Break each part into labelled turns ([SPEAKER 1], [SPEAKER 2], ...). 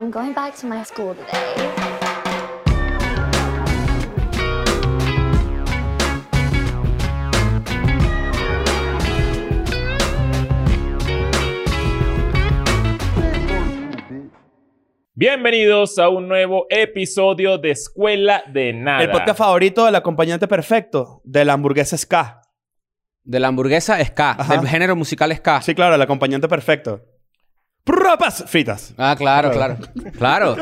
[SPEAKER 1] I'm going back to my school today.
[SPEAKER 2] Bienvenidos a un nuevo episodio de Escuela de Nada.
[SPEAKER 3] El podcast favorito del acompañante perfecto de la hamburguesa Ska.
[SPEAKER 4] De la hamburguesa ska,
[SPEAKER 3] Ajá.
[SPEAKER 4] del género musical ska.
[SPEAKER 3] Sí, claro, el acompañante perfecto. Papas fritas.
[SPEAKER 4] Ah, claro, claro. Claro.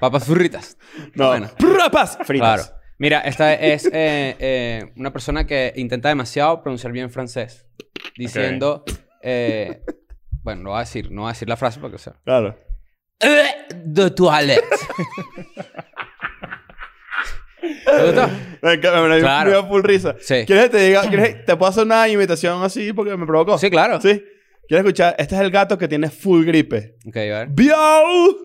[SPEAKER 4] Papas fritas.
[SPEAKER 3] No,
[SPEAKER 4] Bueno.
[SPEAKER 3] papas fritas.
[SPEAKER 4] Claro. Mira, esta es eh, eh, una persona que intenta demasiado pronunciar bien francés. Diciendo... eh, bueno, no voy a decir, no voy a decir la frase porque, o sea...
[SPEAKER 3] Claro.
[SPEAKER 2] Eh,
[SPEAKER 4] De toilette. ¿Te gustó?
[SPEAKER 3] Me, ca- me- me-
[SPEAKER 4] Claro.
[SPEAKER 3] me dio full risa.
[SPEAKER 4] Sí.
[SPEAKER 3] ¿Quieres que te diga? quieres que- ¿Te puedo hacer una imitación así porque me provocó?
[SPEAKER 4] Sí, claro.
[SPEAKER 3] Sí. ¿Quieres escuchar? Este es el gato que tiene full gripe. ¿Este
[SPEAKER 4] Ok, a ver.
[SPEAKER 3] ¡Biau!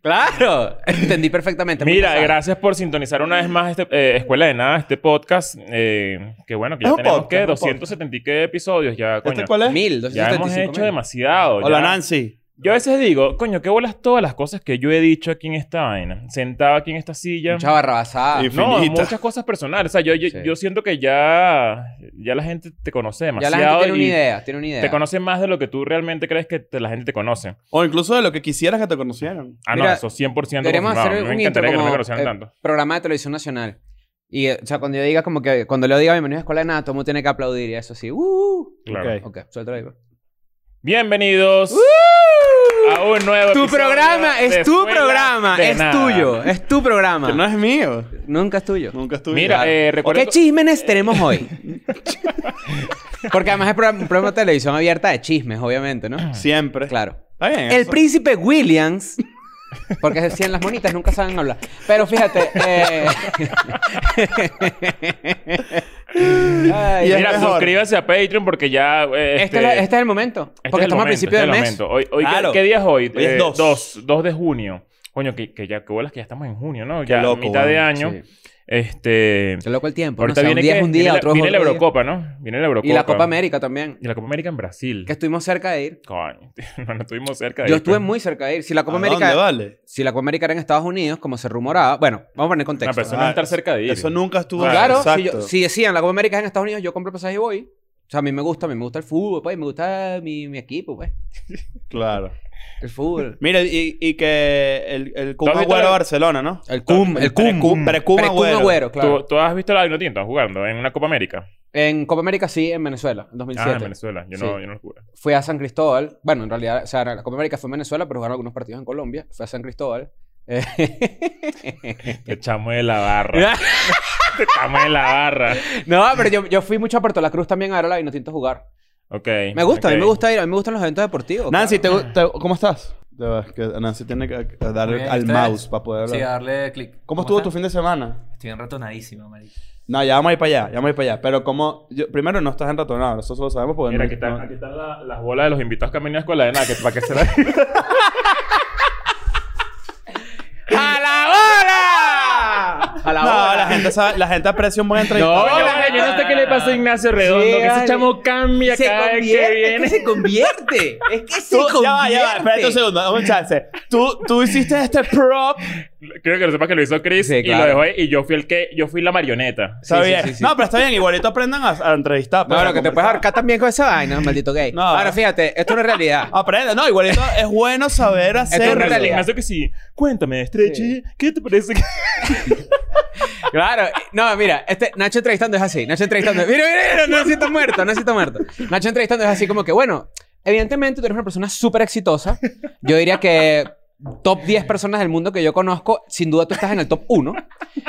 [SPEAKER 4] ¡Claro! Entendí perfectamente. muy
[SPEAKER 2] Mira,
[SPEAKER 4] pesado.
[SPEAKER 2] gracias por sintonizar una vez más este, eh, Escuela de Nada, este podcast. eh, que bueno, que
[SPEAKER 3] Es
[SPEAKER 2] ya
[SPEAKER 3] un
[SPEAKER 2] tenemos
[SPEAKER 3] podcast,
[SPEAKER 2] que
[SPEAKER 3] es un
[SPEAKER 2] 270 y qué episodios ya, coño.
[SPEAKER 3] ¿Este cuál es?
[SPEAKER 4] Mil,
[SPEAKER 2] ya hemos
[SPEAKER 4] 275
[SPEAKER 2] hecho
[SPEAKER 4] mil.
[SPEAKER 2] demasiado.
[SPEAKER 3] Hola,
[SPEAKER 2] ya.
[SPEAKER 3] Nancy.
[SPEAKER 2] Yo a veces digo, coño, qué bolas todas las cosas que yo he dicho aquí en esta vaina. Sentado aquí en esta silla.
[SPEAKER 4] Mucha barrabasada.
[SPEAKER 3] Y-
[SPEAKER 2] No,
[SPEAKER 3] Infinita.
[SPEAKER 2] muchas cosas personales. O sea, yo, yo,
[SPEAKER 4] Sí.
[SPEAKER 2] yo siento que ya, ya la gente te conoce
[SPEAKER 4] Ya
[SPEAKER 2] demasiado.
[SPEAKER 4] la gente tiene una
[SPEAKER 2] y
[SPEAKER 4] idea, tiene una idea.
[SPEAKER 2] Te conoce más de lo que tú realmente crees que te- la gente te conoce.
[SPEAKER 3] O incluso de lo que quisieras que te conocieran.
[SPEAKER 2] Ah, no,
[SPEAKER 4] Mira,
[SPEAKER 2] eso 100% confirmado.
[SPEAKER 4] Deberíamos hacer
[SPEAKER 2] me
[SPEAKER 4] un intro
[SPEAKER 2] encantaría que no me
[SPEAKER 4] como
[SPEAKER 2] conocieran
[SPEAKER 4] eh,
[SPEAKER 2] tanto.
[SPEAKER 4] programa de televisión nacional. Y, eh, o sea, cuando yo diga como que... Cuando le diga bienvenido a Escuela de Nada, todo el mundo tiene que aplaudir y eso sí. ¡Uh!
[SPEAKER 2] Claro.
[SPEAKER 3] Ok.
[SPEAKER 4] Ok, suéltalo ahí. pues.
[SPEAKER 2] Bienvenidos a un nuevo
[SPEAKER 4] ¡Uh! Tu
[SPEAKER 2] Ah, episodio
[SPEAKER 4] programa
[SPEAKER 2] de
[SPEAKER 4] es tu
[SPEAKER 2] Escuela
[SPEAKER 4] programa.
[SPEAKER 2] de
[SPEAKER 4] Es
[SPEAKER 2] Nada.
[SPEAKER 4] tuyo. Es tu
[SPEAKER 3] Que no
[SPEAKER 4] programa.
[SPEAKER 3] es mío.
[SPEAKER 4] Nunca es tuyo.
[SPEAKER 3] Nunca estuve.
[SPEAKER 2] Mira,
[SPEAKER 4] Claro.
[SPEAKER 2] eh, recuerda...
[SPEAKER 4] ¿Qué chismenes tenemos hoy? Porque además es pro- un programa de televisión abierta de chismes, obviamente, ¿no?
[SPEAKER 2] Ah.
[SPEAKER 3] Siempre.
[SPEAKER 4] Claro.
[SPEAKER 3] Está bien.
[SPEAKER 4] El
[SPEAKER 3] eso.
[SPEAKER 4] príncipe Williams. Porque decían las monitas nunca saben hablar. Pero fíjate. eh, Ay,
[SPEAKER 3] Y es
[SPEAKER 2] Mira,
[SPEAKER 3] mejor.
[SPEAKER 2] suscríbase a Patreon porque ya... eh,
[SPEAKER 4] este,
[SPEAKER 2] este,
[SPEAKER 4] es lo- este es el momento.
[SPEAKER 2] este
[SPEAKER 4] porque
[SPEAKER 2] es el
[SPEAKER 4] estamos al
[SPEAKER 2] momento,
[SPEAKER 4] principio
[SPEAKER 2] este
[SPEAKER 4] del
[SPEAKER 2] es el
[SPEAKER 4] mes.
[SPEAKER 2] momento. Hoy, hoy ¿qué-
[SPEAKER 3] Claro.
[SPEAKER 2] ¿qué, día es hoy?
[SPEAKER 3] Hoy es dos.
[SPEAKER 2] 2. de junio. Coño, que, que ya... Que bolas que ya estamos en junio, ¿no? Ya
[SPEAKER 3] loco,
[SPEAKER 2] mitad de
[SPEAKER 3] weón.
[SPEAKER 2] año.
[SPEAKER 4] Sí.
[SPEAKER 2] Este...
[SPEAKER 4] Qué loco el tiempo.
[SPEAKER 2] Ahorita
[SPEAKER 4] ¿no? O
[SPEAKER 2] viene,
[SPEAKER 4] sea, un día
[SPEAKER 2] que-
[SPEAKER 4] es un día,
[SPEAKER 2] viene la-
[SPEAKER 4] otro es
[SPEAKER 2] viene la
[SPEAKER 4] otro día.
[SPEAKER 2] Eurocopa, ¿no? Viene la Eurocopa.
[SPEAKER 4] Y la Copa América también.
[SPEAKER 2] Y la Copa América en Brasil.
[SPEAKER 4] Que estuvimos cerca de ir.
[SPEAKER 2] Coño, no, no estuvimos cerca de
[SPEAKER 4] Yo
[SPEAKER 2] ahí,
[SPEAKER 4] estuve
[SPEAKER 2] pero-
[SPEAKER 4] muy cerca de ir. Si la
[SPEAKER 3] ¿A
[SPEAKER 4] Copa América.
[SPEAKER 3] dónde vale?
[SPEAKER 4] Si la Copa América era en Estados Unidos, como se rumoraba. Bueno, vamos a poner
[SPEAKER 2] Una
[SPEAKER 4] contexto.
[SPEAKER 2] persona
[SPEAKER 3] Ah,
[SPEAKER 2] estar cerca de ir.
[SPEAKER 3] Eso nunca estuvo.
[SPEAKER 4] Claro, si,
[SPEAKER 3] Exacto.
[SPEAKER 4] yo- si decían la Copa América es en Estados Unidos, yo compro pasaje y voy. O sea, a mí me gusta, a mí me gusta el fútbol, pues, me gusta mi, mi equipo, pues.
[SPEAKER 3] Claro.
[SPEAKER 4] El fútbol.
[SPEAKER 3] Mira, y, y que el, el Kun
[SPEAKER 2] ¿Tú has visto
[SPEAKER 3] Agüero
[SPEAKER 2] la-
[SPEAKER 3] Barcelona, ¿no?
[SPEAKER 4] El cum, el cum.
[SPEAKER 3] Kun. Pre-Kun
[SPEAKER 4] Pero el Kun
[SPEAKER 3] Agüero.
[SPEAKER 4] Agüero,
[SPEAKER 2] ¿Tú,
[SPEAKER 4] claro.
[SPEAKER 2] tú has visto la Vinotinto jugando en una Copa América?
[SPEAKER 4] En Copa América sí, en Venezuela, en 2007.
[SPEAKER 2] Ah, en Venezuela. Yo no,
[SPEAKER 4] Sí.
[SPEAKER 2] yo no lo jugué.
[SPEAKER 4] Fui a San Cristóbal. Bueno, en realidad, o sea, la Copa América fue en Venezuela, pero jugaron algunos partidos en Colombia. Fui a San Cristóbal. Eh,
[SPEAKER 2] Te chamo de la barra. Te chamo de la barra.
[SPEAKER 4] no, pero yo, yo fui mucho a Puerto La Cruz también a ver a la Vinotinto jugar.
[SPEAKER 2] Ok.
[SPEAKER 4] Me gusta, a mí
[SPEAKER 2] ok.
[SPEAKER 4] me gusta ir, a mí me gustan los eventos deportivos.
[SPEAKER 3] Nancy, ¿te, gu- te- cómo estás? Ya va, es que Nancy tiene que que dar
[SPEAKER 5] Muy bien,
[SPEAKER 3] al
[SPEAKER 5] ¿ustedes?
[SPEAKER 3] mouse para poder
[SPEAKER 5] Sí, a
[SPEAKER 3] hablar.
[SPEAKER 5] darle clic.
[SPEAKER 3] ¿Cómo estuvo tu
[SPEAKER 5] están?
[SPEAKER 3] fin de semana?
[SPEAKER 5] Estoy enratonadísimo, marico.
[SPEAKER 3] No, ya vamos a ir para allá, ya vamos a ir para allá. Pero como... yo- primero, no estás enratonado, nosotros lo sabemos porque...
[SPEAKER 2] Mira,
[SPEAKER 3] no-
[SPEAKER 2] aquí están,
[SPEAKER 3] no-
[SPEAKER 2] aquí están la- las bolas de los invitados que han venido a escuela de nada. Que, ¿Para qué se la...
[SPEAKER 4] ¡A la bola! ¡A la
[SPEAKER 3] No,
[SPEAKER 4] bola!
[SPEAKER 3] la gente, sabe- la gente aprecia un buen entrevistador.
[SPEAKER 2] Coño, vale, yo no sé qué le pasa a Ignacio Redondo.
[SPEAKER 4] Sí,
[SPEAKER 2] que ese
[SPEAKER 4] vale.
[SPEAKER 2] chamo cambia cada vez que
[SPEAKER 4] convierte,
[SPEAKER 2] viene.
[SPEAKER 4] Es que se convierte. Es que se
[SPEAKER 3] Tú-
[SPEAKER 4] convierte.
[SPEAKER 3] ya va, ya va, espérate un segundo, dame un chance. Tú, tú hiciste este prop,
[SPEAKER 2] Creo que lo sepas que lo hizo Chris
[SPEAKER 4] Sí,
[SPEAKER 2] y lo
[SPEAKER 4] claro.
[SPEAKER 2] dejó ahí. Y yo fui el que... Yo fui la marioneta.
[SPEAKER 3] está
[SPEAKER 4] sí,
[SPEAKER 3] bien.
[SPEAKER 4] sí, sí.
[SPEAKER 3] No, pero está bien, igualito aprendan a, a entrevistar.
[SPEAKER 4] No,
[SPEAKER 3] pues,
[SPEAKER 4] no,
[SPEAKER 3] a
[SPEAKER 4] que te puedes
[SPEAKER 3] conversar.
[SPEAKER 4] ahorcar también con esa vaina, maldito gay.
[SPEAKER 3] No.
[SPEAKER 4] Ahora fíjate, esto no es realidad.
[SPEAKER 3] Aprende, no, igualito es bueno saber
[SPEAKER 4] es
[SPEAKER 3] hacer.
[SPEAKER 4] una
[SPEAKER 2] Ignacio-
[SPEAKER 4] realidad.
[SPEAKER 2] Ignacio que sí. Cuéntame, Estrechi. ¿Qué te parece que...?
[SPEAKER 4] Claro, no, mira, este Nacho entrevistando es así. Nacho entrevistando. Mira, mira, mira, Nacho está muerto, Nacho está muerto. Nacho entrevistando es así como que, bueno, evidentemente tú eres una persona súper exitosa. Yo diría que top 10 personas del mundo que yo conozco, sin duda tú estás en el top 1.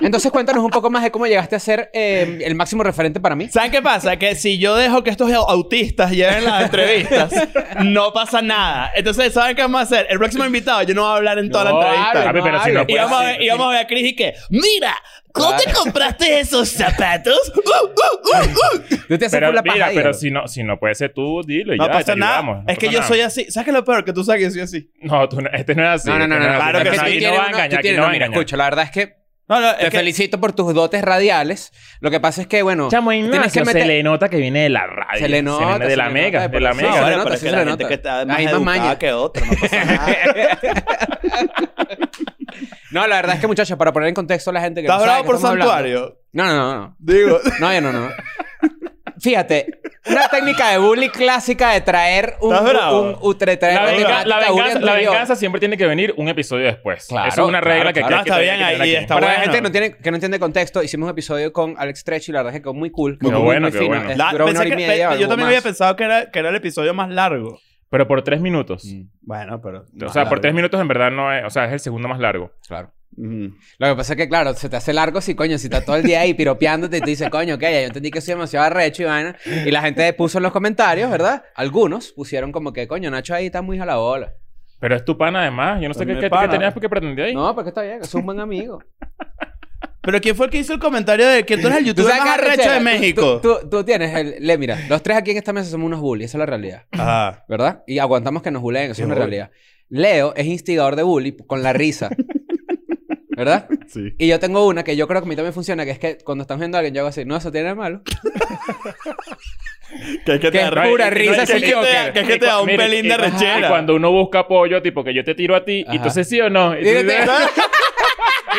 [SPEAKER 4] Entonces cuéntanos un poco más de cómo llegaste a ser eh, el máximo referente para mí.
[SPEAKER 3] ¿Saben qué pasa? Que si yo dejo que estos autistas lleven las entrevistas, no pasa nada. Entonces, ¿saben qué vamos a hacer? El próximo invitado, yo no voy a hablar en toda
[SPEAKER 4] No, pues
[SPEAKER 3] la entrevista.
[SPEAKER 4] habla,
[SPEAKER 2] A ver, pero si
[SPEAKER 4] habla.
[SPEAKER 2] no
[SPEAKER 3] Y
[SPEAKER 2] puedes-
[SPEAKER 3] vamos, a ver, y vamos a ver a Chris y que, mira, ¿cómo te
[SPEAKER 4] Claro.
[SPEAKER 3] compraste esos zapatos? Uh, uh, uh, uh".
[SPEAKER 4] Tú te haces
[SPEAKER 2] Pero
[SPEAKER 4] full la paja,
[SPEAKER 2] mira, pero
[SPEAKER 4] dígalo.
[SPEAKER 2] si no, si no puede ser tú, dilo y
[SPEAKER 3] No
[SPEAKER 2] ya,
[SPEAKER 3] pasa
[SPEAKER 2] te
[SPEAKER 3] nada.
[SPEAKER 2] ayudamos, no
[SPEAKER 3] es que
[SPEAKER 2] pasa
[SPEAKER 3] yo
[SPEAKER 2] nada.
[SPEAKER 3] soy así. ¿Sabes qué es lo peor? Que tú sabes que yo soy así.
[SPEAKER 2] No, tú no- este no es así.
[SPEAKER 4] No, no, no, no.
[SPEAKER 2] este
[SPEAKER 3] Claro
[SPEAKER 2] es
[SPEAKER 3] que
[SPEAKER 2] así.
[SPEAKER 3] sí.
[SPEAKER 2] Aquí no va a
[SPEAKER 4] tienes uno-
[SPEAKER 2] engañar,
[SPEAKER 4] tú
[SPEAKER 2] aquí
[SPEAKER 4] tienes-
[SPEAKER 2] no va a
[SPEAKER 4] mira,
[SPEAKER 2] engañar.
[SPEAKER 4] Escucha, la verdad es que
[SPEAKER 3] No, no, es
[SPEAKER 4] Te
[SPEAKER 3] que-
[SPEAKER 4] felicito por tus dotes radiales. Lo que pasa es que, bueno,
[SPEAKER 2] Chamo,
[SPEAKER 4] tienes
[SPEAKER 2] Ignacio,
[SPEAKER 4] que meter-
[SPEAKER 2] se le nota que viene de la radio.
[SPEAKER 4] Se le nota,
[SPEAKER 2] viene de
[SPEAKER 4] se
[SPEAKER 2] la
[SPEAKER 4] le
[SPEAKER 2] mega,
[SPEAKER 4] nota,
[SPEAKER 2] de la
[SPEAKER 4] pero
[SPEAKER 2] mega.
[SPEAKER 4] sí,
[SPEAKER 3] No,
[SPEAKER 4] se
[SPEAKER 3] bueno,
[SPEAKER 4] nota,
[SPEAKER 3] pero es
[SPEAKER 4] sí
[SPEAKER 3] que
[SPEAKER 4] se
[SPEAKER 3] la
[SPEAKER 4] le
[SPEAKER 3] gente
[SPEAKER 4] nota.
[SPEAKER 3] que está
[SPEAKER 4] La
[SPEAKER 3] más
[SPEAKER 4] misma
[SPEAKER 3] educada
[SPEAKER 4] maña.
[SPEAKER 3] que otra, no pasa nada.
[SPEAKER 4] No, la verdad es que, muchachos, para poner en contexto a la gente que
[SPEAKER 3] ¿Estás
[SPEAKER 4] no sabe
[SPEAKER 3] bravo
[SPEAKER 4] que
[SPEAKER 3] por
[SPEAKER 4] estamos hablando-
[SPEAKER 3] santuario?
[SPEAKER 4] No, no, no, no.
[SPEAKER 3] Digo.
[SPEAKER 4] No, yo no, no. Fíjate, una técnica de bullying clásica de traer un...
[SPEAKER 3] ¿Estás bravo?
[SPEAKER 4] un- un- tra- traer
[SPEAKER 2] La,
[SPEAKER 4] una
[SPEAKER 2] venga- la
[SPEAKER 4] temática de bullying
[SPEAKER 2] venganza, la
[SPEAKER 4] anterior.
[SPEAKER 2] venganza siempre tiene que venir un episodio después.
[SPEAKER 4] Claro,
[SPEAKER 2] Eso es una
[SPEAKER 4] claro,
[SPEAKER 2] regla que
[SPEAKER 4] claro.
[SPEAKER 2] creo que
[SPEAKER 3] No, está
[SPEAKER 2] tiene
[SPEAKER 3] bien
[SPEAKER 2] que tener
[SPEAKER 3] ahí,
[SPEAKER 2] aquí.
[SPEAKER 3] está
[SPEAKER 4] Para la
[SPEAKER 3] bueno.
[SPEAKER 4] gente que no, tiene, que no entiende contexto, hicimos un episodio con Alex Trecho y la verdad es que quedó muy cool.
[SPEAKER 2] Qué
[SPEAKER 4] quedó
[SPEAKER 2] bueno,
[SPEAKER 4] muy,
[SPEAKER 2] qué
[SPEAKER 4] muy fino.
[SPEAKER 2] bueno.
[SPEAKER 4] Eh,
[SPEAKER 3] La-
[SPEAKER 4] duró una
[SPEAKER 3] pensé
[SPEAKER 4] hora y
[SPEAKER 3] que-
[SPEAKER 4] media.
[SPEAKER 3] pe- yo
[SPEAKER 4] algo
[SPEAKER 3] también
[SPEAKER 4] más.
[SPEAKER 3] había pensado que era, que era el episodio más largo.
[SPEAKER 2] Pero por tres minutos.
[SPEAKER 4] Mm,
[SPEAKER 3] Bueno, pero.
[SPEAKER 2] O sea, por tres minutos en verdad no es... O sea, es el segundo más largo.
[SPEAKER 4] Claro.
[SPEAKER 3] minutos.
[SPEAKER 4] Lo que pasa es que, claro, se te hace largo si, coño, si estás todo el día ahí piropeándote y te dice, coño, ok, ya yo entendí que soy demasiado arrecho y vaina. Y la gente puso en los comentarios, ¿verdad? Algunos pusieron como que, coño, Nacho ahí está muy a la bola.
[SPEAKER 2] Pero es tu pana además. Yo no sé
[SPEAKER 3] Es
[SPEAKER 2] qué,
[SPEAKER 3] mi
[SPEAKER 2] qué- qué
[SPEAKER 3] pana.
[SPEAKER 2] tenías porque pretendía ahí.
[SPEAKER 4] No, porque está bien, es un buen amigo.
[SPEAKER 3] Pero ¿quién fue el que hizo el comentario de que tú eres el
[SPEAKER 4] ¿Tú
[SPEAKER 3] youtuber
[SPEAKER 4] sabes
[SPEAKER 3] más
[SPEAKER 4] qué
[SPEAKER 3] arrecho
[SPEAKER 4] arrechera?
[SPEAKER 3] de
[SPEAKER 4] Tú-
[SPEAKER 3] México?
[SPEAKER 4] Tú, tú- tú tienes el... Le, mira, los tres aquí en esta mesa somos unos bullies, esa es la realidad.
[SPEAKER 3] Ajá.
[SPEAKER 4] ¿Verdad? Y aguantamos que nos buleen, eso
[SPEAKER 3] Qué
[SPEAKER 4] es una
[SPEAKER 3] bueno.
[SPEAKER 4] realidad. Leo es instigador de bullying con la risa. ¿Verdad?
[SPEAKER 3] Sí.
[SPEAKER 4] Y yo tengo una que yo creo que a mí también funciona, que es que cuando estamos viendo a alguien, yo hago así, no, eso tiene de malo.
[SPEAKER 3] Que es que
[SPEAKER 4] Que
[SPEAKER 3] te
[SPEAKER 4] es
[SPEAKER 3] arre-
[SPEAKER 4] pura
[SPEAKER 3] que- que-
[SPEAKER 4] risa,
[SPEAKER 3] que-
[SPEAKER 4] sí,
[SPEAKER 3] que te da-
[SPEAKER 4] Joker.
[SPEAKER 3] Que es que te da un
[SPEAKER 2] Mire,
[SPEAKER 3] pelín de
[SPEAKER 2] y- Y
[SPEAKER 3] rechera.
[SPEAKER 2] cuando uno busca apoyo, tipo que yo te tiro a ti,
[SPEAKER 4] Ajá.
[SPEAKER 2] y tú sí o no. Y tú
[SPEAKER 4] Mira
[SPEAKER 2] dices,
[SPEAKER 4] este-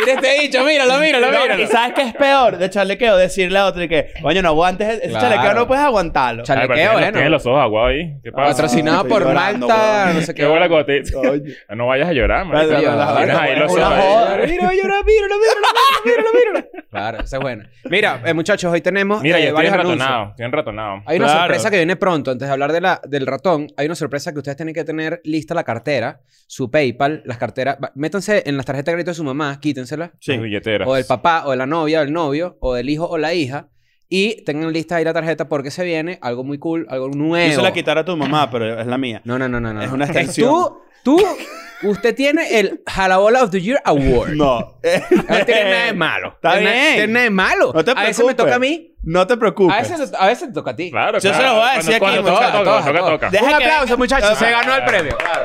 [SPEAKER 4] mira este bicho, míralo, míralo,
[SPEAKER 3] No,
[SPEAKER 4] míralo.
[SPEAKER 3] y sabes qué es peor de chalequeo decirle a otro y que, coño, no aguantes ese
[SPEAKER 4] Claro.
[SPEAKER 3] chalequeo, no puedes aguantarlo.
[SPEAKER 4] Chale-
[SPEAKER 2] "Ay, pero
[SPEAKER 4] qué
[SPEAKER 2] tienes-
[SPEAKER 4] bueno.
[SPEAKER 2] Tienes los ojos aguados ahí. ¿Qué pasa?
[SPEAKER 4] Patrocinado
[SPEAKER 3] estoy
[SPEAKER 4] por
[SPEAKER 3] llorando,
[SPEAKER 4] Malta,
[SPEAKER 3] weón.
[SPEAKER 4] no sé qué.
[SPEAKER 2] Qué bola cuando te-
[SPEAKER 3] Oye.
[SPEAKER 2] No vayas a llorar, man.
[SPEAKER 3] Vale,
[SPEAKER 4] Oye,
[SPEAKER 3] vale, vale.
[SPEAKER 2] Tienes ahí los
[SPEAKER 4] Una
[SPEAKER 2] ojos.
[SPEAKER 4] joda.
[SPEAKER 2] ahí.
[SPEAKER 4] Mira, míralo, míralo, míralo, míralo, míralo. Claro, esa es buena. Mira, eh, muchachos, hoy tenemos
[SPEAKER 2] Mira,
[SPEAKER 4] eh,
[SPEAKER 2] yo estoy
[SPEAKER 4] varios anuncios.
[SPEAKER 2] enratonado. Estoy enratonado.
[SPEAKER 4] Hay una
[SPEAKER 3] Claro.
[SPEAKER 4] sorpresa que viene pronto. Antes de hablar de la, del ratón, hay una sorpresa que ustedes tienen que tener lista la cartera, su PayPal, las carteras. Va- Métanse en las tarjetas de crédito de su mamá, quítenselas.
[SPEAKER 3] Sí.
[SPEAKER 2] Las billeteras.
[SPEAKER 4] O del papá, o de la novia, o del novio, o del hijo, o la hija. Y tengan lista ahí la tarjeta porque se viene algo muy cool, algo nuevo.
[SPEAKER 3] Yo se la quitaré a tu mamá, pero es la mía.
[SPEAKER 4] No, no, no, no. no.
[SPEAKER 3] Es una extensión.
[SPEAKER 4] tú, tú, usted tiene el Jalabola of the Year Award.
[SPEAKER 3] No.
[SPEAKER 4] No tiene nada de malo.
[SPEAKER 3] Está
[SPEAKER 4] Tiene-
[SPEAKER 3] bien.
[SPEAKER 4] Tiene nada de malo.
[SPEAKER 3] No te
[SPEAKER 4] A veces me
[SPEAKER 3] preocupes.
[SPEAKER 4] toca a mí.
[SPEAKER 3] No te
[SPEAKER 4] A
[SPEAKER 3] preocupes.
[SPEAKER 4] veces, a veces te toca a ti.
[SPEAKER 2] Claro,
[SPEAKER 3] Yo se
[SPEAKER 2] claro.
[SPEAKER 3] lo voy a
[SPEAKER 2] Cuando-
[SPEAKER 3] decir aquí,
[SPEAKER 2] cuando
[SPEAKER 4] muchachos,
[SPEAKER 2] toca,
[SPEAKER 4] todas,
[SPEAKER 2] toca,
[SPEAKER 4] todas.
[SPEAKER 2] toca.
[SPEAKER 3] Deja
[SPEAKER 4] un
[SPEAKER 3] que-
[SPEAKER 4] aplauso, muchachos. Se ganó el
[SPEAKER 2] Claro.
[SPEAKER 4] premio. Claro.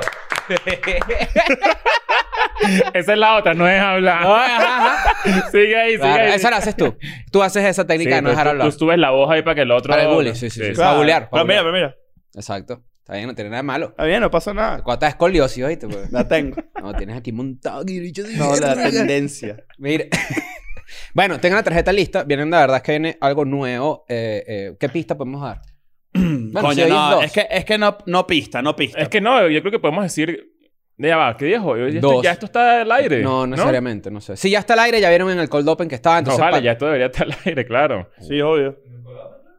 [SPEAKER 2] Esa es la otra, no es hablar.
[SPEAKER 4] Ajá, ajá.
[SPEAKER 2] Sigue ahí, sigue
[SPEAKER 4] Claro,
[SPEAKER 2] ahí.
[SPEAKER 4] Esa la haces tú. Tú haces esa
[SPEAKER 2] Sí,
[SPEAKER 4] técnica de no
[SPEAKER 2] tú-
[SPEAKER 4] dejar
[SPEAKER 2] tú-
[SPEAKER 4] hablar.
[SPEAKER 2] Tú subes la voz ahí para que el otro...
[SPEAKER 4] Para el bullying, sí, sí, sí. Pa' bulear, pa'
[SPEAKER 3] Pero mira,
[SPEAKER 4] bulear.
[SPEAKER 3] pero mira.
[SPEAKER 4] Exacto. Está bien, no tiene nada de malo.
[SPEAKER 3] Está bien, no pasa nada.
[SPEAKER 4] Cuántas escoliosis, oíste, pues.
[SPEAKER 3] La tengo.
[SPEAKER 4] No, tienes aquí montado. aquí, bicho, de
[SPEAKER 3] No, la
[SPEAKER 4] verga.
[SPEAKER 3] tendencia.
[SPEAKER 4] Mira. bueno, tengan la tarjeta lista. Vienen, la verdad es que viene algo nuevo. Eh, eh, ¿Qué pista podemos dar? Bueno, si
[SPEAKER 3] Coño,
[SPEAKER 4] oís
[SPEAKER 3] no,
[SPEAKER 4] dos.
[SPEAKER 3] es que, es que no, no pista, no pista.
[SPEAKER 2] Es que no, yo creo que podemos decir... Ya va, ¿qué dijo? Ya esto,
[SPEAKER 4] Dos.
[SPEAKER 2] ya esto está al aire.
[SPEAKER 4] No, necesariamente, no sé. Si ya está al aire, ya vieron en el cold open que estaba.
[SPEAKER 2] No,
[SPEAKER 4] Entonces,
[SPEAKER 2] vale,
[SPEAKER 4] pa-
[SPEAKER 2] ya esto debería estar al aire, claro.
[SPEAKER 3] Sí, obvio.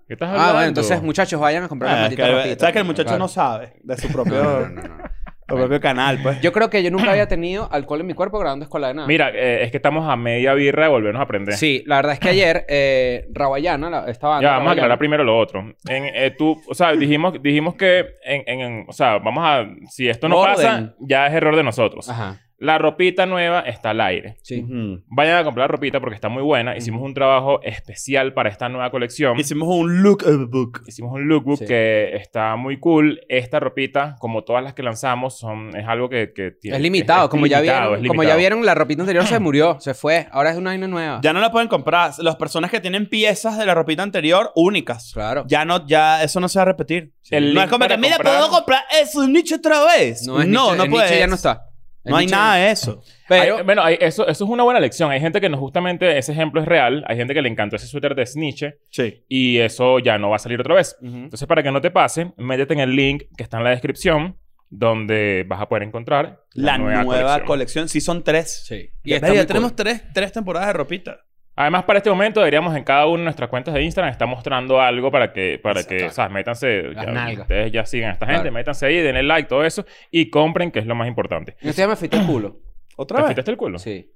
[SPEAKER 2] ¿Qué estás hablando?
[SPEAKER 4] Ah, bueno, entonces muchachos vayan a comprar la
[SPEAKER 3] Ah, es que,
[SPEAKER 4] maldita
[SPEAKER 3] ¿Sabes
[SPEAKER 4] ropita.
[SPEAKER 3] que el muchacho
[SPEAKER 4] Claro.
[SPEAKER 3] no sabe de su propio,
[SPEAKER 4] No, no, no, no.
[SPEAKER 3] su propio canal, pues?
[SPEAKER 4] Yo creo que yo nunca había tenido alcohol en mi cuerpo grabando escuela de nada.
[SPEAKER 2] Mira, eh, es que estamos a media birra de volvernos a aprender.
[SPEAKER 4] Sí, la verdad es que ayer eh, Rawayana, la, esta banda,
[SPEAKER 2] Ya, vamos a
[SPEAKER 4] Rawayana,
[SPEAKER 2] aclarar primero lo otro. En, eh, tú, o sea, dijimos, dijimos que, en, en- en- o sea, vamos a, si esto no
[SPEAKER 4] Orden.
[SPEAKER 2] pasa, ya es error de nosotros.
[SPEAKER 4] Ajá,
[SPEAKER 2] La ropita nueva está al aire.
[SPEAKER 4] sí.
[SPEAKER 3] Ujú.
[SPEAKER 2] Vayan a comprar ropita porque está muy buena. Hicimos un trabajo especial para esta nueva colección.
[SPEAKER 3] Hicimos un lookbook.
[SPEAKER 2] Hicimos un lookbook
[SPEAKER 4] Sí.
[SPEAKER 2] que está muy cool. Esta ropita, como todas las que lanzamos, son, es algo que, que tiene.
[SPEAKER 4] Es limitado,
[SPEAKER 2] es- es
[SPEAKER 4] como ya
[SPEAKER 2] limitado,
[SPEAKER 4] vieron,
[SPEAKER 2] es
[SPEAKER 4] como ya
[SPEAKER 2] limitado.
[SPEAKER 4] vieron la ropita anterior se murió, se fue, ahora es una vaina nueva.
[SPEAKER 3] Ya no la pueden comprar. Las personas que tienen piezas de la ropita anterior únicas.
[SPEAKER 4] Claro.
[SPEAKER 3] Ya no, ya eso no se va a repetir.
[SPEAKER 2] El
[SPEAKER 3] no
[SPEAKER 2] link
[SPEAKER 3] es como
[SPEAKER 2] para
[SPEAKER 3] que, mira,
[SPEAKER 2] comprar-
[SPEAKER 3] puedo comprar eso un nicho otra vez. No,
[SPEAKER 4] es
[SPEAKER 3] no,
[SPEAKER 4] Nietzsche- el
[SPEAKER 3] puedes.
[SPEAKER 4] Nietzsche ya no está. El
[SPEAKER 3] No hay
[SPEAKER 4] Nietzsche
[SPEAKER 3] nada de eso.
[SPEAKER 4] Pero
[SPEAKER 2] Hay- bueno, hay- eso, eso es una buena lección. Hay gente que no, justamente ese ejemplo es real. Hay gente que le encantó ese suéter de Snitche
[SPEAKER 3] Sí.
[SPEAKER 2] y eso ya no va a salir otra vez.
[SPEAKER 4] Ujú.
[SPEAKER 2] Entonces, para que no te pase, métete en el link que está en la descripción donde vas a poder encontrar
[SPEAKER 3] La, nueva, colección.
[SPEAKER 2] colección.
[SPEAKER 3] Sí, son tres.
[SPEAKER 4] sí.
[SPEAKER 3] Y
[SPEAKER 4] está muy
[SPEAKER 3] ya
[SPEAKER 4] cool.
[SPEAKER 3] tenemos tres, tres temporadas de ropita.
[SPEAKER 2] Además, para este momento deberíamos en cada una de nuestras cuentas de Instagram estar mostrando algo para que, para
[SPEAKER 4] Exacto.
[SPEAKER 2] que, o sea, métanse.
[SPEAKER 4] Las
[SPEAKER 2] ya-
[SPEAKER 4] nalgas.
[SPEAKER 2] ustedes ya siguen a esta gente,
[SPEAKER 4] Claro.
[SPEAKER 2] métanse ahí, denle like, todo eso y compren, que es lo más importante.
[SPEAKER 4] Yo estoy- me afeité el culo.
[SPEAKER 2] ¿Te
[SPEAKER 3] ¿Otra vez?
[SPEAKER 2] afeitaste el culo?
[SPEAKER 4] Sí.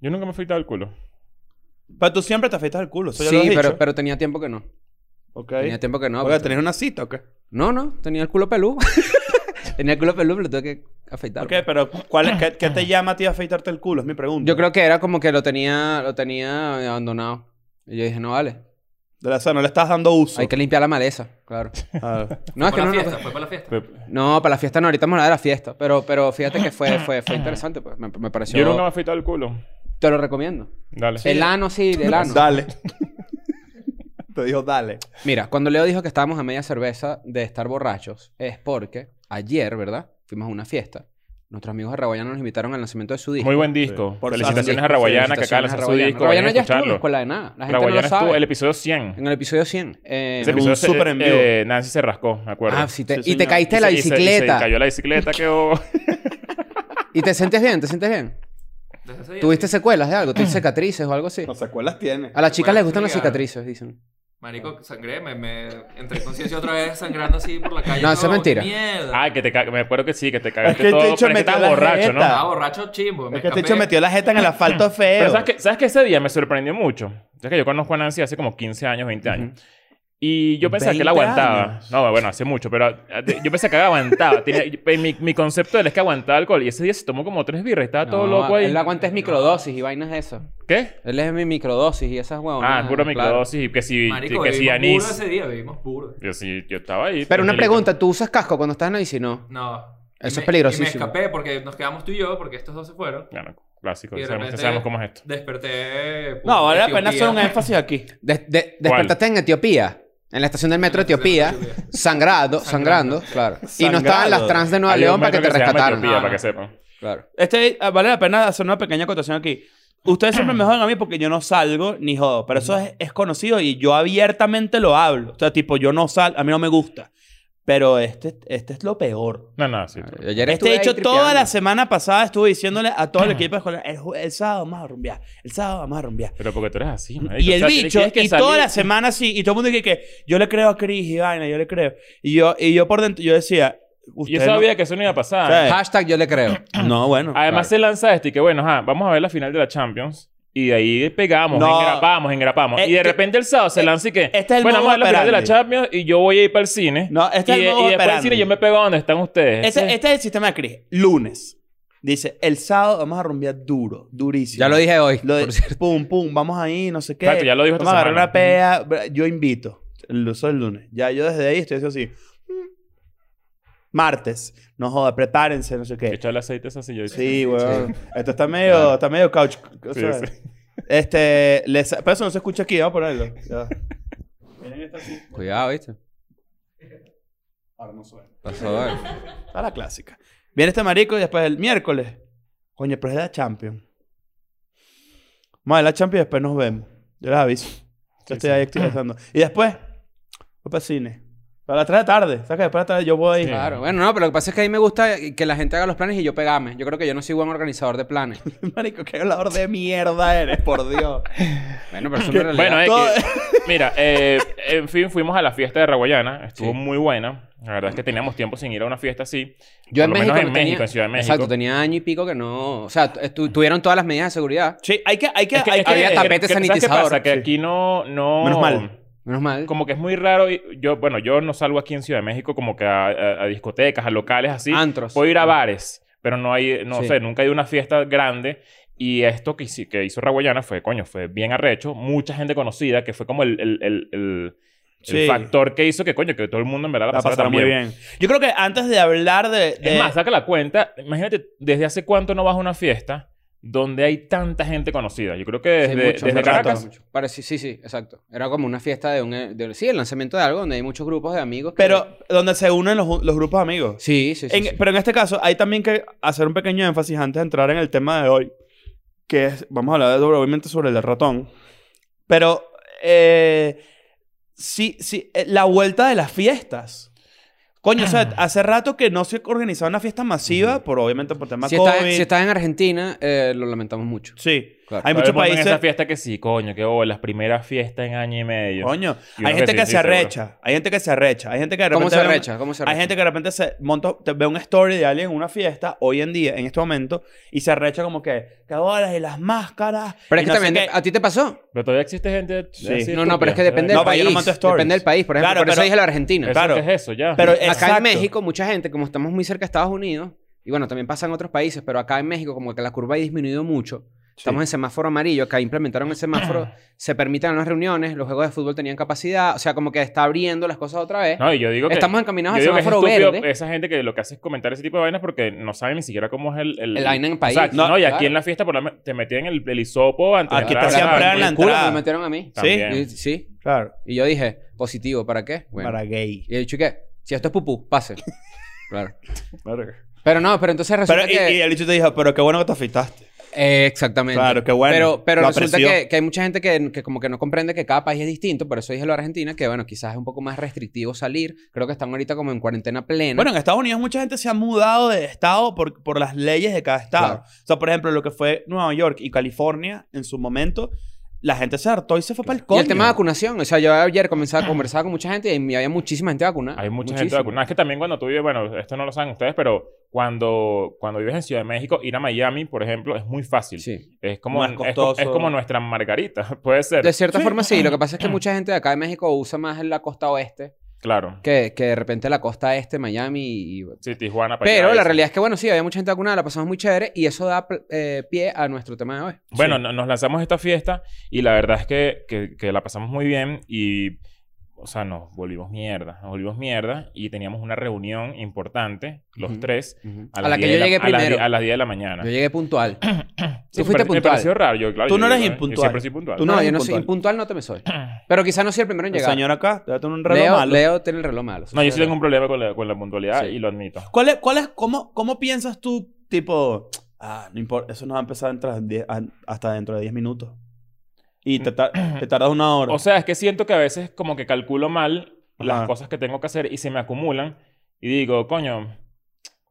[SPEAKER 2] Yo nunca me he afeitado el culo.
[SPEAKER 3] Pero tú siempre te afeitas el culo. Eso ya lo has
[SPEAKER 4] Sí, pero,
[SPEAKER 3] dicho.
[SPEAKER 4] pero tenía tiempo que no.
[SPEAKER 3] Ok.
[SPEAKER 4] Tenía tiempo que no.
[SPEAKER 3] Oiga,
[SPEAKER 4] porque-
[SPEAKER 3] ¿tenés una cita o qué?
[SPEAKER 4] No, no, tenía el culo peludo. tenía el culo peludo, pero lo tuve que afeitar.
[SPEAKER 3] Ok, pero ¿cuál es- qué, qué te llama a ti a afeitarte el culo? Es mi pregunta.
[SPEAKER 4] Yo creo que era como que lo tenía, lo tenía abandonado. Y yo dije, no vale.
[SPEAKER 3] De la- O sea, no le estás dando uso.
[SPEAKER 4] Hay que limpiar la maleza, claro.
[SPEAKER 3] Ah.
[SPEAKER 4] No, es que no, pues. no,
[SPEAKER 5] fue para la fiesta.
[SPEAKER 2] Pe-
[SPEAKER 4] no, para la fiesta no, ahorita vamos a hablar de la fiesta. Pero, pero fíjate que fue, fue, fue interesante, pues. Me, me pareció.
[SPEAKER 2] Yo nunca me he afeitado el culo.
[SPEAKER 4] Te lo recomiendo.
[SPEAKER 2] Dale.
[SPEAKER 4] El ano, sí, del ano.
[SPEAKER 3] Dale. Te dijo dale.
[SPEAKER 4] Mira, cuando Leo dijo que estábamos a media cerveza de estar borrachos, es porque ayer, ¿verdad? Fuimos a una fiesta. Nuestros amigos de Raguayana nos invitaron al lanzamiento de su disco.
[SPEAKER 2] Muy buen disco.
[SPEAKER 3] Por-
[SPEAKER 2] Felicitaciones a
[SPEAKER 3] Felicitaciones
[SPEAKER 2] Raguayana que acaba de lanzar su disco.
[SPEAKER 4] Raguayana
[SPEAKER 2] vayan a
[SPEAKER 4] ya estuvo en la
[SPEAKER 2] escucharlo.
[SPEAKER 4] escuela de nada. La gente
[SPEAKER 2] Raguayana
[SPEAKER 4] no lo
[SPEAKER 2] estuvo
[SPEAKER 4] sabe.
[SPEAKER 2] el episodio 100.
[SPEAKER 4] En el episodio 100. eh,
[SPEAKER 2] Ese
[SPEAKER 3] un
[SPEAKER 2] episodio se-
[SPEAKER 3] súper en vivo.
[SPEAKER 2] eh, Nancy se rascó, me acuerdo.
[SPEAKER 4] ah, sí te-
[SPEAKER 3] Sí,
[SPEAKER 4] y te
[SPEAKER 3] señor.
[SPEAKER 4] caíste
[SPEAKER 2] Y
[SPEAKER 4] de la
[SPEAKER 2] se- y se- y se
[SPEAKER 4] bicicleta.
[SPEAKER 2] cayó la bicicleta, quedó...
[SPEAKER 4] Y te sientes bien, te sientes bien. ¿Tuviste secuelas de algo? ¿Tuviste cicatrices o algo así?
[SPEAKER 3] No sé cuáles tiene.
[SPEAKER 4] A las chicas les gustan las
[SPEAKER 5] Bueno,
[SPEAKER 4] cicatrices, dicen.
[SPEAKER 5] Marico, sangré, me, me entré en conciencia otra vez sangrando así por la calle.
[SPEAKER 4] No, eso es
[SPEAKER 5] todo,
[SPEAKER 4] mentira.
[SPEAKER 5] Mierda.
[SPEAKER 2] Ah, que te ca- me acuerdo que sí, que te cagaste
[SPEAKER 3] que el
[SPEAKER 2] todo, pero
[SPEAKER 3] bicho
[SPEAKER 2] es que
[SPEAKER 3] metió
[SPEAKER 2] estabas
[SPEAKER 3] la
[SPEAKER 2] borracho, ¿no?
[SPEAKER 3] jeta.
[SPEAKER 5] Estaba borracho chimbo. Me
[SPEAKER 3] Es que este
[SPEAKER 5] escapé.
[SPEAKER 3] hecho metió la jeta en el asfalto feo.
[SPEAKER 2] Pero ¿sabes que, ¿sabes que ese día me sorprendió mucho? ¿Sabes que yo conozco a Nancy hace como 15 años, 20 años? Y yo pensaba que él
[SPEAKER 3] 20
[SPEAKER 2] aguantaba.
[SPEAKER 3] años.
[SPEAKER 2] No, bueno, hace mucho, pero eh, yo pensaba que él aguantaba. Tenía- mi, mi concepto de él es que aguantaba alcohol. Y ese día se tomó como tres birras, estaba todo
[SPEAKER 4] No,
[SPEAKER 2] loco ahí.
[SPEAKER 4] Él aguanta es microdosis y vainas de eso.
[SPEAKER 2] ¿Qué?
[SPEAKER 4] Él es mi microdosis y esas huevonas.
[SPEAKER 2] Ah, puro
[SPEAKER 4] claro.
[SPEAKER 2] microdosis y que si,
[SPEAKER 5] Marico,
[SPEAKER 2] que si
[SPEAKER 5] vivimos puro
[SPEAKER 2] anís.
[SPEAKER 5] ese día, vivimos puro.
[SPEAKER 2] Yo, sí, yo estaba ahí.
[SPEAKER 4] Pero una
[SPEAKER 2] tranquilito.
[SPEAKER 4] pregunta, ¿tú usas casco cuando estás en la bici? No.
[SPEAKER 5] No.
[SPEAKER 4] Eso
[SPEAKER 5] Y
[SPEAKER 4] es
[SPEAKER 5] me-
[SPEAKER 4] peligrosísimo.
[SPEAKER 5] Y me escapé porque nos quedamos tú y yo, porque estos dos se fueron.
[SPEAKER 2] Bueno, clásico,
[SPEAKER 5] Y
[SPEAKER 2] ya
[SPEAKER 5] de
[SPEAKER 2] sabemos, ya
[SPEAKER 5] repente-
[SPEAKER 2] sabemos cómo es esto.
[SPEAKER 5] Desperté.
[SPEAKER 3] No, vale la
[SPEAKER 5] Etiopía.
[SPEAKER 3] pena hacer un énfasis aquí.
[SPEAKER 4] De- de- despertaste en Etiopía, en la estación del metro de Etiopía, sangrado, sangrando, claro. Y no estaban las trans de Nueva
[SPEAKER 2] Hay un
[SPEAKER 4] León para que
[SPEAKER 2] metro
[SPEAKER 4] te
[SPEAKER 2] se llama
[SPEAKER 4] rescataran.
[SPEAKER 2] Etiopía,
[SPEAKER 5] Ah,
[SPEAKER 2] para
[SPEAKER 5] no.
[SPEAKER 2] que sepan.
[SPEAKER 4] Claro.
[SPEAKER 3] Este, ah, vale la pena hacer una pequeña acotación aquí. Ustedes siempre me jodan a mí porque yo no salgo ni jodo. Pero eso es, es conocido y yo abiertamente lo hablo. O sea, tipo, yo no salgo, a mí no me gusta. Pero este, este es lo peor.
[SPEAKER 2] No, no, sí.
[SPEAKER 4] Ayer
[SPEAKER 3] Este
[SPEAKER 4] estuve ahí
[SPEAKER 3] hecho, toda
[SPEAKER 4] tripeando.
[SPEAKER 3] la semana pasada estuve diciéndole a todo el equipo escolar, el, ju- el sábado vamos a rumbear, el sábado vamos a rumbear.
[SPEAKER 2] Pero porque tú eres así, marico.
[SPEAKER 3] Y
[SPEAKER 2] O
[SPEAKER 3] el
[SPEAKER 2] sea,
[SPEAKER 3] bicho,
[SPEAKER 2] tienes que
[SPEAKER 3] y
[SPEAKER 2] salir-
[SPEAKER 3] toda la semana sí, y todo el mundo dice que yo le creo a Chris y vaina, yo le creo. Y yo, y yo por dentro, yo decía,
[SPEAKER 2] Yo
[SPEAKER 3] usted
[SPEAKER 2] sabía que eso no iba a pasar.
[SPEAKER 3] Sí.
[SPEAKER 4] Hashtag yo le creo.
[SPEAKER 3] No, bueno.
[SPEAKER 2] Además se lanza este y que bueno, ajá, vamos a ver la final de la Champions. Y de ahí pegamos,
[SPEAKER 3] No.
[SPEAKER 2] engrapamos, engrapamos.
[SPEAKER 3] Eh,
[SPEAKER 2] y de
[SPEAKER 3] que-
[SPEAKER 2] repente el sábado se
[SPEAKER 3] eh,
[SPEAKER 2] lanza y que
[SPEAKER 3] este es el
[SPEAKER 2] bueno,
[SPEAKER 3] modo
[SPEAKER 2] vamos a ver la final de la
[SPEAKER 3] operandi.
[SPEAKER 2] Champions y yo voy a ir para el cine.
[SPEAKER 3] No, este es
[SPEAKER 2] y,
[SPEAKER 3] el
[SPEAKER 2] de-
[SPEAKER 3] modo
[SPEAKER 2] y después del
[SPEAKER 3] operandi.
[SPEAKER 2] cine yo me pego donde están ustedes.
[SPEAKER 3] Ese- este es el sistema de Chris. Lunes. Dice, el sábado vamos a rumbear duro, durísimo.
[SPEAKER 4] Ya lo dije hoy.
[SPEAKER 3] Lo de-
[SPEAKER 4] por cierto.
[SPEAKER 3] pum, pum, vamos ahí, no sé qué.
[SPEAKER 2] Exacto, ya lo dijo esta
[SPEAKER 3] Vamos a agarrar
[SPEAKER 2] semana.
[SPEAKER 3] una pea. bra- Yo invito. El uso del lunes. Ya yo desde ahí estoy haciendo así. Martes. No joda, prepárense, no sé qué.
[SPEAKER 2] Echar el aceite es así. Yo
[SPEAKER 3] Sí, weón. Esto está medio, está medio couch. o
[SPEAKER 2] Sí,
[SPEAKER 3] sea,
[SPEAKER 2] sí.
[SPEAKER 3] Este, les, pero eso no se escucha aquí, vamos a ponerlo. Ya.
[SPEAKER 4] Cuidado, ¿viste?
[SPEAKER 3] Ahora no suena.
[SPEAKER 4] Pasó, eh.
[SPEAKER 3] Está la clásica. Viene este marico y después el miércoles. Coño, pero es la Champions. Vamos a ver la Champions y después nos vemos. Yo les aviso. Yo estoy ahí activizando. Y después, voy para el cine. Para las 3 de la tarde. ¿Sabes que después de la tarde yo voy?
[SPEAKER 2] Sí.
[SPEAKER 4] Claro, bueno, no, pero lo que pasa es que a mí me gusta que la gente haga los planes y yo pegame. Yo creo que yo no soy buen organizador de planes.
[SPEAKER 3] Marico, qué hablador de mierda eres, por Dios.
[SPEAKER 4] Bueno, pero eso es una realidad.
[SPEAKER 2] Bueno, eh,
[SPEAKER 3] Todo-
[SPEAKER 2] que- mira, eh, en fin, fuimos a la fiesta de Raguayana. Estuvo
[SPEAKER 4] Sí.
[SPEAKER 2] muy buena. La verdad es que teníamos tiempo sin ir a una fiesta así.
[SPEAKER 4] yo en
[SPEAKER 2] por lo
[SPEAKER 4] México,
[SPEAKER 2] menos en
[SPEAKER 4] no
[SPEAKER 2] México,
[SPEAKER 4] tenía-
[SPEAKER 2] en Ciudad de México.
[SPEAKER 4] Exacto, tenía año y pico que no... O sea, tu- tuvieron todas las medidas de seguridad.
[SPEAKER 3] Sí, hay que... Hay que,
[SPEAKER 2] Es que,
[SPEAKER 3] hay
[SPEAKER 2] es que-
[SPEAKER 3] que-
[SPEAKER 4] había
[SPEAKER 2] es que-
[SPEAKER 4] tapete
[SPEAKER 2] ¿sabes qué
[SPEAKER 4] sanitizador?
[SPEAKER 2] pasa? Que
[SPEAKER 3] Sí.
[SPEAKER 2] aquí no, no...
[SPEAKER 3] Menos mal.
[SPEAKER 4] Menos mal.
[SPEAKER 2] Como que es muy raro. y- Yo, bueno, yo no salgo aquí en Ciudad de México como que a, a- a discotecas, a locales así.
[SPEAKER 3] Ah,
[SPEAKER 4] Antros.
[SPEAKER 2] Puedo ir a bares, pero no hay, no
[SPEAKER 4] Sí.
[SPEAKER 2] sé, nunca hay una fiesta grande. Y esto que, hici- que hizo Raguayana fue, coño, fue bien arrecho. Mucha gente conocida, que fue como el, el- el- el- el
[SPEAKER 3] Sí.
[SPEAKER 2] factor que hizo que, coño, que todo el mundo en verdad la,
[SPEAKER 3] La
[SPEAKER 2] pasara
[SPEAKER 3] pasará
[SPEAKER 2] tan
[SPEAKER 3] muy Eh. bien. Ah, Yo creo que antes de hablar de... de-
[SPEAKER 2] Es más, saca la cuenta. Imagínate, ¿desde hace cuánto no vas a una fiesta donde hay tanta gente conocida? Yo creo que
[SPEAKER 4] Sí,
[SPEAKER 2] desde,
[SPEAKER 4] mucho,
[SPEAKER 2] desde
[SPEAKER 4] mucho,
[SPEAKER 2] Caracas...
[SPEAKER 4] mucho. Parecía- sí, sí, exacto. Era como una fiesta de un... eh, de- sí, el lanzamiento de algo donde hay muchos grupos de amigos. que-
[SPEAKER 3] pero donde se unen los, los grupos amigos.
[SPEAKER 4] Sí, sí, sí.
[SPEAKER 3] En-
[SPEAKER 4] sí.
[SPEAKER 3] Pero en este caso hay también que hacer un pequeño énfasis antes de entrar en el tema de hoy, que es, vamos a hablar de- obviamente sobre el ratón, pero eh, sí, sí, eh, la vuelta de las fiestas. Coño, o sea,
[SPEAKER 2] Ah.
[SPEAKER 3] hace rato que no se organizaba una fiesta masiva, por obviamente por temas
[SPEAKER 4] Si
[SPEAKER 3] COVID.
[SPEAKER 4] estás, si estás en Argentina, eh, lo lamentamos mucho.
[SPEAKER 3] Sí,
[SPEAKER 4] Claro.
[SPEAKER 3] hay
[SPEAKER 2] Todo
[SPEAKER 3] muchos
[SPEAKER 2] el mundo en
[SPEAKER 3] países...
[SPEAKER 2] esa fiesta que sí, coño, qué bolas. Las primeras fiestas en año y medio.
[SPEAKER 3] Coño,
[SPEAKER 2] Y uno
[SPEAKER 3] hay gente
[SPEAKER 2] sí,
[SPEAKER 3] que
[SPEAKER 2] sí,
[SPEAKER 3] se
[SPEAKER 2] seguro.
[SPEAKER 3] arrecha, hay gente que se arrecha, hay gente que de
[SPEAKER 4] ¿Cómo
[SPEAKER 2] pues
[SPEAKER 3] repente
[SPEAKER 4] se
[SPEAKER 3] ve un-
[SPEAKER 4] arrecha? ¿Cómo se
[SPEAKER 3] Hay
[SPEAKER 4] arrecha?
[SPEAKER 3] gente que de repente se monta, te- ve una story de alguien en una fiesta hoy en día, en este momento, y se arrecha como que, que bolas y las máscaras.
[SPEAKER 4] Pero
[SPEAKER 3] y
[SPEAKER 4] es que
[SPEAKER 3] no sé
[SPEAKER 4] también...
[SPEAKER 3] qué".
[SPEAKER 4] ¿A ti te pasó?
[SPEAKER 2] Pero todavía existe gente.
[SPEAKER 3] Sí.
[SPEAKER 2] así
[SPEAKER 4] No, no,
[SPEAKER 2] estúpida.
[SPEAKER 4] pero es que depende
[SPEAKER 3] No,
[SPEAKER 4] del
[SPEAKER 3] pero yo
[SPEAKER 4] país.
[SPEAKER 3] no monto stories.
[SPEAKER 4] depende del país. Por ejemplo,
[SPEAKER 3] Claro,
[SPEAKER 4] por eso
[SPEAKER 3] pero-
[SPEAKER 4] dije la Argentina.
[SPEAKER 2] ¿Eso
[SPEAKER 3] Claro.
[SPEAKER 2] qué es eso ya?
[SPEAKER 3] Pero eh,
[SPEAKER 4] Acá
[SPEAKER 3] exacto.
[SPEAKER 4] en México, mucha gente, como estamos muy cerca de Estados Unidos, y bueno, también pasa en otros países, pero acá en México, como que la curva ha disminuido mucho. Estamos en semáforo amarillo, acá implementaron el semáforo, se permiten las reuniones, los juegos de fútbol tenían capacidad, o sea, como que está abriendo las cosas otra vez.
[SPEAKER 2] No, y yo digo que...
[SPEAKER 4] Estamos encaminados
[SPEAKER 2] yo
[SPEAKER 4] al
[SPEAKER 2] digo que es
[SPEAKER 4] semáforo
[SPEAKER 2] estúpido
[SPEAKER 3] eh,
[SPEAKER 4] verde.
[SPEAKER 2] Esa gente que lo que hace es comentar ese tipo de vainas porque no sabe ni siquiera cómo es el...
[SPEAKER 4] El vaina en el país,
[SPEAKER 2] O sea, no, y aquí
[SPEAKER 4] claro.
[SPEAKER 2] en la fiesta por lo menos te metían el, el hisopo antes
[SPEAKER 3] Aquí
[SPEAKER 2] de entrar
[SPEAKER 3] te
[SPEAKER 2] a
[SPEAKER 3] hacían
[SPEAKER 2] la-
[SPEAKER 3] parar en la
[SPEAKER 4] El culo que
[SPEAKER 3] entrada.
[SPEAKER 4] me metieron a mí.
[SPEAKER 2] También.
[SPEAKER 4] Y- sí.
[SPEAKER 3] Claro.
[SPEAKER 4] Y yo dije, positivo, ¿para qué? Bueno.
[SPEAKER 3] Para gay.
[SPEAKER 4] Y el dicho, ¿qué? Si esto es pupú, pase. claro.
[SPEAKER 3] Verga.
[SPEAKER 4] Pero no, pero entonces resulta
[SPEAKER 3] Pero, y,
[SPEAKER 4] que...
[SPEAKER 3] y el bicho te dijo, pero qué bueno que te afeitaste.
[SPEAKER 4] Eh, exactamente.
[SPEAKER 3] Claro, qué bueno.
[SPEAKER 4] Pero, pero
[SPEAKER 3] Lo
[SPEAKER 4] resulta
[SPEAKER 3] apreció.
[SPEAKER 4] que, que hay mucha gente que, que como que no comprende que cada país es distinto. Por eso dije lo de Argentina, que bueno, quizás es un poco más restrictivo salir. Creo que están ahorita como en cuarentena plena.
[SPEAKER 3] Bueno, en Estados Unidos mucha gente se ha mudado de estado por, por las leyes de cada estado.
[SPEAKER 4] Claro.
[SPEAKER 3] O sea, por ejemplo, lo que fue Nueva York y California en su momento, la gente se hartó y se fue para el
[SPEAKER 4] y
[SPEAKER 3] coño.
[SPEAKER 4] el tema de vacunación. O sea, yo ayer comenzaba a conversar con mucha gente y había muchísima gente vacunada.
[SPEAKER 2] Hay mucha gente
[SPEAKER 4] Muchísima.
[SPEAKER 2] vacunada. Es que también cuando tú vives, bueno, esto no lo saben ustedes, pero cuando, cuando vives en Ciudad de México, ir a Miami, por ejemplo, es muy fácil.
[SPEAKER 4] Sí.
[SPEAKER 2] Es como,
[SPEAKER 3] Más
[SPEAKER 2] es, co- es
[SPEAKER 3] costoso.
[SPEAKER 2] como nuestra margarita, puede ser.
[SPEAKER 4] De cierta forma, sí. Lo que pasa es que mucha gente de acá de México usa más la costa oeste
[SPEAKER 2] Claro.
[SPEAKER 4] que, que de repente la costa este, Miami y...
[SPEAKER 2] Sí, Tijuana. para
[SPEAKER 4] Pero
[SPEAKER 2] allá,
[SPEAKER 4] la
[SPEAKER 2] eso.
[SPEAKER 4] realidad es que, bueno, sí, había mucha gente vacunada, la pasamos muy chévere y eso da pl- eh, pie a nuestro tema de hoy.
[SPEAKER 2] Bueno, no- nos lanzamos a esta fiesta y la verdad es que, que- que la pasamos muy bien y, o sea, nos volvimos mierda, nos volvimos mierda y teníamos una reunión importante, los
[SPEAKER 4] Ujú.
[SPEAKER 2] tres.
[SPEAKER 4] A,
[SPEAKER 2] las
[SPEAKER 4] la que
[SPEAKER 2] 10
[SPEAKER 4] yo
[SPEAKER 2] de
[SPEAKER 4] llegué
[SPEAKER 2] a las die-
[SPEAKER 4] primero.
[SPEAKER 2] a las 10 de la mañana.
[SPEAKER 4] Yo llegué puntual.
[SPEAKER 2] Sí,
[SPEAKER 4] Tú fuiste
[SPEAKER 2] me pare- me pareció
[SPEAKER 4] puntual.
[SPEAKER 2] raro. Yo, claro,
[SPEAKER 3] Tú
[SPEAKER 2] yo
[SPEAKER 3] no eres
[SPEAKER 2] llego, ¿eh?
[SPEAKER 3] impuntual.
[SPEAKER 2] Yo siempre soy puntual.
[SPEAKER 3] Tú
[SPEAKER 4] No,
[SPEAKER 3] no eres
[SPEAKER 4] yo no soy
[SPEAKER 3] impuntual.
[SPEAKER 4] impuntual, no te me soy. Pero quizás no soy el primero en
[SPEAKER 3] El
[SPEAKER 4] llegar.
[SPEAKER 3] señor acá, te va a tener un reloj
[SPEAKER 4] Leo,
[SPEAKER 3] malo.
[SPEAKER 4] Leo tiene el reloj malo.
[SPEAKER 2] No, yo sí
[SPEAKER 4] soy
[SPEAKER 2] tengo un problema con la, con la puntualidad
[SPEAKER 4] Sí.
[SPEAKER 2] y lo admito.
[SPEAKER 3] ¿Cuál es, cuál es, cómo, ¿Cómo piensas tú, tipo, ah, no importa, eso nos va a empezar dentro de diez- a- hasta dentro de 10 minutos? Y te, tar- te tardas una hora.
[SPEAKER 2] O sea, es que siento que a veces como que calculo mal las
[SPEAKER 3] Ajá.
[SPEAKER 2] cosas que tengo que hacer y se me acumulan y digo, coño,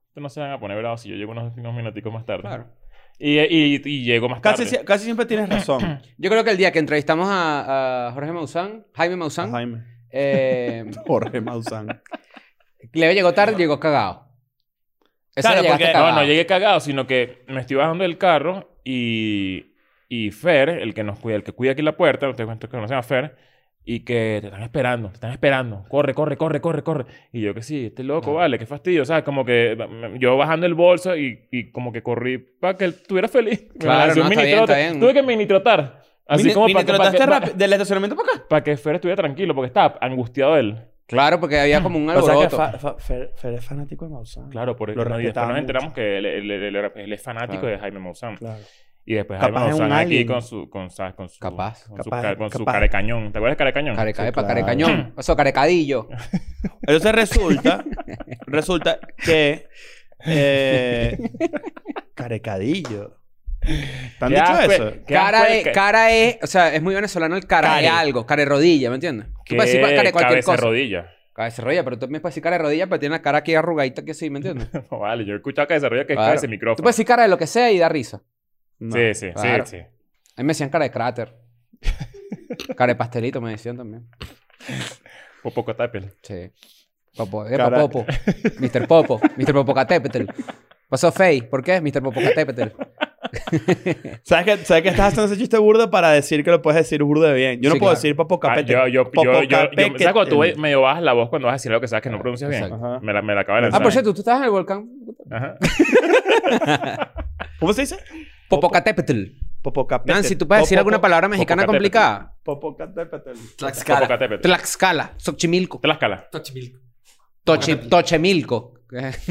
[SPEAKER 2] esto no se van a poner bravos si yo llego unos, unos minuticos más tarde.
[SPEAKER 4] Claro.
[SPEAKER 2] Y, y- y llego más
[SPEAKER 3] casi,
[SPEAKER 2] tarde.
[SPEAKER 3] sie- casi siempre tienes razón,
[SPEAKER 4] Yo creo que el día que entrevistamos a, a Jorge Maussan, Jaime Maussan,
[SPEAKER 3] Jaime.
[SPEAKER 4] eh,
[SPEAKER 3] Jorge Maussan.
[SPEAKER 4] Leo llegó tarde, llegó cagado. Ese
[SPEAKER 3] Claro,
[SPEAKER 4] día llegaste
[SPEAKER 3] porque-
[SPEAKER 2] No,
[SPEAKER 4] cagado.
[SPEAKER 2] no llegué cagado, sino que me estoy bajando del carro y, y Fer, el que nos cuida, el que cuida aquí la puerta, te cuento que no se llama Fer, y que te están esperando, te están esperando, corre, corre, corre, corre, corre. Y yo que sí, este loco,
[SPEAKER 4] Ah.
[SPEAKER 2] vale, qué fastidio, o sea, como que mm, yo bajando el bolso y, y como que corrí para que él estuviera feliz. Me
[SPEAKER 4] Claro,
[SPEAKER 2] lancé
[SPEAKER 4] no, está bien,
[SPEAKER 2] minitrote.
[SPEAKER 4] está bien.
[SPEAKER 2] Tuve que minitrotar. Así
[SPEAKER 3] Mini-
[SPEAKER 2] como
[SPEAKER 3] mini,
[SPEAKER 2] para que,
[SPEAKER 3] ¿te lo
[SPEAKER 2] pa' que-
[SPEAKER 3] taste
[SPEAKER 2] pa-
[SPEAKER 3] rápido? del estacionamiento para acá.
[SPEAKER 2] pa' que Fer estuviera tranquilo, porque estaba angustiado él.
[SPEAKER 4] Claro, porque había como un
[SPEAKER 3] Pasa que
[SPEAKER 4] alboroto.
[SPEAKER 3] fa- fa- Fer, Fer es fanático de Maussan.
[SPEAKER 2] Claro, por
[SPEAKER 3] Lo
[SPEAKER 2] no, y después
[SPEAKER 3] respetaba
[SPEAKER 2] nos enteramos
[SPEAKER 3] mucho.
[SPEAKER 2] que él, él- él- él- él es fanático
[SPEAKER 4] Claro.
[SPEAKER 2] de Jaime Maussan.
[SPEAKER 3] Claro.
[SPEAKER 2] Y después
[SPEAKER 3] Capaz
[SPEAKER 2] Jaime
[SPEAKER 3] es un
[SPEAKER 2] Maussan aquí
[SPEAKER 3] alien.
[SPEAKER 2] con su, con, sa- con su,
[SPEAKER 4] Capaz,
[SPEAKER 2] con su,
[SPEAKER 3] capaz,
[SPEAKER 2] ca- con su
[SPEAKER 3] capaz.
[SPEAKER 2] carecañón. ¿Te acuerdas de carecañón?
[SPEAKER 4] Careca,
[SPEAKER 3] Sí,
[SPEAKER 4] epa,
[SPEAKER 3] claro.
[SPEAKER 4] carecañón. O sea, carecadillo.
[SPEAKER 3] Entonces resulta, resulta que eh, carecadillo. ¿Te han
[SPEAKER 2] Qué
[SPEAKER 3] dicho
[SPEAKER 2] asco-
[SPEAKER 3] eso?
[SPEAKER 2] qué
[SPEAKER 4] Cara
[SPEAKER 2] asco
[SPEAKER 4] de,
[SPEAKER 2] que-
[SPEAKER 4] cara de, o sea, es muy venezolano el cara
[SPEAKER 3] Care.
[SPEAKER 4] de algo, cara de rodilla, ¿me entiendes? Pues Tú
[SPEAKER 2] que
[SPEAKER 4] puedes decir cara de cualquier
[SPEAKER 2] cabeza de
[SPEAKER 4] cosa.
[SPEAKER 2] rodilla.
[SPEAKER 4] Cabeza de rodilla, pero tú me puedes decir cara de rodilla, pero tiene la cara aquí arrugadita que sí, ¿me entiendes?
[SPEAKER 2] No, vale, yo he escuchado cabeza de rodilla que
[SPEAKER 4] Claro.
[SPEAKER 2] es cabeza de
[SPEAKER 4] Tú
[SPEAKER 2] micrófono.
[SPEAKER 4] puedes decir cara de lo que sea y da risa.
[SPEAKER 3] No.
[SPEAKER 2] sí, sí,
[SPEAKER 4] claro.
[SPEAKER 2] sí, sí.
[SPEAKER 4] A mí me decían cara de cráter. cara de pastelito me decían también.
[SPEAKER 2] O poco tapel.
[SPEAKER 4] Sí. Popo, epa,
[SPEAKER 3] Cara-
[SPEAKER 4] Popo. Mr. Popo. Mr. Popocatépetl. Pasó Fey. ¿Por qué? Mr. Popocatépetl.
[SPEAKER 3] ¿Sabes que, ¿Sabes que estás haciendo ese chiste burdo para decir que lo puedes decir burdo de bien? Yo no
[SPEAKER 4] Sí,
[SPEAKER 3] puedo
[SPEAKER 4] claro.
[SPEAKER 3] decir
[SPEAKER 2] Ah,
[SPEAKER 3] papocapete.
[SPEAKER 2] yo, yo, yo, yo, yo,
[SPEAKER 3] Popocapete-
[SPEAKER 2] ¿Sabes cuando tú ve- medio bajas la voz cuando vas a decir algo que sabes que no pronuncias bien?
[SPEAKER 4] Exacto.
[SPEAKER 3] Ajá.
[SPEAKER 2] Me la, me la acaba de
[SPEAKER 4] Ah,
[SPEAKER 2] lanzar.
[SPEAKER 4] por cierto, tú estabas en el volcán.
[SPEAKER 2] Ajá.
[SPEAKER 3] ¿Cómo se dice?
[SPEAKER 4] Popocatépetl.
[SPEAKER 3] Popocapete.
[SPEAKER 4] Nancy, ¿tú puedes decir alguna palabra mexicana
[SPEAKER 2] Popocatépetl.
[SPEAKER 4] complicada?
[SPEAKER 3] Popocatépetl.
[SPEAKER 5] Tlaxcala.
[SPEAKER 2] Popocatépetl.
[SPEAKER 4] Tlaxcala. Xochimilco.
[SPEAKER 2] Tlaxcala.
[SPEAKER 5] Tochimilco.
[SPEAKER 4] Toche-
[SPEAKER 5] Popocatépetl.
[SPEAKER 4] Tochemilco.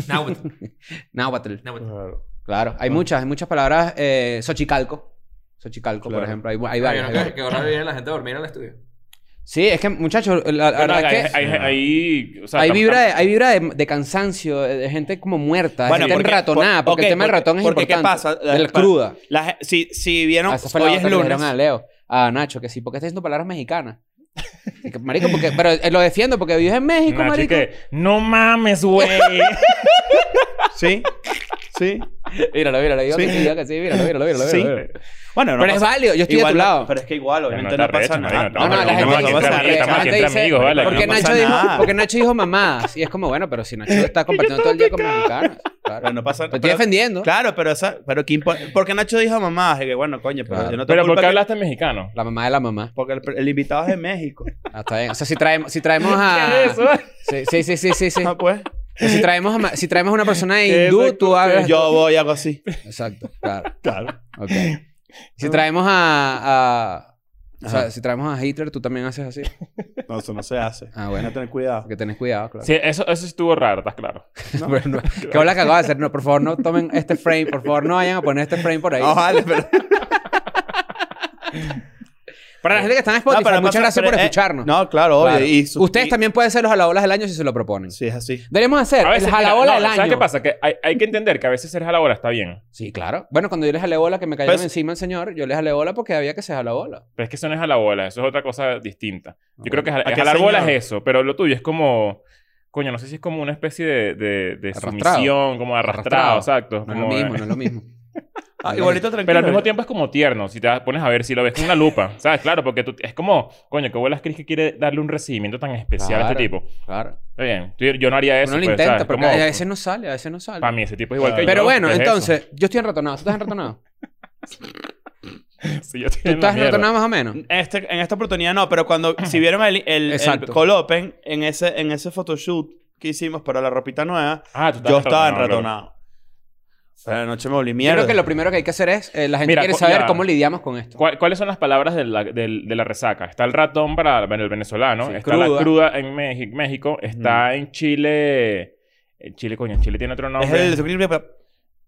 [SPEAKER 5] Náhuatl.
[SPEAKER 4] Náhuatl.
[SPEAKER 5] Náhuatl.
[SPEAKER 3] Claro.
[SPEAKER 4] Claro, hay muchas, hay muchas palabras. Eh, Xochicalco. Xochicalco, por
[SPEAKER 3] Claro.
[SPEAKER 4] ejemplo. Hay, hay
[SPEAKER 5] Ay,
[SPEAKER 4] varias.
[SPEAKER 5] no,
[SPEAKER 4] hay
[SPEAKER 5] que-
[SPEAKER 4] varias.
[SPEAKER 5] Que ahora viene la gente a dormir en el estudio.
[SPEAKER 4] Sí, es que, muchachos, la, la
[SPEAKER 2] Bueno, hay,
[SPEAKER 4] verdad es que
[SPEAKER 2] hay- hay- o sea,
[SPEAKER 4] hay
[SPEAKER 2] tam-
[SPEAKER 4] vibra,
[SPEAKER 2] tam-
[SPEAKER 4] de, hay vibra de, de cansancio, de, de gente como muerta, de
[SPEAKER 3] Bueno,
[SPEAKER 4] gente
[SPEAKER 3] porque-
[SPEAKER 4] enratonada,
[SPEAKER 3] por-
[SPEAKER 4] porque
[SPEAKER 3] ok,
[SPEAKER 4] el tema del
[SPEAKER 3] porque-
[SPEAKER 4] ratón es
[SPEAKER 3] porque ¿qué
[SPEAKER 4] importante.
[SPEAKER 3] pasa? La-
[SPEAKER 4] De la
[SPEAKER 3] pa-
[SPEAKER 4] cruda.
[SPEAKER 3] La ge- si, si vieron,
[SPEAKER 4] Ah, esa fue la
[SPEAKER 3] hoy es
[SPEAKER 4] otra que le
[SPEAKER 3] lunes.
[SPEAKER 4] dijeron a Leo, a Nacho, que sí, porque está diciendo palabras mexicanas. Y que, Marico, porque, pero eh, lo defiendo porque vives en México,
[SPEAKER 2] Nacho, y
[SPEAKER 4] marico.
[SPEAKER 2] que, no mames, güey.
[SPEAKER 3] Sí. Sí.
[SPEAKER 4] Míralo, míralo, digo que
[SPEAKER 3] Sí.
[SPEAKER 4] sí, digo que sí, míralo, míralo, míralo.
[SPEAKER 3] Sí.
[SPEAKER 4] míralo.
[SPEAKER 3] Bueno, no
[SPEAKER 4] Pero es
[SPEAKER 3] pasa-
[SPEAKER 4] válido, yo estoy de
[SPEAKER 3] igual
[SPEAKER 4] tu
[SPEAKER 3] no-
[SPEAKER 4] lado.
[SPEAKER 3] Pero es que igual, obviamente
[SPEAKER 2] no
[SPEAKER 3] no,
[SPEAKER 2] está
[SPEAKER 3] pasa
[SPEAKER 2] recho,
[SPEAKER 3] nada.
[SPEAKER 2] marico,
[SPEAKER 4] No, no,
[SPEAKER 2] pero
[SPEAKER 4] la gente
[SPEAKER 2] estamos aquí
[SPEAKER 4] no
[SPEAKER 2] entre-
[SPEAKER 4] pasa nada.
[SPEAKER 2] estamos aquí
[SPEAKER 4] La gente
[SPEAKER 2] entre
[SPEAKER 4] dice,
[SPEAKER 2] amigos, vale,
[SPEAKER 4] Porque
[SPEAKER 2] no
[SPEAKER 3] pasa
[SPEAKER 4] Nacho dijo,
[SPEAKER 3] nada.
[SPEAKER 4] porque Nacho dijo mamás. Y es como, bueno, pero si Nacho está compartiendo todo el día con mexicanos. Claro.
[SPEAKER 3] Pero no pasa
[SPEAKER 4] Te estoy
[SPEAKER 3] pero-
[SPEAKER 4] defendiendo.
[SPEAKER 3] Claro, pero esa, pero ¿qué impo- porque Nacho dijo mamá, que bueno, coño, pero
[SPEAKER 4] Claro.
[SPEAKER 3] yo no tengo
[SPEAKER 2] Pero ¿por
[SPEAKER 3] culpa
[SPEAKER 2] qué
[SPEAKER 3] que-
[SPEAKER 2] hablaste mexicano?
[SPEAKER 4] La mamá de la mamá.
[SPEAKER 3] porque el, el invitado es de México.
[SPEAKER 4] Ah, está bien. O sea, si traemos, si traemos a.
[SPEAKER 2] ¿Qué es eso?
[SPEAKER 4] Sí, sí, sí, sí, sí. sí.
[SPEAKER 3] Ah, pues.
[SPEAKER 4] Si traemos a, ma- si traemos a una persona
[SPEAKER 2] ¿Qué es
[SPEAKER 4] hindú,
[SPEAKER 2] eso?
[SPEAKER 4] tú hablas.
[SPEAKER 3] Yo voy y hago así.
[SPEAKER 4] Exacto, claro.
[SPEAKER 3] Claro.
[SPEAKER 4] Ok. Si traemos a... a- o sea, si traemos a Hitler, tú también haces así.
[SPEAKER 3] No, eso no se hace.
[SPEAKER 4] Ah, bueno.
[SPEAKER 3] Hay que tener cuidado.
[SPEAKER 4] Porque tenés cuidado, claro.
[SPEAKER 2] Sí, eso, eso estuvo raro, estás claro.
[SPEAKER 4] Pero no- ¿Qué bola cagó de hacer? No, por favor, no tomen este frame. Por favor, no vayan a poner este frame por ahí.
[SPEAKER 3] Ojalá, pero...
[SPEAKER 4] Para la gente que está en Spotify,
[SPEAKER 3] No, pero
[SPEAKER 4] muchas
[SPEAKER 3] además-
[SPEAKER 4] gracias
[SPEAKER 3] pero,
[SPEAKER 4] por
[SPEAKER 3] eh,
[SPEAKER 4] escucharnos.
[SPEAKER 3] no, claro, obvio.
[SPEAKER 4] Claro.
[SPEAKER 3] Y su-
[SPEAKER 4] Ustedes
[SPEAKER 3] y-
[SPEAKER 4] también pueden ser los jalabolas del año si se lo proponen.
[SPEAKER 3] Sí, es así.
[SPEAKER 4] Deberíamos hacer el
[SPEAKER 2] mira,
[SPEAKER 4] jalabola
[SPEAKER 2] no,
[SPEAKER 4] del año.
[SPEAKER 2] ¿Sabes qué pasa? Que hay, hay que entender que a veces ser jalabola está bien.
[SPEAKER 4] Sí, claro. Bueno, cuando yo les jalé bola, que me cayeron
[SPEAKER 3] Pues-
[SPEAKER 4] encima el señor, yo les jalé bola porque había que se jala bola.
[SPEAKER 2] Pero es que eso no es jalabola, eso es otra cosa distinta. Yo creo que jala-
[SPEAKER 3] ¿A qué
[SPEAKER 2] jalar bola
[SPEAKER 3] señor?
[SPEAKER 2] es eso, pero lo tuyo es como... Coño, no sé si es como una especie de, de, de
[SPEAKER 4] Arrastrado.
[SPEAKER 2] sumisión, como de arrastrado,
[SPEAKER 4] Arrastrado.
[SPEAKER 2] exacto.
[SPEAKER 4] No es lo
[SPEAKER 2] como- eh.
[SPEAKER 4] mismo, no es lo mismo.
[SPEAKER 3] Ah, igualito tranquilo.
[SPEAKER 2] Pero al mismo tiempo es como tierno, si te pones a ver, si lo ves con una lupa, ¿sabes? Claro, porque tú, es como, coño, que bolas crees que quiere darle un recibimiento tan especial a
[SPEAKER 4] Claro.
[SPEAKER 2] este tipo.
[SPEAKER 4] Claro.
[SPEAKER 2] Está bien, yo, yo no haría eso.
[SPEAKER 4] Uno lo
[SPEAKER 2] pues,
[SPEAKER 4] intenta,
[SPEAKER 2] ¿sabes?
[SPEAKER 4] porque
[SPEAKER 2] Como-
[SPEAKER 4] a veces no sale, a veces no sale.
[SPEAKER 2] Para mí ese tipo es igual que yo.
[SPEAKER 4] Pero bueno,
[SPEAKER 2] ¿qué es eso?
[SPEAKER 4] entonces, yo estoy enratonado. ¿Tú estás enratonado?
[SPEAKER 2] Sí, yo estoy
[SPEAKER 4] ¿Tú
[SPEAKER 2] en la
[SPEAKER 4] estás
[SPEAKER 2] mierda.
[SPEAKER 4] enratonado más o menos?
[SPEAKER 3] Este, en esta oportunidad no, pero cuando si vieron el, el, el
[SPEAKER 4] Exacto.
[SPEAKER 3] Call Open en ese, en ese photoshoot que hicimos para la ropita nueva,
[SPEAKER 2] Ah, tú estás
[SPEAKER 3] yo estaba
[SPEAKER 2] enratonado, claro.
[SPEAKER 3] enratonado. Pero anoche me volví
[SPEAKER 4] Yo
[SPEAKER 3] mierda.
[SPEAKER 4] creo que lo primero que hay que hacer es, eh, la gente
[SPEAKER 2] Mira,
[SPEAKER 4] quiere
[SPEAKER 2] co-
[SPEAKER 4] saber
[SPEAKER 2] ya.
[SPEAKER 4] cómo lidiamos con esto.
[SPEAKER 2] ¿Cuál- ¿Cuáles son las palabras de la, del- de la resaca? Está el ratón para bueno, el venezolano,
[SPEAKER 4] Sí,
[SPEAKER 2] está la
[SPEAKER 4] cruda.
[SPEAKER 2] cruda en Meji- México,
[SPEAKER 3] Mm.
[SPEAKER 2] está en Chile. en Chile, coño, en Chile tiene otro
[SPEAKER 3] Es
[SPEAKER 2] nombre.
[SPEAKER 3] el-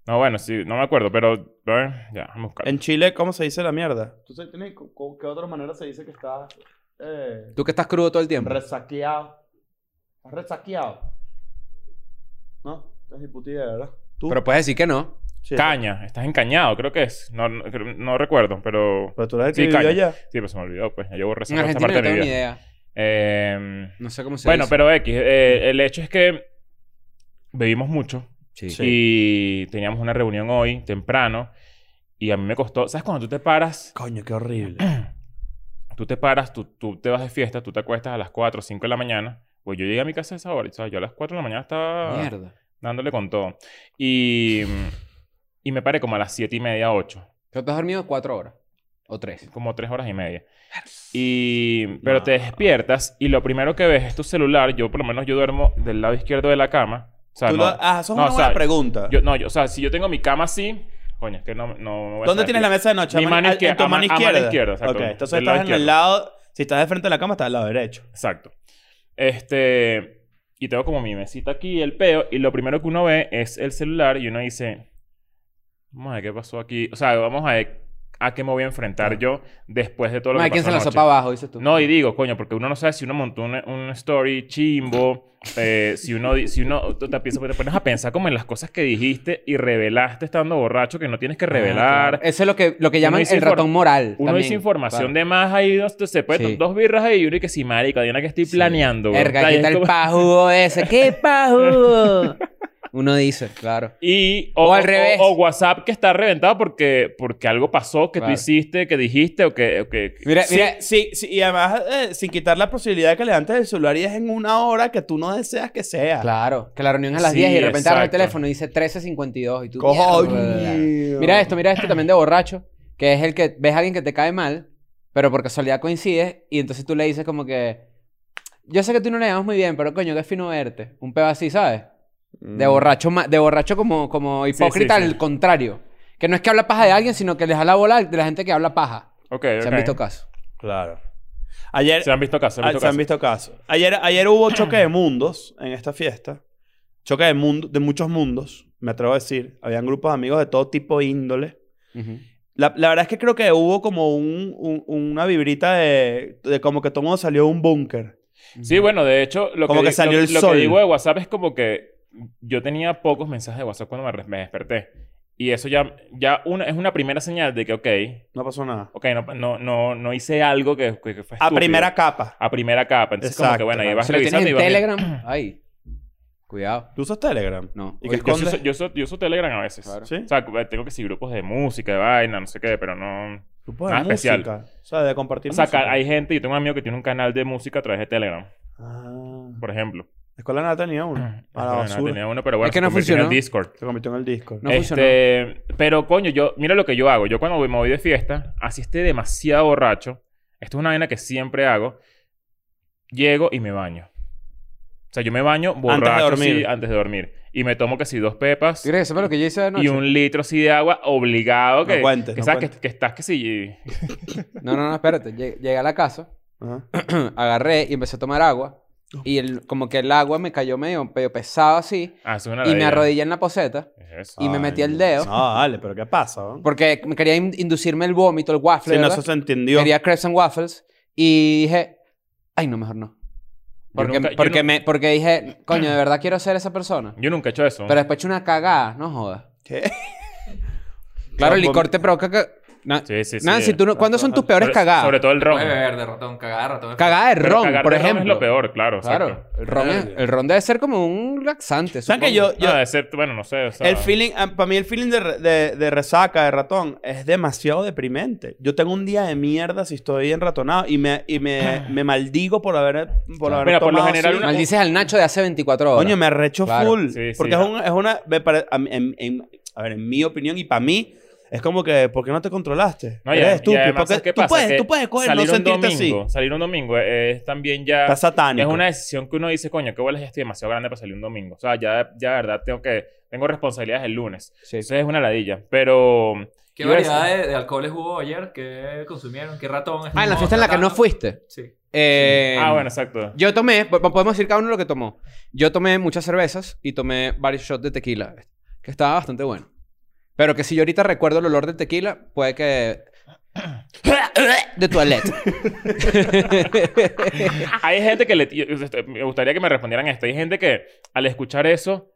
[SPEAKER 2] No, bueno, sí, no me acuerdo, pero. eh, ya, vamos a buscar.
[SPEAKER 3] En Chile, ¿cómo se dice la mierda? ¿Tú sabes, tienes- co- co- qué otra manera se dice que estás eh,
[SPEAKER 4] Tú que estás crudo todo el tiempo.
[SPEAKER 3] resaqueado? ¿Estás resaqueado? No, estás ni puta idea, ¿verdad? ¿Tú?
[SPEAKER 4] Pero puedes decir que no.
[SPEAKER 3] Sí.
[SPEAKER 2] Caña, estás encañado, creo que es. No, no, creo- no recuerdo, pero.
[SPEAKER 3] Pero tú eres el que
[SPEAKER 2] Sí,
[SPEAKER 3] vivió
[SPEAKER 2] caña.
[SPEAKER 3] allá.
[SPEAKER 2] Sí, pero se me olvidó, pues. Ya llevo
[SPEAKER 4] En
[SPEAKER 2] resaca esta
[SPEAKER 4] Argentina
[SPEAKER 2] parte
[SPEAKER 4] no
[SPEAKER 2] de
[SPEAKER 4] tengo
[SPEAKER 2] mi
[SPEAKER 4] ni
[SPEAKER 2] vida.
[SPEAKER 4] idea.
[SPEAKER 2] Eh,
[SPEAKER 4] No sé cómo se
[SPEAKER 2] bueno,
[SPEAKER 4] dice.
[SPEAKER 2] pero X, eh, el hecho es que bebimos mucho.
[SPEAKER 4] Sí.
[SPEAKER 2] Y teníamos una reunión hoy, temprano. Y a mí me costó... ¿Sabes cuando tú te paras?
[SPEAKER 3] Coño, qué horrible.
[SPEAKER 2] Tú te paras, tú, tú te vas de fiesta, tú te acuestas a las 4 o 5 de la mañana. Pues yo llegué a mi casa a esa hora. y, ¿sabes? Yo a las 4 de la mañana estaba
[SPEAKER 4] Mierda.
[SPEAKER 2] dándole con todo. Y, y me paré como a las 7 y media, 8.
[SPEAKER 4] Pero tú has dormido cuatro horas. O tres.
[SPEAKER 2] Como 3 horas y media. Y, pero
[SPEAKER 3] No.
[SPEAKER 2] te despiertas y lo primero que ves es tu celular. Yo por lo menos yo duermo del lado izquierdo de la cama. O sea,
[SPEAKER 3] Tú
[SPEAKER 2] no-
[SPEAKER 3] lo- ah, eso es
[SPEAKER 2] no, o
[SPEAKER 3] una buena
[SPEAKER 2] sea,
[SPEAKER 3] pregunta.
[SPEAKER 2] Yo, no, yo, o sea, si yo tengo mi cama así, coño, es que no, no me voy a
[SPEAKER 3] ¿Dónde
[SPEAKER 2] saber qué-
[SPEAKER 3] tienes la mesa de noche?
[SPEAKER 2] Mi
[SPEAKER 3] ¿A
[SPEAKER 2] mano
[SPEAKER 3] a-
[SPEAKER 2] izquierda-
[SPEAKER 3] ¿En tu
[SPEAKER 2] a ma-
[SPEAKER 3] mano
[SPEAKER 2] a mano
[SPEAKER 3] izquierda?
[SPEAKER 2] izquierda, exacto.
[SPEAKER 3] Ok, entonces
[SPEAKER 2] Del
[SPEAKER 3] estás
[SPEAKER 2] lado
[SPEAKER 3] en el
[SPEAKER 2] izquierdo.
[SPEAKER 3] lado... Si estás de frente a la cama, estás al lado derecho.
[SPEAKER 2] Exacto. Este, y tengo como mi mesita aquí, el peo, y lo primero que uno ve es el celular y uno dice, vamos a ver qué pasó aquí, o sea, vamos a ver a qué me voy a enfrentar yo después de todo lo
[SPEAKER 4] No hay
[SPEAKER 2] que
[SPEAKER 4] quien
[SPEAKER 2] pasó
[SPEAKER 4] se la
[SPEAKER 2] anoche.
[SPEAKER 4] sopa abajo, dices tú.
[SPEAKER 2] No, y digo, coño, porque uno no sabe si uno montó un, un story chimbo, eh, si uno, di- si uno tú te, piensas, te pones a pensar como en las cosas que dijiste y revelaste estando borracho que no tienes que
[SPEAKER 4] Ah, claro.
[SPEAKER 2] revelar.
[SPEAKER 4] Eso es lo que, lo que
[SPEAKER 2] Uno
[SPEAKER 4] llaman
[SPEAKER 2] dice
[SPEAKER 4] el
[SPEAKER 2] inform-
[SPEAKER 4] ratón moral.
[SPEAKER 2] Uno
[SPEAKER 4] también.
[SPEAKER 2] dice información
[SPEAKER 4] Claro.
[SPEAKER 2] de más ahí, dos, se puede,
[SPEAKER 4] Sí.
[SPEAKER 2] dos birras ahí y uno y que sí, marico, Diana que estoy
[SPEAKER 4] Sí.
[SPEAKER 2] planeando. güey.
[SPEAKER 4] Erga,
[SPEAKER 2] O sea,
[SPEAKER 4] ¿qué
[SPEAKER 2] es
[SPEAKER 4] tal el
[SPEAKER 2] como-
[SPEAKER 4] pajugo ese? ¿Qué pajugo? Uno dice, claro.
[SPEAKER 2] Y,
[SPEAKER 4] O al revés.
[SPEAKER 2] O, WhatsApp que está reventado porque, porque algo pasó que
[SPEAKER 4] Claro.
[SPEAKER 2] tú hiciste, que dijiste o que... o que-
[SPEAKER 4] Mira,
[SPEAKER 3] Sí,
[SPEAKER 4] mira.
[SPEAKER 3] sí, sí, y además eh, sin quitar la posibilidad de que levantes el celular y es en una hora que tú no deseas que sea.
[SPEAKER 4] Claro, que la reunión es a las
[SPEAKER 2] Sí,
[SPEAKER 4] 10 y de repente agarra el
[SPEAKER 2] exacto.
[SPEAKER 4] teléfono y dice 13.52 y tú... mierda.
[SPEAKER 3] Coño.
[SPEAKER 4] Mira esto, mira esto también de borracho, que es el que ves a alguien que te cae mal, pero por casualidad coincides y entonces tú le dices como que... Yo sé que tú no le llamas muy bien, pero coño, qué fino verte. Un pedo así, ¿sabes?
[SPEAKER 3] Mm,
[SPEAKER 4] De borracho, ma- de borracho como, como hipócrita,
[SPEAKER 2] Mm. sí, sí.
[SPEAKER 4] al contrario. Que no es que habla paja de alguien, sino que les la bola de la gente que habla paja.
[SPEAKER 2] Ok,
[SPEAKER 4] Se
[SPEAKER 2] ok.
[SPEAKER 4] han visto casos.
[SPEAKER 3] Claro. Ayer,
[SPEAKER 2] Se han visto casos. Se han
[SPEAKER 3] ah,
[SPEAKER 2] visto
[SPEAKER 3] se han
[SPEAKER 2] casos.
[SPEAKER 3] visto casos. Ayer, ayer hubo choque de mundos en esta fiesta. Choque de mundos, de muchos mundos, me atrevo a decir. Habían grupos de amigos de todo tipo de índole. La, la verdad es que creo que hubo como un, un- una vibrita de, de como que todo mundo salió de un búnker.
[SPEAKER 2] Sí, bueno, de hecho, lo,
[SPEAKER 3] Como
[SPEAKER 2] que,
[SPEAKER 3] que
[SPEAKER 2] di-
[SPEAKER 3] salió
[SPEAKER 2] lo-
[SPEAKER 3] el
[SPEAKER 2] lo
[SPEAKER 3] sol.
[SPEAKER 2] que digo de WhatsApp es como que yo tenía pocos mensajes de WhatsApp cuando me, re- me desperté. Y eso ya, ya una, es una primera señal de que, ok,
[SPEAKER 3] No pasó nada.
[SPEAKER 2] ok, no, no, no, no hice algo que, que- que fue
[SPEAKER 3] A
[SPEAKER 2] estúpido.
[SPEAKER 3] primera capa.
[SPEAKER 2] A primera capa. Entonces, como que,
[SPEAKER 3] Exacto.
[SPEAKER 2] bueno, ahí vas
[SPEAKER 4] Si lo tienes
[SPEAKER 2] revisando y
[SPEAKER 4] en
[SPEAKER 2] vas viendo.
[SPEAKER 4] Telegram, ay, cuidado.
[SPEAKER 3] ¿Tú usas Telegram?
[SPEAKER 4] No.
[SPEAKER 3] ¿Y qué
[SPEAKER 2] Yo uso,
[SPEAKER 3] escondes?
[SPEAKER 2] yo uso- yo uso Telegram a veces.
[SPEAKER 4] Claro.
[SPEAKER 3] ¿Sí?
[SPEAKER 2] O sea, tengo que seguir grupos de música, de vaina, no sé qué, pero no...
[SPEAKER 3] Grupo de
[SPEAKER 2] Nada
[SPEAKER 3] música.
[SPEAKER 2] Ah, especial.
[SPEAKER 3] O sea, de compartir
[SPEAKER 2] O sea,
[SPEAKER 3] música.
[SPEAKER 2] ca- hay gente, yo tengo un amigo que tiene un canal de música a través de Telegram,
[SPEAKER 3] Ah.
[SPEAKER 2] por ejemplo.
[SPEAKER 3] La escuela nada tenía uno. A la
[SPEAKER 2] Bueno,
[SPEAKER 3] basura.
[SPEAKER 2] Tenía uno, pero bueno,
[SPEAKER 4] Ah, Es que
[SPEAKER 2] se
[SPEAKER 4] no
[SPEAKER 2] convirtió en el
[SPEAKER 4] funcionó.
[SPEAKER 2] Discord.
[SPEAKER 3] Se convirtió en el disco.
[SPEAKER 4] No
[SPEAKER 2] este, pero coño, yo, mira lo que yo hago. Yo cuando voy- me voy de fiesta, así esté demasiado borracho, esto es una vaina que siempre hago, llego y me baño. O sea, yo me baño borracho sí, antes de dormir.
[SPEAKER 3] dormir.
[SPEAKER 2] Y y me tomo casi dos pepas
[SPEAKER 4] ¿Tú crees que eso fue lo que yo hice anoche?
[SPEAKER 2] y un litro así de agua obligado que,
[SPEAKER 3] No cuentes,
[SPEAKER 2] que
[SPEAKER 3] no
[SPEAKER 2] sabes que-
[SPEAKER 3] cuentes.
[SPEAKER 2] que, estás que sí.
[SPEAKER 4] No, no, no, espérate. Lle- Llegué a la casa,
[SPEAKER 3] Ajá.
[SPEAKER 4] agarré y empecé a tomar agua.
[SPEAKER 2] Oh.
[SPEAKER 4] Y el- como que el agua me cayó medio, medio pesado así.
[SPEAKER 2] Ah, es una
[SPEAKER 4] Y me
[SPEAKER 2] ladilla.
[SPEAKER 4] arrodillé en la poseta.
[SPEAKER 2] Eso.
[SPEAKER 4] Y me
[SPEAKER 3] Ay,
[SPEAKER 4] metí el
[SPEAKER 3] no.
[SPEAKER 4] dedo.
[SPEAKER 3] No, dale, pero ¿qué pasa? weón?
[SPEAKER 4] Porque me quería in- inducirme el vómito, el waffle.
[SPEAKER 3] Si no,
[SPEAKER 4] ¿verdad?
[SPEAKER 3] eso se entendió.
[SPEAKER 4] Quería crepes and waffles. Y dije, ay, no, mejor no.
[SPEAKER 2] Yo
[SPEAKER 4] Porque,
[SPEAKER 2] nunca- yo
[SPEAKER 4] porque,
[SPEAKER 2] nu-
[SPEAKER 4] me, porque dije, coño, de verdad quiero ser esa persona.
[SPEAKER 2] Yo nunca he hecho eso.
[SPEAKER 4] Pero después he hecho una cagada, no jodas.
[SPEAKER 3] ¿Qué?
[SPEAKER 4] Claro, el
[SPEAKER 3] Vom-
[SPEAKER 4] licor te provoca que... Na-
[SPEAKER 2] Sí, sí, sí.
[SPEAKER 4] Nancy, ¿tú no- ¿cuándo son tus peores
[SPEAKER 2] Sobre-
[SPEAKER 4] cagadas?
[SPEAKER 2] Sobre todo el ron.
[SPEAKER 5] Puedes beber de ratón, cagada de ratón.
[SPEAKER 4] Cagada de
[SPEAKER 2] Pero
[SPEAKER 4] ron,
[SPEAKER 2] cagar
[SPEAKER 4] por
[SPEAKER 2] de
[SPEAKER 4] ejemplo.
[SPEAKER 2] es lo peor, claro.
[SPEAKER 4] Claro,
[SPEAKER 2] exacto.
[SPEAKER 4] el ron, es-
[SPEAKER 3] Verga.
[SPEAKER 4] el ron debe ser como un laxante.
[SPEAKER 3] ¿Saben que
[SPEAKER 4] supongo.
[SPEAKER 3] yo, yo-
[SPEAKER 2] No, de ser, bueno, no sé. o sea,
[SPEAKER 3] el feeling, ah, para mí el feeling de, re- de- de resaca, de ratón, es demasiado deprimente. Yo tengo un día de mierda si estoy enratonado y me, y me, me maldigo por haber, por haber
[SPEAKER 2] Mira, por lo
[SPEAKER 3] tomado
[SPEAKER 2] general
[SPEAKER 3] así.
[SPEAKER 2] una-
[SPEAKER 4] Maldices al Nacho de hace 24 horas.
[SPEAKER 3] Coño, me arrecho
[SPEAKER 4] Claro,
[SPEAKER 3] full.
[SPEAKER 2] sí, sí.
[SPEAKER 3] porque es, un- es una... me pare- a, mí- en, en- a ver, en mi opinión y para mí... Es como que, ¿por qué no te controlaste?
[SPEAKER 2] No, y
[SPEAKER 3] Eres
[SPEAKER 2] adem- y
[SPEAKER 3] estúpido.
[SPEAKER 2] además,
[SPEAKER 3] porque
[SPEAKER 2] ¿sabes qué
[SPEAKER 3] tú,
[SPEAKER 2] pasa?
[SPEAKER 3] puedes,
[SPEAKER 2] Que
[SPEAKER 3] tú puedes, coger, no
[SPEAKER 2] salir un
[SPEAKER 3] sentirte
[SPEAKER 2] domingo,
[SPEAKER 3] así.
[SPEAKER 2] Salir un domingo es, también ya...
[SPEAKER 3] Está satánico.
[SPEAKER 2] Es una decisión que uno dice, coño, qué bolas, ya estoy demasiado grande para salir un domingo. O sea, ya, ya de verdad tengo que... Tengo responsabilidades el lunes.
[SPEAKER 4] Sí.
[SPEAKER 2] Entonces es una ladilla. Pero...
[SPEAKER 5] ¿Qué
[SPEAKER 2] yo decía-
[SPEAKER 5] variedad de, de alcoholes hubo ayer? ¿Qué consumieron? ¿Qué ratón?
[SPEAKER 4] Ah, en la fiesta en la que no
[SPEAKER 5] fui
[SPEAKER 4] fuiste.
[SPEAKER 5] Sí.
[SPEAKER 4] Eh,
[SPEAKER 2] Ah, bueno, exacto.
[SPEAKER 4] Yo tomé, po- po- podemos decir cada uno lo que tomó. Yo tomé muchas cervezas y tomé varios shots de tequila, que estaba bastante bueno. Pero que si yo ahorita recuerdo el olor del tequila, puede que... De toilette.
[SPEAKER 2] Hay gente que le... yo- yo- me gustaría que me respondieran esto. Hay gente que al escuchar eso...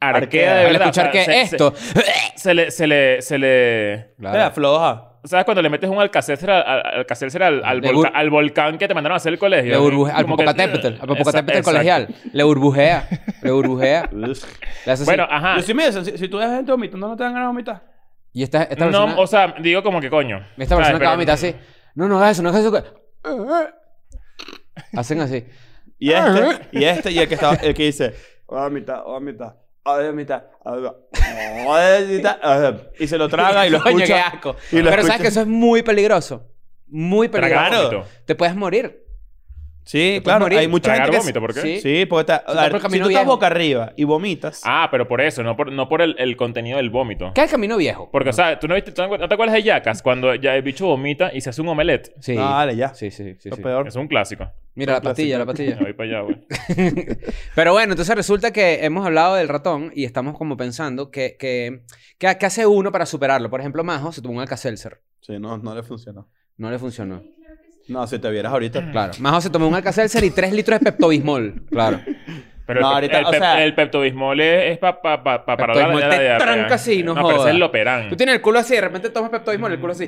[SPEAKER 2] Arquea,
[SPEAKER 3] Arquea.
[SPEAKER 2] de
[SPEAKER 4] Al
[SPEAKER 2] verdad.
[SPEAKER 4] escuchar
[SPEAKER 2] O sea,
[SPEAKER 4] que
[SPEAKER 2] se- se-
[SPEAKER 4] esto...
[SPEAKER 2] se le... Se le, se le
[SPEAKER 3] Era floja.
[SPEAKER 2] ¿Sabes cuando le metes un alcacécer al, al, alcacécer al, al
[SPEAKER 4] Le
[SPEAKER 2] volca-
[SPEAKER 4] bur-
[SPEAKER 2] al volcán que te mandaron a hacer el colegio?
[SPEAKER 4] Le burbuja, al
[SPEAKER 2] Como que-
[SPEAKER 4] Popocatépetl, al
[SPEAKER 2] Esa-
[SPEAKER 4] Popocatépetl
[SPEAKER 2] exacto.
[SPEAKER 4] colegial. Le burbujea, le burbujea. le hace así.
[SPEAKER 2] Bueno, ah, ajá.
[SPEAKER 3] Yo sí me desen- si, si tú ves gente vomitando, no te dan ganas de vomitar.
[SPEAKER 4] y esta, esta
[SPEAKER 2] no,
[SPEAKER 4] persona,
[SPEAKER 2] o sea, digo como que coño.
[SPEAKER 4] esta
[SPEAKER 2] ¿sabes?
[SPEAKER 4] persona acaba de
[SPEAKER 2] Pero-
[SPEAKER 4] mitad así. No, no hagas eso, no hagas eso. que-". Hacen así.
[SPEAKER 3] Y este, y este, y el que, está, el que dice, voy a vomitar, voy a vomitar, voy a vomitar, voy a vomitar, voy a vomitar", y se lo traga y lo
[SPEAKER 4] Coño, qué
[SPEAKER 3] escucha.
[SPEAKER 4] asco.
[SPEAKER 3] y lo
[SPEAKER 4] Pero sabes
[SPEAKER 3] escucha.
[SPEAKER 4] que eso es muy peligroso. Muy
[SPEAKER 2] Tragar
[SPEAKER 4] peligroso.
[SPEAKER 2] vómito.
[SPEAKER 4] Te puedes morir.
[SPEAKER 3] Sí,
[SPEAKER 4] puedes
[SPEAKER 3] claro,
[SPEAKER 4] morir.
[SPEAKER 3] hay mucha
[SPEAKER 2] Tragar
[SPEAKER 3] gente que...
[SPEAKER 2] vómito, ¿por qué?
[SPEAKER 4] Sí.
[SPEAKER 3] Sí, porque está,
[SPEAKER 4] Si
[SPEAKER 3] a
[SPEAKER 4] está por
[SPEAKER 3] ver,
[SPEAKER 4] el
[SPEAKER 3] si
[SPEAKER 4] camino
[SPEAKER 3] tú estás
[SPEAKER 4] viejo.
[SPEAKER 3] boca arriba y vomitas,
[SPEAKER 2] Ah, pero por eso, no por, no por el, el contenido del vómito.
[SPEAKER 4] ¿Qué es el camino viejo?
[SPEAKER 2] Porque, o sea, ¿tú no, viste, tú no te acuerdas de Jackass cuando ya el bicho vomita y se hace un omelette?
[SPEAKER 4] Sí.
[SPEAKER 3] no, dale, ya.
[SPEAKER 4] sí, sí,
[SPEAKER 3] Ah,
[SPEAKER 4] sí,
[SPEAKER 3] lo
[SPEAKER 4] sí.
[SPEAKER 3] peor.
[SPEAKER 2] Es un clásico.
[SPEAKER 4] Mira la pastilla, la
[SPEAKER 2] Me
[SPEAKER 4] pastilla.
[SPEAKER 2] voy para allá, güey.
[SPEAKER 3] pues.
[SPEAKER 4] Pero bueno, entonces resulta que hemos hablado del ratón y estamos como pensando que, que, que- que hace uno para superarlo. Por ejemplo, Majo se tomó un Alka-Seltzer.
[SPEAKER 3] Sí, no, no le funcionó.
[SPEAKER 4] No le funcionó.
[SPEAKER 3] No, si te vieras ahorita.
[SPEAKER 4] Claro. Majo se tomó un Alka-Seltzer y tres litros de Pepto-Bismol. Claro.
[SPEAKER 2] Pero
[SPEAKER 3] No,
[SPEAKER 2] el,
[SPEAKER 3] ahorita,
[SPEAKER 2] el,
[SPEAKER 3] o sea-
[SPEAKER 2] el Pepto-Bismol es, para pa, pa, pa, para
[SPEAKER 4] Pepto-Bismol te tranca así, no
[SPEAKER 2] eh. No, pero ese
[SPEAKER 4] jodas.
[SPEAKER 2] es el Loperán.
[SPEAKER 4] Tú tienes el culo así, de repente tomas Pepto-Bismol, el culo así.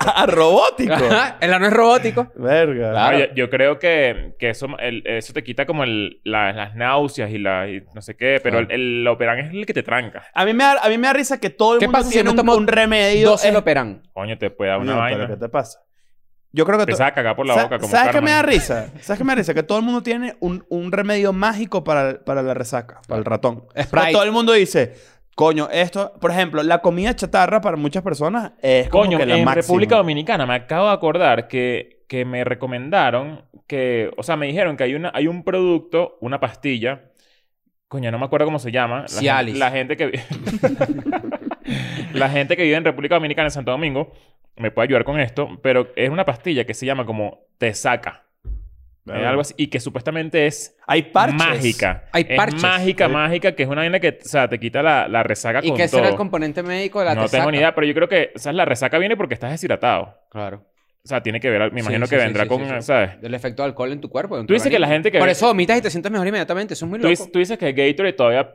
[SPEAKER 3] ¡Ah, robótico!
[SPEAKER 4] Ajá, el ano es robótico.
[SPEAKER 3] Verga.
[SPEAKER 2] No,
[SPEAKER 4] Claro.
[SPEAKER 2] yo, yo creo que, que eso, el- eso te quita como el- la- las náuseas y, la, y no sé qué, pero
[SPEAKER 4] Ah.
[SPEAKER 2] el, el Loperán es el que te tranca.
[SPEAKER 3] A mí, me da, a mí me da risa que todo el
[SPEAKER 4] ¿Qué
[SPEAKER 3] mundo
[SPEAKER 4] pasa si
[SPEAKER 3] tiene
[SPEAKER 4] no
[SPEAKER 3] un,
[SPEAKER 4] tomo
[SPEAKER 3] un remedio.
[SPEAKER 4] Dos se
[SPEAKER 3] es-
[SPEAKER 4] lo operan.
[SPEAKER 2] Coño, te puede dar una
[SPEAKER 3] Coño,
[SPEAKER 2] vaina.
[SPEAKER 3] pero ¿qué te pasa? Yo creo que...
[SPEAKER 2] Te
[SPEAKER 3] to-
[SPEAKER 2] vas a cagar por la
[SPEAKER 3] Sa-
[SPEAKER 2] boca como
[SPEAKER 3] ¿Sabes qué
[SPEAKER 2] Carmen.
[SPEAKER 3] me da risa? ¿Sabes qué me da risa? Que todo el mundo tiene un, un remedio mágico para, para la resaca, para el ratón.
[SPEAKER 4] Sprite.
[SPEAKER 3] Pero todo el mundo dice, coño, esto, por ejemplo, la comida chatarra para muchas personas es como
[SPEAKER 2] Coño,
[SPEAKER 3] que la
[SPEAKER 2] en
[SPEAKER 3] máxima.
[SPEAKER 2] República Dominicana me acabo de acordar que, que me recomendaron que, o sea, me dijeron que hay, una, hay un producto, una pastilla, coño, no me acuerdo cómo se llama. La,
[SPEAKER 4] Cialis.
[SPEAKER 2] gen- la gente que vi- la gente que vive en República Dominicana, en Santo Domingo, me puede ayudar con esto, pero es una pastilla que se llama como te saca, es
[SPEAKER 3] Verga.
[SPEAKER 2] algo así, y que supuestamente es
[SPEAKER 3] Hay parches.
[SPEAKER 2] mágica.
[SPEAKER 4] Hay
[SPEAKER 2] Es
[SPEAKER 4] parches.
[SPEAKER 2] mágica, mágica, que es una vaina que, o sea, te quita la, la resaca
[SPEAKER 4] ¿Y
[SPEAKER 2] con
[SPEAKER 4] qué
[SPEAKER 2] todo.
[SPEAKER 4] será el componente médico de la
[SPEAKER 2] no
[SPEAKER 4] tesaca?
[SPEAKER 2] tengo ni idea, pero yo creo que, ¿sabes? La resaca viene porque estás deshidratado.
[SPEAKER 4] Claro.
[SPEAKER 2] O sea, tiene que ver, me
[SPEAKER 4] Sí,
[SPEAKER 2] imagino
[SPEAKER 4] sí,
[SPEAKER 2] que
[SPEAKER 4] sí,
[SPEAKER 2] vendrá
[SPEAKER 4] sí,
[SPEAKER 2] con,
[SPEAKER 4] sí, sí.
[SPEAKER 2] ¿sabes?
[SPEAKER 4] Del efecto de alcohol en tu cuerpo. en tu
[SPEAKER 2] Tú dices que la
[SPEAKER 4] organismo.
[SPEAKER 2] gente que-
[SPEAKER 4] Por eso vomitas y te sientes mejor inmediatamente. Eso es muy
[SPEAKER 2] Tú,
[SPEAKER 4] loco.
[SPEAKER 2] dices- tú dices que Gatorade todavía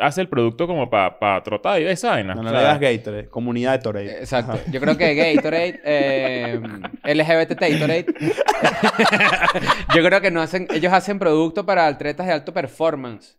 [SPEAKER 2] hace el producto como para trotar y esa vaina.
[SPEAKER 3] No,
[SPEAKER 2] o
[SPEAKER 3] no le
[SPEAKER 2] sea,
[SPEAKER 3] digas Gatorade, comunidad de Torrey.
[SPEAKER 4] Exacto. Yo creo que Gatorade, eh, LGBT Gatorade. yo creo que no hacen, ellos hacen producto para atletas de alto performance.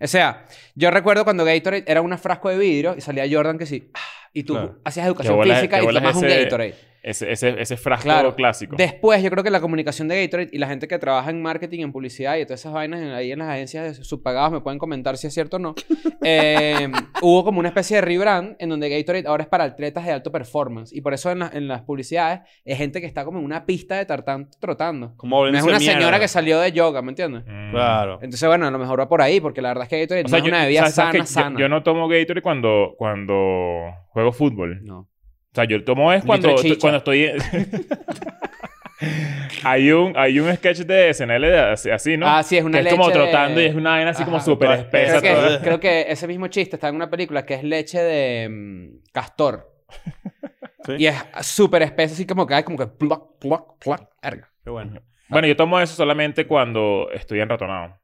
[SPEAKER 4] O sea, yo recuerdo cuando Gatorade era un frasco de vidrio y salía Jordan que sí. ah, Y tú
[SPEAKER 3] Claro.
[SPEAKER 4] hacías educación
[SPEAKER 2] bolas-
[SPEAKER 4] física
[SPEAKER 2] qué
[SPEAKER 4] y
[SPEAKER 2] bolas
[SPEAKER 4] tomabas un
[SPEAKER 2] ese-
[SPEAKER 4] Gatorade.
[SPEAKER 2] Ese, ese, ese frasco
[SPEAKER 4] Claro.
[SPEAKER 2] clásico.
[SPEAKER 4] Después, yo creo que la comunicación de Gatorade y la gente que trabaja en marketing, en publicidad y todas esas vainas en- ahí en las agencias de subpagados me pueden comentar si es cierto o no. Eh, hubo como una especie de rebrand en donde Gatorade ahora es para atletas de alto performance. Y por eso en, la- en las publicidades es gente que está como en una pista de tartán trotando.
[SPEAKER 3] Como
[SPEAKER 4] No es una señora que salió de yoga, ¿me entiendes?
[SPEAKER 2] Mm.
[SPEAKER 3] Claro.
[SPEAKER 4] Entonces, bueno, a lo mejor va por ahí, porque la verdad es que Gatorade
[SPEAKER 2] O sea,
[SPEAKER 4] no
[SPEAKER 2] yo-
[SPEAKER 4] es una bebida
[SPEAKER 2] ¿sabes- sabes que yo-
[SPEAKER 4] sana, sana.
[SPEAKER 2] Yo, no tomo Gatorade cuando, cuando juego fútbol.
[SPEAKER 4] No.
[SPEAKER 2] O sea, yo tomo es
[SPEAKER 4] Litro
[SPEAKER 2] cuando,
[SPEAKER 4] de chicha.
[SPEAKER 2] cuando estoy... en- hay, un, hay un sketch de SNL de así, así, ¿no?
[SPEAKER 4] Ah, sí, es
[SPEAKER 2] que
[SPEAKER 4] una
[SPEAKER 2] es
[SPEAKER 4] leche
[SPEAKER 2] como
[SPEAKER 4] de-
[SPEAKER 2] trotando y es una vaina así como
[SPEAKER 4] Ajá.
[SPEAKER 2] súper
[SPEAKER 3] Creo
[SPEAKER 2] espesa.
[SPEAKER 4] Creo que,
[SPEAKER 2] toda.
[SPEAKER 4] creo que ese mismo chiste está en una película que es leche de mm, castor.
[SPEAKER 3] Sí.
[SPEAKER 4] Y es súper espesa, así como cae, como que pluck, pluck, pluck, erga.
[SPEAKER 3] Qué bueno.
[SPEAKER 2] Bueno, yo tomo eso solamente cuando estoy enratonado.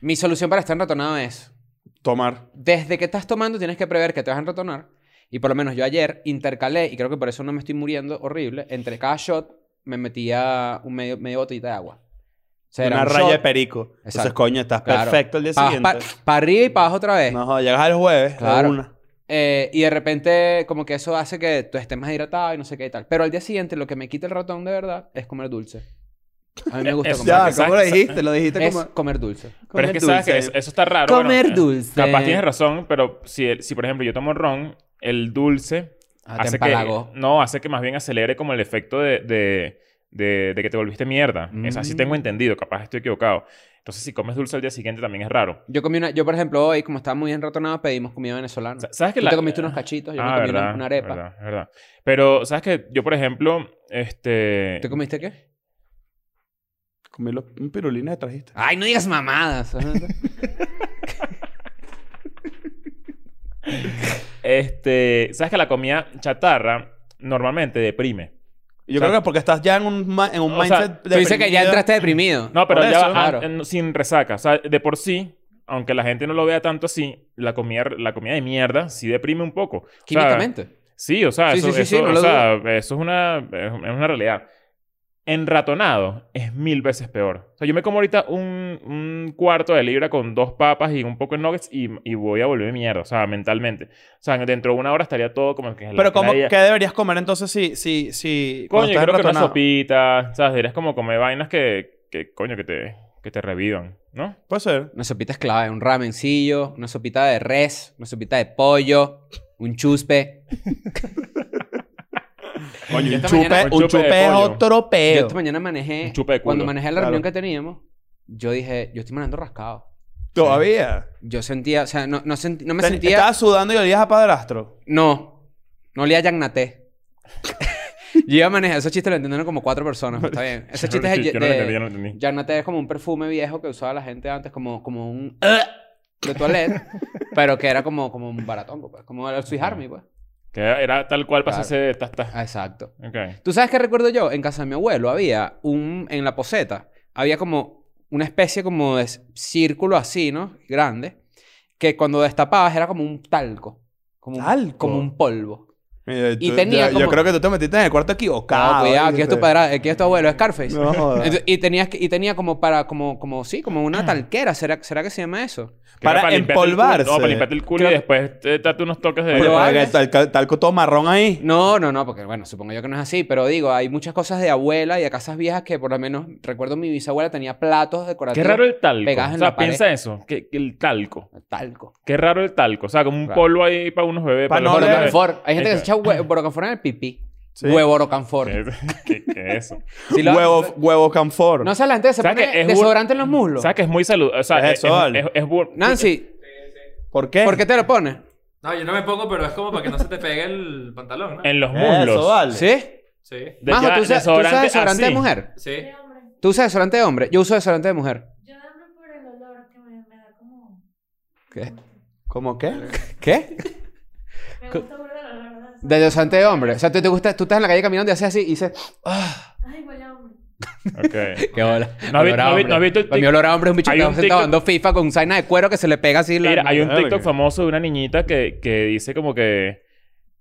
[SPEAKER 4] Mi solución para estar enratonado es,
[SPEAKER 3] Tomar.
[SPEAKER 4] desde que estás tomando tienes que prever que te vas a enratonar. Y por lo menos yo ayer intercalé, y creo que por eso no me estoy muriendo horrible, entre cada shot me metía un medio, medio botellita de agua. O sea, era
[SPEAKER 3] una
[SPEAKER 4] un
[SPEAKER 3] raya
[SPEAKER 4] shot,
[SPEAKER 3] de perico. Entonces,
[SPEAKER 4] Exacto.
[SPEAKER 3] coño, estás
[SPEAKER 4] claro. Ah,
[SPEAKER 3] perfecto el día
[SPEAKER 4] pa-
[SPEAKER 3] siguiente.
[SPEAKER 4] pa- pa' arriba y para abajo otra vez.
[SPEAKER 3] No, joder, llegas el jueves. Claro.
[SPEAKER 4] Claro. Eh, y de repente, como que eso hace que tú estés más hidratado y no sé qué y tal. Pero al día siguiente, lo que me quita el ratón de verdad es comer dulce. A mí me gusta
[SPEAKER 2] Es-
[SPEAKER 4] comer
[SPEAKER 2] Ya,
[SPEAKER 4] dulce.
[SPEAKER 2] ¿cómo lo
[SPEAKER 3] dijiste? Lo dijiste
[SPEAKER 4] Es comer dulce.
[SPEAKER 2] Pero es que sabes que es- eso está raro.
[SPEAKER 4] Comer
[SPEAKER 2] bueno, eh,
[SPEAKER 4] dulce.
[SPEAKER 2] Capaz tienes razón, pero si, si por ejemplo yo tomo ron, el dulce
[SPEAKER 4] Ah, te
[SPEAKER 2] hace que
[SPEAKER 4] empalagó.
[SPEAKER 2] no hace que más bien acelere como el efecto de, de, de- de que te volviste mierda. Es así
[SPEAKER 4] Mm.
[SPEAKER 2] tengo entendido, capaz estoy equivocado. Entonces si comes dulce al día siguiente también es raro.
[SPEAKER 4] Yo comí una... Yo, por ejemplo, hoy, como estaba muy enratonado, pedimos comida venezolana.
[SPEAKER 2] Sa- ¿Sabes que
[SPEAKER 4] Tú
[SPEAKER 2] la-
[SPEAKER 4] te comiste unos cachitos, yo
[SPEAKER 2] Ah,
[SPEAKER 4] me comí una-
[SPEAKER 2] verdad,
[SPEAKER 4] una, arepa.
[SPEAKER 2] Verdad, verdad. Pero sabes que yo por ejemplo, este
[SPEAKER 4] ¿Te comiste qué?
[SPEAKER 3] Comí los- un pirulina que trajiste.
[SPEAKER 4] ¡Ay, no digas mamadas!
[SPEAKER 2] este, sabes que la comida chatarra normalmente deprime.
[SPEAKER 3] Yo
[SPEAKER 2] O sea,
[SPEAKER 3] creo que porque estás ya en un, ma- en un
[SPEAKER 2] o sea,
[SPEAKER 3] mindset
[SPEAKER 4] Tú dices que
[SPEAKER 3] deprimido.
[SPEAKER 4] ya entraste deprimido.
[SPEAKER 2] No, pero
[SPEAKER 3] Por
[SPEAKER 2] ya
[SPEAKER 3] eso.
[SPEAKER 2] va-
[SPEAKER 4] Claro.
[SPEAKER 2] ah, eh, sin resaca. O sea, de por sí, aunque la gente no lo vea tanto así, la comida, la comida de mierda sí deprime un poco. O sea,
[SPEAKER 4] Químicamente.
[SPEAKER 2] sí, o sea,
[SPEAKER 4] Sí,
[SPEAKER 2] eso,
[SPEAKER 4] sí, sí, sí,
[SPEAKER 2] eso-
[SPEAKER 4] no lo
[SPEAKER 2] o sea, eso es, una, es una realidad. Enratonado es mil veces peor. O sea, yo me como ahorita un, un cuarto de libra con dos papas y un poco de nuggets y, y voy a volver mierda, o sea, mentalmente. O sea, dentro de una hora estaría todo como que... en la-
[SPEAKER 3] Pero como,
[SPEAKER 2] en la-
[SPEAKER 3] ¿qué deberías comer entonces si, si, si
[SPEAKER 2] Coño, yo creo
[SPEAKER 3] cuando estás
[SPEAKER 2] que una
[SPEAKER 3] ratonado?
[SPEAKER 2] sopita, ¿sabes? Deberías como comer vainas que, que coño, que te, que te revivan, ¿no?
[SPEAKER 3] Puede ser.
[SPEAKER 4] Una sopita es clave, un ramencillo, una sopita de res, una sopita de pollo, un chuspe.
[SPEAKER 3] Coño,
[SPEAKER 4] yo
[SPEAKER 3] un
[SPEAKER 4] esta
[SPEAKER 3] chupe,
[SPEAKER 4] mañana-
[SPEAKER 3] un
[SPEAKER 2] Un chupe de
[SPEAKER 3] chupe es
[SPEAKER 2] pollo.
[SPEAKER 3] otro
[SPEAKER 4] Yo
[SPEAKER 3] peo.
[SPEAKER 4] esta mañana manejé.
[SPEAKER 2] Un chupe de culo.
[SPEAKER 4] Cuando manejé la reunión
[SPEAKER 3] Claro.
[SPEAKER 4] que teníamos, yo dije, yo estoy manejando rascado.
[SPEAKER 3] Todavía.
[SPEAKER 4] Yo sentía, o sea, no, no, sentí- no me
[SPEAKER 3] Ten-
[SPEAKER 4] sentía.
[SPEAKER 3] Estabas sudando y olías a padrastro.
[SPEAKER 4] No, no olía a Yagnaté. yo iba a manejar, esos chistes lo entendieron como cuatro personas, pero está bien. Ese
[SPEAKER 2] Yo no
[SPEAKER 4] chiste es
[SPEAKER 2] lo entendí, yo no
[SPEAKER 4] el.
[SPEAKER 2] lo entendí, yo
[SPEAKER 4] de-
[SPEAKER 2] no lo entendí.
[SPEAKER 4] Yagnaté es como un perfume viejo que usaba la gente antes, como, como un. ¡Eh! de toilet, pero que era como, como un baratón, pues. Como el Swiss Army, pues.
[SPEAKER 2] Que era tal cual para
[SPEAKER 4] Claro.
[SPEAKER 2] hacerse de tas, tas.
[SPEAKER 4] Ah, Exacto.
[SPEAKER 2] Ok.
[SPEAKER 4] ¿Tú sabes qué recuerdo yo? En casa de mi abuelo había un... En la poseta había como una especie como de s- círculo así, ¿no? Grande. Que cuando destapabas era como un talco. Como un,
[SPEAKER 3] ¿Talco?
[SPEAKER 4] Como un polvo.
[SPEAKER 3] Mira,
[SPEAKER 4] Y
[SPEAKER 3] tú-
[SPEAKER 4] tenía
[SPEAKER 3] yo, yo
[SPEAKER 4] como-
[SPEAKER 3] creo que tú te metiste en el cuarto equivocado.
[SPEAKER 4] no, cuidado, aquí es
[SPEAKER 3] ¿viste?
[SPEAKER 4] tu padra- aquí es tu abuelo, Scarface.
[SPEAKER 3] Ah, No jodas.
[SPEAKER 4] Entonces, y, tenías que- y tenía como para, como, como, sí, como
[SPEAKER 2] Ah.
[SPEAKER 4] una talquera. ¿Será, ¿Será que se llama eso?
[SPEAKER 2] Que era
[SPEAKER 3] Para
[SPEAKER 2] limpiarte el culo.
[SPEAKER 3] empolvarse.
[SPEAKER 2] No, para limpiarte el culo
[SPEAKER 4] Creo-
[SPEAKER 2] y después te- darte unos toques de...
[SPEAKER 3] Oye,
[SPEAKER 4] Pero-
[SPEAKER 3] pero que tal- tal- talco todo marrón ahí.
[SPEAKER 4] No, no, no, porque bueno, supongo yo que no es así, pero digo, hay muchas cosas de abuela y de casas viejas que por lo menos, recuerdo mi bisabuela tenía platos decorativos.
[SPEAKER 2] Qué raro el talco.
[SPEAKER 4] pegadas en
[SPEAKER 2] o sea,
[SPEAKER 4] la pared.
[SPEAKER 2] piensa eso. Que, que el talco.
[SPEAKER 4] Talco.
[SPEAKER 2] Qué raro el talco. O sea, como un
[SPEAKER 4] Claro.
[SPEAKER 2] polvo ahí para unos bebés.
[SPEAKER 3] Para
[SPEAKER 2] los
[SPEAKER 3] no
[SPEAKER 2] bebés.
[SPEAKER 3] leer.
[SPEAKER 4] Borocanfor. Hay gente que se echa hue- borocanfor en el pipí.
[SPEAKER 3] Sí.
[SPEAKER 4] Huevo borocanfor.
[SPEAKER 2] ¿Qué, qué es eso?
[SPEAKER 4] Sí lo-
[SPEAKER 3] Huevo, huevo canfor.
[SPEAKER 4] No sé, la gente se
[SPEAKER 2] ¿Sabes
[SPEAKER 4] pone
[SPEAKER 2] que es bur-
[SPEAKER 4] desodorante en los muslos.
[SPEAKER 2] ¿Sabes que es muy saludable? O sea,
[SPEAKER 3] Es
[SPEAKER 2] es,
[SPEAKER 3] eso, vale.
[SPEAKER 2] es- es bu-
[SPEAKER 4] Nancy,
[SPEAKER 3] ¿Por
[SPEAKER 2] Eh.
[SPEAKER 3] qué?
[SPEAKER 4] ¿por qué te lo pones?
[SPEAKER 5] No, yo no me pongo, pero es como para que no se te pegue el pantalón, ¿no?
[SPEAKER 2] en los
[SPEAKER 3] Eso
[SPEAKER 2] muslos.
[SPEAKER 3] vale.
[SPEAKER 4] ¿Sí?
[SPEAKER 5] Sí.
[SPEAKER 2] De-
[SPEAKER 4] Majo,
[SPEAKER 2] ya,
[SPEAKER 4] ¿tú usas tú usas
[SPEAKER 2] desodorante
[SPEAKER 4] desodorante de
[SPEAKER 2] así.
[SPEAKER 4] mujer?
[SPEAKER 5] Sí.
[SPEAKER 4] ¿Tú usas desodorante de hombre? Yo uso desodorante de mujer.
[SPEAKER 6] Yo hablo por el olor que me, me da como.
[SPEAKER 4] ¿Qué?
[SPEAKER 3] ¿Cómo qué?
[SPEAKER 4] ¿Qué?
[SPEAKER 6] Me
[SPEAKER 4] Co-
[SPEAKER 6] gusta burda el olor de
[SPEAKER 4] De desodorante de hombre. O sea, ¿tú, te gusta, tú estás en la calle caminando y haces así y dices... "Ah,
[SPEAKER 6] Ay, huele a hombre.
[SPEAKER 2] Ok.
[SPEAKER 4] ¡Qué hola!
[SPEAKER 2] ¿No has vi- no has vi- no has visto el
[SPEAKER 4] Para mí
[SPEAKER 2] tic-
[SPEAKER 4] olor a hombre es un bicho
[SPEAKER 2] Hay
[SPEAKER 4] que
[SPEAKER 2] un
[SPEAKER 4] está
[SPEAKER 2] TikTok-
[SPEAKER 4] jugando FIFA con un zaina de cuero que se le pega así... la-
[SPEAKER 2] Mira, hay un
[SPEAKER 3] Verga.
[SPEAKER 2] TikTok famoso de una niñita que, que dice como que...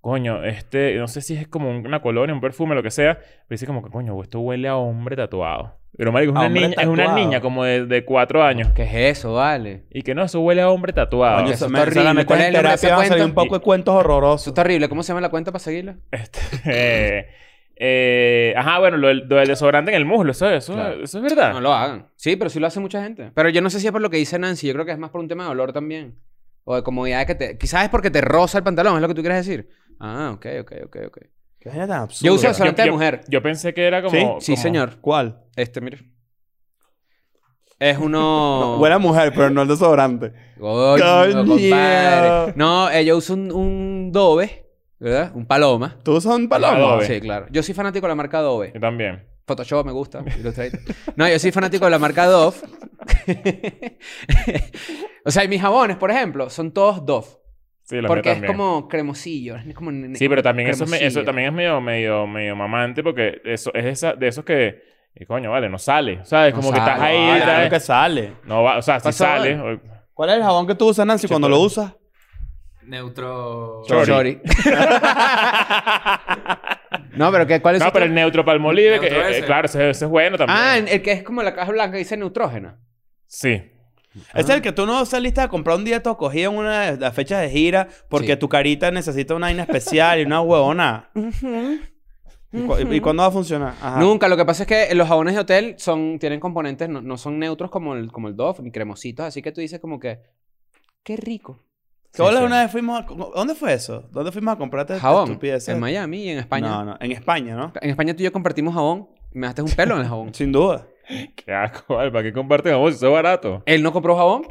[SPEAKER 2] coño, este, no sé si es como un- una colonia, un perfume, lo que sea, pero dice como que, coño, esto huele a hombre tatuado. Pero, marico, es
[SPEAKER 3] A
[SPEAKER 2] una,
[SPEAKER 3] hombre
[SPEAKER 2] niña, es una
[SPEAKER 3] tatuado.
[SPEAKER 2] niña como de, de cuatro años.
[SPEAKER 4] ¿Qué es eso, vale?
[SPEAKER 2] Y que no, eso huele a hombre tatuado.
[SPEAKER 3] Coño, eso
[SPEAKER 4] eso está
[SPEAKER 3] me, eso
[SPEAKER 4] horrible.
[SPEAKER 3] la metes
[SPEAKER 4] ¿Cuál es
[SPEAKER 3] en
[SPEAKER 4] el nombre de
[SPEAKER 3] terapia
[SPEAKER 4] ese
[SPEAKER 3] van a salir un
[SPEAKER 4] cuento?
[SPEAKER 3] poco de cuentos
[SPEAKER 4] Eso
[SPEAKER 3] horrorosos.
[SPEAKER 4] está horrible. ¿Cómo se llama la cuenta para seguirla?
[SPEAKER 2] Este, eh, eh, ajá, bueno, lo del, lo del desodorante en el muslo, eso, eso,
[SPEAKER 4] Claro.
[SPEAKER 2] eso es
[SPEAKER 3] Ah.
[SPEAKER 2] verdad.
[SPEAKER 4] No lo hagan. Sí, pero sí lo hace mucha gente. Pero yo no sé si es por lo que dice Nancy. Yo creo que es más por un tema de olor también. O de comodidad de que te... Quizás es porque te roza el pantalón. Es lo que tú quieres decir. Ah, ok, ok, ok, ok.
[SPEAKER 3] Qué vaina tan absurda.
[SPEAKER 4] Yo uso desodorante de mujer.
[SPEAKER 2] Yo pensé que era como.
[SPEAKER 3] ¿Sí?
[SPEAKER 4] Sí,
[SPEAKER 2] como-
[SPEAKER 4] señor.
[SPEAKER 3] ¿Cuál?
[SPEAKER 4] Este, mire. Es uno...
[SPEAKER 3] Buena mujer, pero no el desodorante.
[SPEAKER 4] Coño,
[SPEAKER 3] Coño.
[SPEAKER 4] compadre. No, eh, yo uso un, un Dove, ¿verdad? Un Paloma.
[SPEAKER 3] ¿Tú usas un paloma?
[SPEAKER 2] Adobe.
[SPEAKER 4] Sí, claro. Yo soy fanático de la marca Dove.
[SPEAKER 2] Yo también.
[SPEAKER 4] Photoshop me gusta. Illustrator. No, yo soy fanático de la marca Dove. o sea, y mis jabones, por ejemplo, son todos Dove.
[SPEAKER 2] Sí, los míos
[SPEAKER 4] Porque es
[SPEAKER 2] también.
[SPEAKER 4] como cremosillo. Es como ne-
[SPEAKER 2] Sí, pero también eso, es me-
[SPEAKER 4] cremosillo.
[SPEAKER 2] eso también es medio, medio, medio mamante porque eso es esa, de esos que, eh, coño, vale, no sale. O sea, es
[SPEAKER 4] No
[SPEAKER 2] como que
[SPEAKER 4] sale,
[SPEAKER 2] estás ahí,
[SPEAKER 4] vale,
[SPEAKER 2] estás-
[SPEAKER 3] Claro que sale.
[SPEAKER 2] no va, o sea, si
[SPEAKER 4] Pasó,
[SPEAKER 2] sale,
[SPEAKER 4] vale.
[SPEAKER 2] o-
[SPEAKER 3] ¿Cuál es el jabón que tú usas, Nancy, cuando lo usas?
[SPEAKER 5] Neutro.
[SPEAKER 2] Chori.
[SPEAKER 4] Chori. no, pero ¿qué, ¿cuál es
[SPEAKER 2] no,
[SPEAKER 4] otro?
[SPEAKER 2] pero el neutro palmolive, que
[SPEAKER 5] Neutro
[SPEAKER 2] eh, eh,
[SPEAKER 5] ese.
[SPEAKER 2] claro, ese, ese es bueno también.
[SPEAKER 4] Ah, el que es como la caja blanca que dice neutrógeno.
[SPEAKER 2] Sí.
[SPEAKER 3] Es el que tú no saliste a comprar un día todo cogido en una de las fechas de gira porque
[SPEAKER 4] Sí.
[SPEAKER 3] tu carita necesita una vaina especial y una huevona. ¿Y, cu- y cuándo va a funcionar? Ajá.
[SPEAKER 4] Nunca, lo que pasa es que los jabones de hotel son, tienen componentes, no, no son neutros como el, como el Dove, ni cremositos, así que tú dices como que, qué rico.
[SPEAKER 3] ¿Qué bolas
[SPEAKER 2] sí.
[SPEAKER 3] una vez fuimos a... ¿Dónde fue eso? ¿Dónde fuimos a comprarte
[SPEAKER 4] Jabón,
[SPEAKER 3] estupideces?
[SPEAKER 4] en Miami y en España.
[SPEAKER 3] No, no. En España, ¿no?
[SPEAKER 4] En España tú y yo compartimos jabón, y me dejaste un pelo en el jabón.
[SPEAKER 3] Sin duda.
[SPEAKER 2] Qué asco, vale, ¿para qué comparten vos? Eso es barato.
[SPEAKER 4] Él no compró jabón.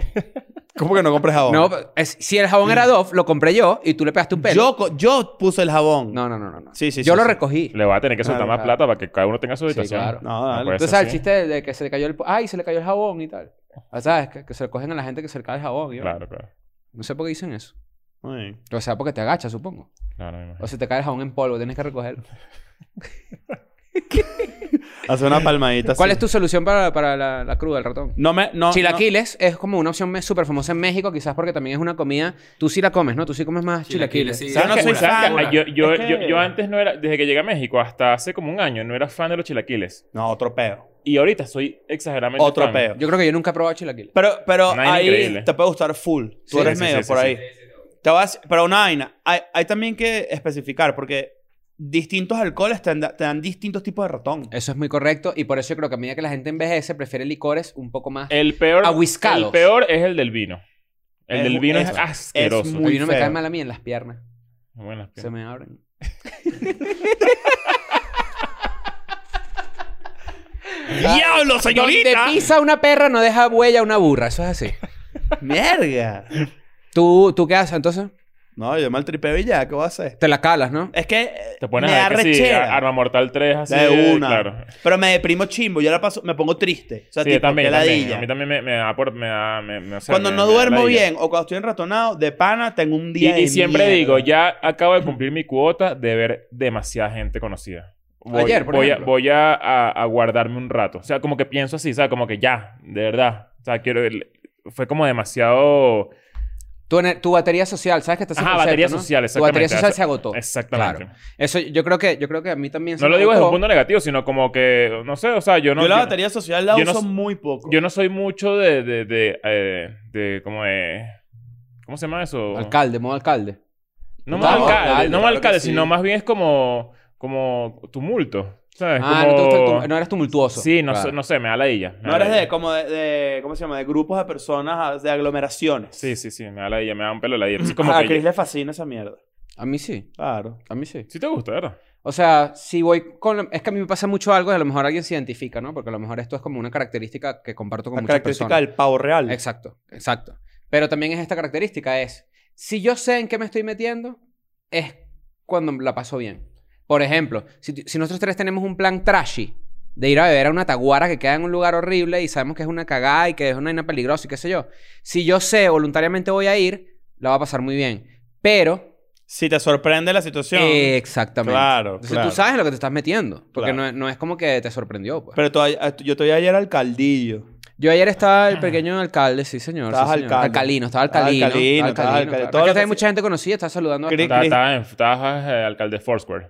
[SPEAKER 3] ¿Cómo que no compré jabón?
[SPEAKER 4] No, es- si el jabón era Dove, lo compré yo y tú le pegaste un pelo.
[SPEAKER 3] yo, co- yo puse el jabón.
[SPEAKER 4] No, no, no, no. no.
[SPEAKER 3] Sí, sí,
[SPEAKER 4] yo
[SPEAKER 3] sí,
[SPEAKER 4] lo
[SPEAKER 3] sí.
[SPEAKER 4] recogí.
[SPEAKER 2] Le va a tener que soltar
[SPEAKER 3] Claro,
[SPEAKER 2] más
[SPEAKER 4] claro.
[SPEAKER 2] plata para que cada uno tenga su
[SPEAKER 4] Sí,
[SPEAKER 2] habitación.
[SPEAKER 4] claro.
[SPEAKER 3] No, dale.
[SPEAKER 2] puede
[SPEAKER 4] Tú
[SPEAKER 2] ser
[SPEAKER 4] sabes, el
[SPEAKER 2] así.
[SPEAKER 4] chiste de, de que se le cayó el... po- Ay, se le cayó el jabón y tal. O ¿Sabes? Que, que se le cogen a la gente que se le cae el jabón. yo-
[SPEAKER 2] Claro, claro.
[SPEAKER 4] No sé por qué dicen eso.
[SPEAKER 3] Muy bien.
[SPEAKER 4] O sea, porque te agachas, supongo.
[SPEAKER 2] Claro, me imagino.
[SPEAKER 4] O se te cae el jabón en polvo, tienes que recogerlo.
[SPEAKER 3] Hace una palmadita
[SPEAKER 4] ¿Cuál
[SPEAKER 3] así.
[SPEAKER 4] es tu solución para, para la, la cruda del ratón?
[SPEAKER 3] No me... No,
[SPEAKER 4] chilaquiles es como una opción me- súper famosa en México, quizás porque también es una comida. Tú sí la comes, ¿no? Tú sí comes más chilaquiles.
[SPEAKER 5] Chilaquiles, sí.
[SPEAKER 3] Yo no
[SPEAKER 5] Es
[SPEAKER 3] soy
[SPEAKER 5] pura,
[SPEAKER 3] fan.
[SPEAKER 5] es pura.
[SPEAKER 2] Ah, Yo, yo,
[SPEAKER 3] Es que-
[SPEAKER 2] yo, yo antes no era, desde que llegué a México hasta hace como un año, no era fan de los chilaquiles.
[SPEAKER 3] No, no otro peo.
[SPEAKER 2] Y ahorita soy exageradamente
[SPEAKER 3] Otro
[SPEAKER 2] fan.
[SPEAKER 3] peo.
[SPEAKER 4] Yo creo que yo nunca he probado chilaquiles.
[SPEAKER 3] Pero, pero
[SPEAKER 2] Una vaina
[SPEAKER 3] ahí
[SPEAKER 2] increíble.
[SPEAKER 3] te puede gustar full. Tú
[SPEAKER 4] Sí,
[SPEAKER 3] eres
[SPEAKER 2] sí,
[SPEAKER 3] medio
[SPEAKER 2] sí, sí,
[SPEAKER 3] por
[SPEAKER 2] sí.
[SPEAKER 3] ahí. Te vas, pero una vaina. Hay, hay también que especificar porque distintos alcoholes te, dan- te dan distintos tipos de ratón.
[SPEAKER 4] Eso es muy correcto y por eso yo creo que a medida que la gente envejece prefiere licores un poco más.
[SPEAKER 2] El peor,
[SPEAKER 4] Ahuiscados.
[SPEAKER 2] el peor es el del vino. El
[SPEAKER 3] Es
[SPEAKER 2] del
[SPEAKER 3] mu-
[SPEAKER 2] vino es,
[SPEAKER 3] es- es
[SPEAKER 2] asqueroso.
[SPEAKER 3] muy-
[SPEAKER 4] a mí no me
[SPEAKER 3] feo.
[SPEAKER 4] cae mal a mí en las piernas.
[SPEAKER 2] Buenas piernas.
[SPEAKER 4] Se me abren.
[SPEAKER 3] ¡Diablo,
[SPEAKER 4] Donde pisa una perra no deja huella una burra. Eso es así.
[SPEAKER 3] ¡Mierda!
[SPEAKER 4] ¿Tú, ¿Tú qué haces entonces?
[SPEAKER 3] No, yo mal tripeo y ya, ¿qué voy a hacer?
[SPEAKER 4] Te la calas, ¿no?
[SPEAKER 3] Es que eh,
[SPEAKER 2] Te pones
[SPEAKER 3] me
[SPEAKER 2] a
[SPEAKER 3] da
[SPEAKER 2] ver que sí,
[SPEAKER 3] rechera.
[SPEAKER 2] Arma Mortal 3 así. eh,
[SPEAKER 3] La de una.
[SPEAKER 2] Claro.
[SPEAKER 3] Pero me deprimo chimbo, yo la paso, me pongo triste. O sea,
[SPEAKER 2] Sí,
[SPEAKER 3] tipo,
[SPEAKER 2] también,
[SPEAKER 3] qué
[SPEAKER 2] también.
[SPEAKER 3] ladilla.
[SPEAKER 2] A mí también me, me da por... Me da, me, me- o sea,
[SPEAKER 3] Cuando
[SPEAKER 2] me-
[SPEAKER 3] no
[SPEAKER 2] me da
[SPEAKER 3] duermo
[SPEAKER 2] ladilla.
[SPEAKER 3] bien o cuando estoy enratonado, de pana tengo un
[SPEAKER 2] Y,
[SPEAKER 3] día
[SPEAKER 2] y
[SPEAKER 3] de
[SPEAKER 2] siempre
[SPEAKER 3] mierda.
[SPEAKER 2] digo, ya acabo de cumplir mi cuota de ver demasiada gente conocida. Voy,
[SPEAKER 4] Ayer, por
[SPEAKER 2] voy a,
[SPEAKER 4] ejemplo.
[SPEAKER 2] voy a, a- a guardarme un rato. O sea, como que pienso así, ¿sabes? Como que ya, de verdad. O sea, quiero... el- Fue como demasiado...
[SPEAKER 4] Tu, ener- tu batería social, ¿sabes que estás
[SPEAKER 2] Ajá, batería social,
[SPEAKER 4] Tu batería
[SPEAKER 2] exactamente.
[SPEAKER 4] social
[SPEAKER 2] Eso-
[SPEAKER 4] se agotó.
[SPEAKER 2] Exactamente.
[SPEAKER 4] Claro. Eso yo creo que yo creo que a mí también se
[SPEAKER 2] No lo
[SPEAKER 4] me
[SPEAKER 2] digo desde un
[SPEAKER 4] agotó.
[SPEAKER 2] punto negativo, sino como que... No sé, o sea, yo no...
[SPEAKER 3] yo la
[SPEAKER 2] yo-
[SPEAKER 3] batería social la
[SPEAKER 2] yo no
[SPEAKER 3] uso
[SPEAKER 2] s-
[SPEAKER 3] muy poco.
[SPEAKER 2] Yo no soy mucho de... de, de, eh, de como de... ¿Cómo se llama eso?
[SPEAKER 4] Alcalde, modo alcalde.
[SPEAKER 2] No
[SPEAKER 4] Claro,
[SPEAKER 2] más alcalde,
[SPEAKER 4] alcalde,
[SPEAKER 2] no más
[SPEAKER 3] claro que
[SPEAKER 2] alcalde,
[SPEAKER 3] sí.
[SPEAKER 2] sino más bien es como... Como tumulto, ¿sabes?
[SPEAKER 4] Ah,
[SPEAKER 2] como...
[SPEAKER 4] no, te gusta el tu- no eres tumultuoso.
[SPEAKER 2] Sí, no,
[SPEAKER 4] Claro.
[SPEAKER 2] sé, no sé, me da ladilla. me
[SPEAKER 3] No
[SPEAKER 2] da
[SPEAKER 3] eres de,
[SPEAKER 2] ladilla.
[SPEAKER 3] como de, de- ¿cómo se llama? De grupos de personas, a- de aglomeraciones.
[SPEAKER 2] Sí, sí, sí, me da ladilla, me da un pelo de ladilla. Entonces, como
[SPEAKER 4] Ah,
[SPEAKER 3] a
[SPEAKER 2] que...
[SPEAKER 3] Chris le fascina esa mierda.
[SPEAKER 4] A mí sí,
[SPEAKER 3] Claro.
[SPEAKER 4] a mí sí.
[SPEAKER 2] Sí te gusta, ¿verdad?
[SPEAKER 4] O sea, si voy con... la- Es que a mí me pasa mucho algo y a lo mejor alguien se identifica, ¿no? Porque a lo mejor esto es como una característica que comparto con
[SPEAKER 3] La
[SPEAKER 4] muchas
[SPEAKER 3] característica
[SPEAKER 4] personas.
[SPEAKER 3] del pavo real.
[SPEAKER 4] Exacto, exacto. Pero también es esta característica, es... Si yo sé en qué me estoy metiendo, es cuando la paso bien. Por ejemplo, si, t- si nosotros tres tenemos un plan trashy de ir a beber a una taguara que queda en un lugar horrible y sabemos que es una cagada y que es una vaina peligrosa y qué sé yo. Si yo sé voluntariamente voy a ir, la va a pasar muy bien. Pero
[SPEAKER 3] Si te sorprende la situación.
[SPEAKER 4] Eh, Exactamente.
[SPEAKER 3] Claro,
[SPEAKER 4] Entonces
[SPEAKER 3] claro.
[SPEAKER 4] tú sabes en lo que te estás metiendo. Porque
[SPEAKER 3] Claro.
[SPEAKER 4] no, es- no es como que te sorprendió, pues.
[SPEAKER 3] Pero tú- yo te vi ayer al caldillo.
[SPEAKER 4] Yo ayer estaba el pequeño alcalde, sí, señor.
[SPEAKER 3] Ah. Estabas
[SPEAKER 4] sí, señor.
[SPEAKER 3] alcalde.
[SPEAKER 4] Alcalino, estaba
[SPEAKER 3] Estabas
[SPEAKER 4] alcalino.
[SPEAKER 3] alcalino,
[SPEAKER 4] Alcalino,
[SPEAKER 3] estabas alcalde.
[SPEAKER 4] estaba-
[SPEAKER 3] Todo
[SPEAKER 4] Acá
[SPEAKER 3] lo
[SPEAKER 4] está-
[SPEAKER 3] que
[SPEAKER 4] hay
[SPEAKER 3] se-
[SPEAKER 4] mucha gente conocida, estaba saludando. a-
[SPEAKER 3] Cri-
[SPEAKER 2] Estabas estabas en- estabas, eh, alcalde de Foursquare.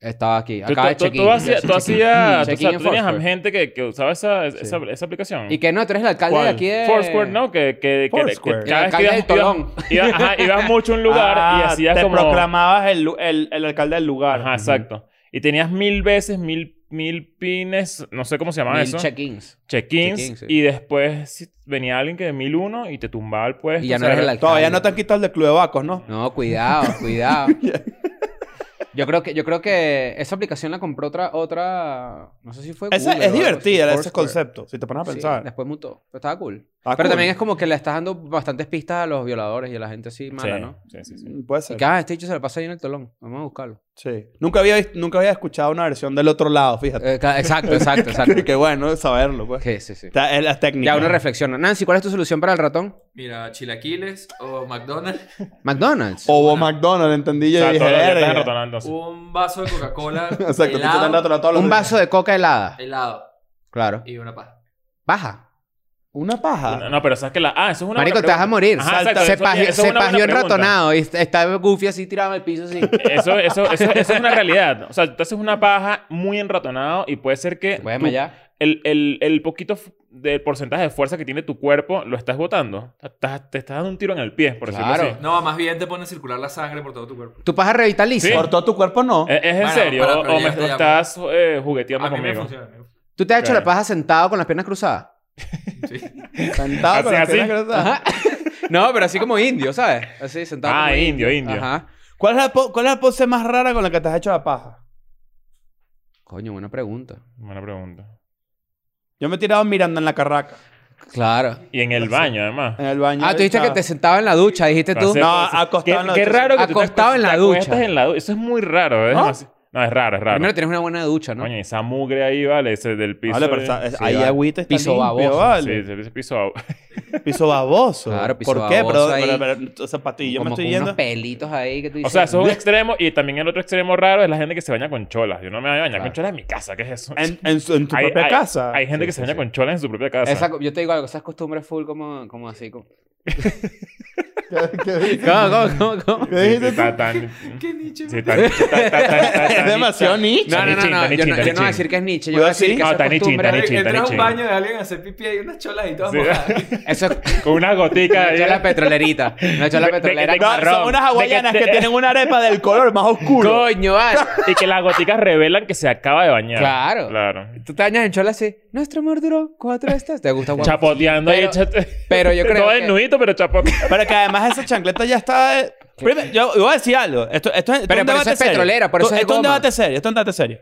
[SPEAKER 4] Estaba aquí,
[SPEAKER 2] Tú,
[SPEAKER 4] acá de
[SPEAKER 2] tú- tú-
[SPEAKER 4] check-in.
[SPEAKER 2] tú hacías, tú,
[SPEAKER 4] Check-in.
[SPEAKER 2] hacías, tú,
[SPEAKER 4] Check-in
[SPEAKER 2] sabes, tú
[SPEAKER 4] en
[SPEAKER 2] tenías
[SPEAKER 4] Foursquare.
[SPEAKER 2] gente que, que usaba esa, esa, esa aplicación.
[SPEAKER 4] Y que no, tú eres el alcalde de
[SPEAKER 3] ¿Cuál?
[SPEAKER 4] aquí de...
[SPEAKER 2] Foursquare, ¿no? Que, que, que-
[SPEAKER 3] Foursquare.
[SPEAKER 2] que cada
[SPEAKER 4] El
[SPEAKER 2] vez que
[SPEAKER 4] alcalde
[SPEAKER 2] ibas,
[SPEAKER 4] del
[SPEAKER 2] ibas-
[SPEAKER 4] Tolón.
[SPEAKER 2] ibas- ajá, ibas mucho a un lugar y
[SPEAKER 3] Ah,
[SPEAKER 2] hacías
[SPEAKER 3] te
[SPEAKER 2] como...
[SPEAKER 3] proclamabas el, lu- el, el alcalde del lugar.
[SPEAKER 2] Ajá, exacto. Y tenías mil veces, mil, mil pines, no sé cómo se llamaba
[SPEAKER 4] Mil
[SPEAKER 2] eso.
[SPEAKER 4] check-ins.
[SPEAKER 2] Check-ins.
[SPEAKER 4] Check-ins, sí.
[SPEAKER 2] Y después si- venía alguien que de mil uno y te tumbaba el puesto.
[SPEAKER 4] Y ya no
[SPEAKER 2] o sea,
[SPEAKER 4] eres el alcalde.
[SPEAKER 3] Este Todavía no te han quitado el de Club de Vacos, ¿no?
[SPEAKER 4] No, cuidado, cuidado. Yo creo que yo creo que esa aplicación la compró otra otra, no sé si fue
[SPEAKER 3] Esa-
[SPEAKER 4] Google
[SPEAKER 3] es
[SPEAKER 4] o algo así,
[SPEAKER 3] divertida ese
[SPEAKER 4] Foursquare.
[SPEAKER 3] concepto, si te pones a
[SPEAKER 4] Sí,
[SPEAKER 3] pensar.
[SPEAKER 4] después mutó, pero estaba cool.
[SPEAKER 3] Ah,
[SPEAKER 4] pero
[SPEAKER 3] cool.
[SPEAKER 4] también es como que le estás dando bastantes pistas a los violadores y a la gente así mala,
[SPEAKER 2] sí,
[SPEAKER 4] ¿no?
[SPEAKER 2] sí, sí, sí.
[SPEAKER 3] Mm, Puede
[SPEAKER 4] Y
[SPEAKER 3] ser.
[SPEAKER 4] que, ah, este hecho se le pasa ahí en el tolón. Vamos a buscarlo.
[SPEAKER 3] Sí. Nunca había, vis- nunca había escuchado una versión del otro lado, fíjate.
[SPEAKER 4] Eh, ca- exacto, exacto, exacto.
[SPEAKER 3] Qué bueno saberlo, pues.
[SPEAKER 4] Sí, sí, sí.
[SPEAKER 3] Está- es la técnica.
[SPEAKER 4] Ya uno reflexiona. Nancy, ¿cuál es tu solución para el ratón?
[SPEAKER 5] Mira, chilaquiles o McDonald's,
[SPEAKER 4] McDonald's.
[SPEAKER 3] O Bo McDonald, entendí
[SPEAKER 2] O
[SPEAKER 3] yo.
[SPEAKER 2] sea,
[SPEAKER 3] y dije,
[SPEAKER 2] todos los días
[SPEAKER 3] "Verga".
[SPEAKER 2] estás rotonando así.
[SPEAKER 5] un vaso de Coca-Cola
[SPEAKER 3] Exacto, tú estás
[SPEAKER 5] helado,
[SPEAKER 3] dando todos los
[SPEAKER 4] Un
[SPEAKER 3] días.
[SPEAKER 4] vaso de coca helada.
[SPEAKER 5] helado
[SPEAKER 4] Claro.
[SPEAKER 5] y una paja.
[SPEAKER 4] Baja.
[SPEAKER 3] Una paja.
[SPEAKER 2] No, pero sabes que la... Ah, eso es una
[SPEAKER 4] Marico,
[SPEAKER 2] buena
[SPEAKER 4] te vas a
[SPEAKER 2] pregunta.
[SPEAKER 4] morir.
[SPEAKER 2] Ajá, exacto,
[SPEAKER 4] se
[SPEAKER 2] eso- eso
[SPEAKER 4] pagió,
[SPEAKER 2] es una
[SPEAKER 4] se
[SPEAKER 2] buena
[SPEAKER 4] pagió
[SPEAKER 2] pregunta.
[SPEAKER 4] enratonado y est- está Goofy así tirado en el piso así.
[SPEAKER 2] Eso, eso, eso, eso es una realidad. O sea, tú haces una paja muy enratonado y puede ser que
[SPEAKER 4] Te puedes
[SPEAKER 2] tu-
[SPEAKER 4] desmayar.
[SPEAKER 2] el, el, el poquito f- del porcentaje de fuerza que tiene tu cuerpo lo estás botando. Estás- te estás dando un tiro en el pie, por
[SPEAKER 4] Claro.
[SPEAKER 2] decirlo así.
[SPEAKER 5] No, más bien te pone a circular la sangre por todo tu cuerpo.
[SPEAKER 4] Tu paja revitaliza.
[SPEAKER 2] Sí. ¿Eh?
[SPEAKER 3] Por todo tu cuerpo no.
[SPEAKER 2] ¿Es, es en
[SPEAKER 5] Bueno,
[SPEAKER 2] serio?
[SPEAKER 5] pero- pero
[SPEAKER 2] ¿O
[SPEAKER 5] ya
[SPEAKER 2] me
[SPEAKER 5] estoy de
[SPEAKER 2] estás eh, jugueteando
[SPEAKER 5] A mí me
[SPEAKER 2] conmigo?
[SPEAKER 5] funciona. me funciona.
[SPEAKER 4] Tú te has hecho
[SPEAKER 2] Ok.
[SPEAKER 4] la paja sentado con las piernas cruzadas.
[SPEAKER 5] Sí.
[SPEAKER 3] Sentado con
[SPEAKER 2] Así,
[SPEAKER 3] las piernas
[SPEAKER 2] así.
[SPEAKER 3] cruzadas.
[SPEAKER 4] No, pero así como indio, ¿sabes? Así sentado.
[SPEAKER 2] Ah,
[SPEAKER 4] como
[SPEAKER 2] indio, indio.
[SPEAKER 4] Ajá.
[SPEAKER 3] ¿Cuál es, la po- ¿Cuál es la pose más rara con la que te has hecho la paja?
[SPEAKER 4] Coño, buena pregunta.
[SPEAKER 2] Buena pregunta.
[SPEAKER 3] Yo me he tirado mirando en la carraca,
[SPEAKER 4] Claro.
[SPEAKER 2] Y en
[SPEAKER 5] Pues
[SPEAKER 2] el baño, además.
[SPEAKER 3] en el baño.
[SPEAKER 4] Ah, tú dijiste que
[SPEAKER 3] echado.
[SPEAKER 4] te sentaba en la ducha, dijiste tú.
[SPEAKER 3] No, acostado
[SPEAKER 2] Qué-
[SPEAKER 3] en la
[SPEAKER 2] Qué
[SPEAKER 3] ducha,
[SPEAKER 2] raro que tú te
[SPEAKER 4] Acostado en la
[SPEAKER 2] te
[SPEAKER 4] ducha.
[SPEAKER 2] acuestas en la ducha. Eso es muy raro. ¿eh?
[SPEAKER 3] ¿Ah?
[SPEAKER 2] Demasi- No, es raro, es raro.
[SPEAKER 4] Primero tienes una buena ducha, ¿no?
[SPEAKER 2] Coño, esa mugre ahí, vale, ese del piso.
[SPEAKER 3] Vale, pero
[SPEAKER 2] de-
[SPEAKER 3] está- es-
[SPEAKER 2] Sí,
[SPEAKER 3] ahí
[SPEAKER 2] vale.
[SPEAKER 3] agüita está
[SPEAKER 4] Piso
[SPEAKER 3] limpio,
[SPEAKER 4] baboso.
[SPEAKER 2] Sí,
[SPEAKER 3] vale.
[SPEAKER 2] ese ese piso...
[SPEAKER 3] Piso baboso.
[SPEAKER 4] Claro, piso
[SPEAKER 3] ¿Por qué?
[SPEAKER 4] baboso
[SPEAKER 3] pero,
[SPEAKER 4] ahí.
[SPEAKER 3] pero, pero, o sea, para ti, yo me
[SPEAKER 4] como
[SPEAKER 3] estoy
[SPEAKER 4] con
[SPEAKER 3] yendo.
[SPEAKER 4] unos pelitos ahí que tú
[SPEAKER 2] O
[SPEAKER 4] dices.
[SPEAKER 2] sea, eso es un extremo y también el otro extremo raro es la gente que se baña con cholas. Yo no me voy a bañar
[SPEAKER 4] Claro.
[SPEAKER 2] con cholas en mi casa, ¿qué es eso?
[SPEAKER 3] En, en su- en tu
[SPEAKER 2] Hay-
[SPEAKER 3] propia
[SPEAKER 2] hay-
[SPEAKER 3] casa.
[SPEAKER 2] Hay gente
[SPEAKER 4] Sí,
[SPEAKER 2] que se
[SPEAKER 4] sí,
[SPEAKER 2] baña
[SPEAKER 4] sí.
[SPEAKER 2] con cholas en su propia casa.
[SPEAKER 4] Esa- yo te digo algo, esas costumbres full como, como así. Como...
[SPEAKER 3] ¿Qué- qué dices?
[SPEAKER 4] ¿Cómo, cómo, cómo, cómo?
[SPEAKER 3] ¿Qué
[SPEAKER 2] Sí, sí,
[SPEAKER 3] dijiste tú?
[SPEAKER 2] está tan-
[SPEAKER 5] Qué niche.
[SPEAKER 2] sí, tan- tan- tan- tan- tan- tan-
[SPEAKER 3] Es demasiado niche.
[SPEAKER 4] No, no, no, no,
[SPEAKER 2] Tanichin,
[SPEAKER 4] Yo no,
[SPEAKER 2] Tanichin,
[SPEAKER 4] yo no voy a
[SPEAKER 2] Tanichin.
[SPEAKER 4] decir que es Nietzsche. Yo
[SPEAKER 3] Cuidado,
[SPEAKER 4] voy a decir
[SPEAKER 3] sí.
[SPEAKER 4] que
[SPEAKER 2] No,
[SPEAKER 4] esa
[SPEAKER 2] Tanichin,
[SPEAKER 4] costumbre-
[SPEAKER 2] Tanichin.
[SPEAKER 5] Entras a un
[SPEAKER 2] ching.
[SPEAKER 5] baño de alguien a hacer pipí y hay unas cholas y todas
[SPEAKER 2] Sí.
[SPEAKER 5] mojadas.
[SPEAKER 4] Eso es
[SPEAKER 2] Con una gotica.
[SPEAKER 4] una
[SPEAKER 2] ahí.
[SPEAKER 4] chola petroleritas. Una chola
[SPEAKER 2] De- de-
[SPEAKER 4] petrolera
[SPEAKER 2] de-
[SPEAKER 4] con
[SPEAKER 3] No,
[SPEAKER 2] marrón.
[SPEAKER 3] son unas hawaianas
[SPEAKER 2] De
[SPEAKER 3] que,
[SPEAKER 2] que- de-
[SPEAKER 3] tienen una arepa del color más oscuro.
[SPEAKER 4] Coño, vale.
[SPEAKER 2] eh, Y que las goticas revelan que se acaba de bañar.
[SPEAKER 4] Claro.
[SPEAKER 2] Claro.
[SPEAKER 4] Tú te bañas en chola así. Nuestro amor duró cuatro estas. Te gusta guapo.
[SPEAKER 2] Chapoteando ahí.
[SPEAKER 4] Pero-
[SPEAKER 2] chate-
[SPEAKER 4] pero yo creo
[SPEAKER 2] Todo
[SPEAKER 4] que-
[SPEAKER 2] desnudito, pero chapoteando.
[SPEAKER 3] Pero que además esa chancleta ya está. eh, Primero, yo, yo voy a decir algo. Esto, esto, es- esto
[SPEAKER 4] Pero
[SPEAKER 3] es un
[SPEAKER 4] por eso
[SPEAKER 3] debate
[SPEAKER 4] es petrolera, por
[SPEAKER 3] Tú-
[SPEAKER 4] eso es de
[SPEAKER 3] Esto es un
[SPEAKER 4] goma.
[SPEAKER 3] debate serio. Esto es un debate serio.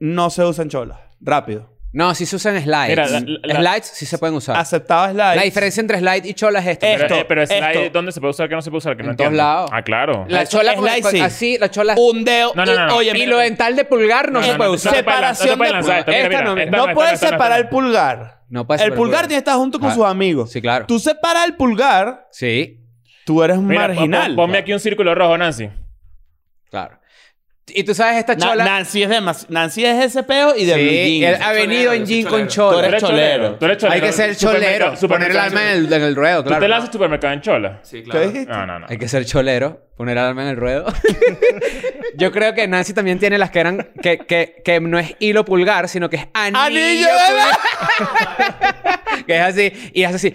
[SPEAKER 3] No se usan cholas. Rápido.
[SPEAKER 4] No, si se usan slides.
[SPEAKER 2] Mira, la- la-
[SPEAKER 4] slides sí se pueden usar.
[SPEAKER 3] Aceptaba Ah, slides.
[SPEAKER 4] La diferencia entre slide y chola es esta.
[SPEAKER 3] Eh,
[SPEAKER 4] mira.
[SPEAKER 2] Pero,
[SPEAKER 3] Esto,
[SPEAKER 2] eh, pero slide,
[SPEAKER 3] esto.
[SPEAKER 2] ¿dónde se puede usar? ¿Qué no se puede usar? Que no
[SPEAKER 4] En todos
[SPEAKER 2] entiendo.
[SPEAKER 4] lados.
[SPEAKER 2] Ah, claro.
[SPEAKER 4] la
[SPEAKER 3] eso
[SPEAKER 4] chola
[SPEAKER 3] es
[SPEAKER 4] con-
[SPEAKER 3] slide,
[SPEAKER 4] con-
[SPEAKER 3] sí.
[SPEAKER 4] así, la
[SPEAKER 2] Uh,
[SPEAKER 4] chola.
[SPEAKER 3] Un dedo.
[SPEAKER 2] No, no, no, no.
[SPEAKER 3] Oye,
[SPEAKER 4] y
[SPEAKER 3] mira,
[SPEAKER 4] lo dental de pulgar no,
[SPEAKER 3] No,
[SPEAKER 4] se
[SPEAKER 3] no,
[SPEAKER 4] puede
[SPEAKER 3] no,
[SPEAKER 4] usar.
[SPEAKER 2] se puede lanzar,
[SPEAKER 3] separación
[SPEAKER 2] no se puede
[SPEAKER 3] de
[SPEAKER 2] lanzar. Esta, mira,
[SPEAKER 4] Esta no,
[SPEAKER 2] mira, esta
[SPEAKER 3] no
[SPEAKER 2] esta
[SPEAKER 3] puedes
[SPEAKER 2] esta no,
[SPEAKER 3] separar
[SPEAKER 2] esta
[SPEAKER 3] el pulgar.
[SPEAKER 4] No puede
[SPEAKER 3] el
[SPEAKER 4] separar
[SPEAKER 3] pulgar
[SPEAKER 4] el pulgar.
[SPEAKER 3] tiene que estar junto con
[SPEAKER 4] Ah,
[SPEAKER 3] sus amigos.
[SPEAKER 4] sí, claro.
[SPEAKER 3] Tú separas el pulgar,
[SPEAKER 4] Sí,
[SPEAKER 3] tú eres un
[SPEAKER 2] Mira, pon-
[SPEAKER 3] marginal.
[SPEAKER 2] pon- Ponme aquí un círculo rojo, Nancy.
[SPEAKER 4] claro. Y tú sabes esta
[SPEAKER 3] Na-
[SPEAKER 4] chola.
[SPEAKER 3] Nancy es demasiado. Nancy es ese peo y de blue
[SPEAKER 4] sí,
[SPEAKER 3] jeans.
[SPEAKER 4] él ha venido
[SPEAKER 5] Cholero,
[SPEAKER 4] en jean con
[SPEAKER 5] cholero.
[SPEAKER 3] Tú
[SPEAKER 4] chola.
[SPEAKER 3] eres cholero.
[SPEAKER 2] Tú eres cholero.
[SPEAKER 4] Hay que ser
[SPEAKER 2] Supermercado-
[SPEAKER 4] cholero. Poner el
[SPEAKER 2] supermercado-
[SPEAKER 4] alma en el, en el ruedo,
[SPEAKER 2] ¿Tú
[SPEAKER 4] claro.
[SPEAKER 2] te lanzas supermercado en chola?
[SPEAKER 5] Sí, claro.
[SPEAKER 3] ¿Qué dijiste?
[SPEAKER 2] No, no, no.
[SPEAKER 4] Hay que ser cholero, poner alma en el ruedo. Yo creo que Nancy también tiene las que eran que, que, que no es hilo pulgar, sino que es anillo.
[SPEAKER 3] Anillo de
[SPEAKER 4] pulgar. que es así y es así.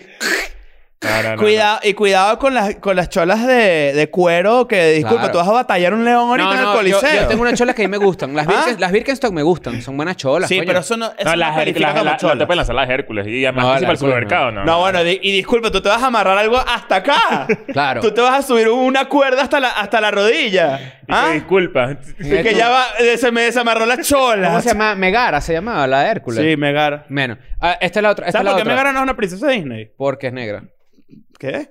[SPEAKER 2] No, no, no, no.
[SPEAKER 3] Cuidado, y cuidado con las, con las cholas de, de cuero que, disculpa,
[SPEAKER 4] Claro.
[SPEAKER 3] tú vas a batallar un león ahorita
[SPEAKER 4] No,
[SPEAKER 3] en el
[SPEAKER 4] no, yo,
[SPEAKER 3] coliseo.
[SPEAKER 4] yo tengo unas cholas que a mí me gustan. Las
[SPEAKER 3] ¿Ah?
[SPEAKER 4] Birkenstock, las Birkenstock me gustan, son buenas cholas,
[SPEAKER 3] sí,
[SPEAKER 4] coño.
[SPEAKER 3] pero eso no, eso
[SPEAKER 2] No,
[SPEAKER 3] no
[SPEAKER 2] las Hércules.
[SPEAKER 3] califica
[SPEAKER 2] la-
[SPEAKER 3] como
[SPEAKER 2] la- No
[SPEAKER 3] chola.
[SPEAKER 2] te pueden lanzar las Hércules. Y además
[SPEAKER 4] No,
[SPEAKER 2] que si para
[SPEAKER 4] las
[SPEAKER 2] el
[SPEAKER 4] Hércules
[SPEAKER 2] supermercado, no.
[SPEAKER 3] No, bueno, di- y disculpa, tú te vas a amarrar algo hasta acá.
[SPEAKER 4] Claro.
[SPEAKER 3] Tú te vas a subir una cuerda hasta la, hasta la rodilla.
[SPEAKER 2] Y
[SPEAKER 3] ¿Ah?
[SPEAKER 2] que disculpa.
[SPEAKER 3] Y que ya va, eh, se me desamarró la chola.
[SPEAKER 4] ¿Cómo se llama? Megara se llamaba la de Hércules.
[SPEAKER 3] Sí, Megara.
[SPEAKER 4] Menos. Ah, esta es la otra, esta es
[SPEAKER 3] ¿Sabes
[SPEAKER 4] la
[SPEAKER 3] por qué
[SPEAKER 4] otra.
[SPEAKER 3] Megara no es una princesa de Disney?
[SPEAKER 4] Porque es negra.
[SPEAKER 3] ¿Qué?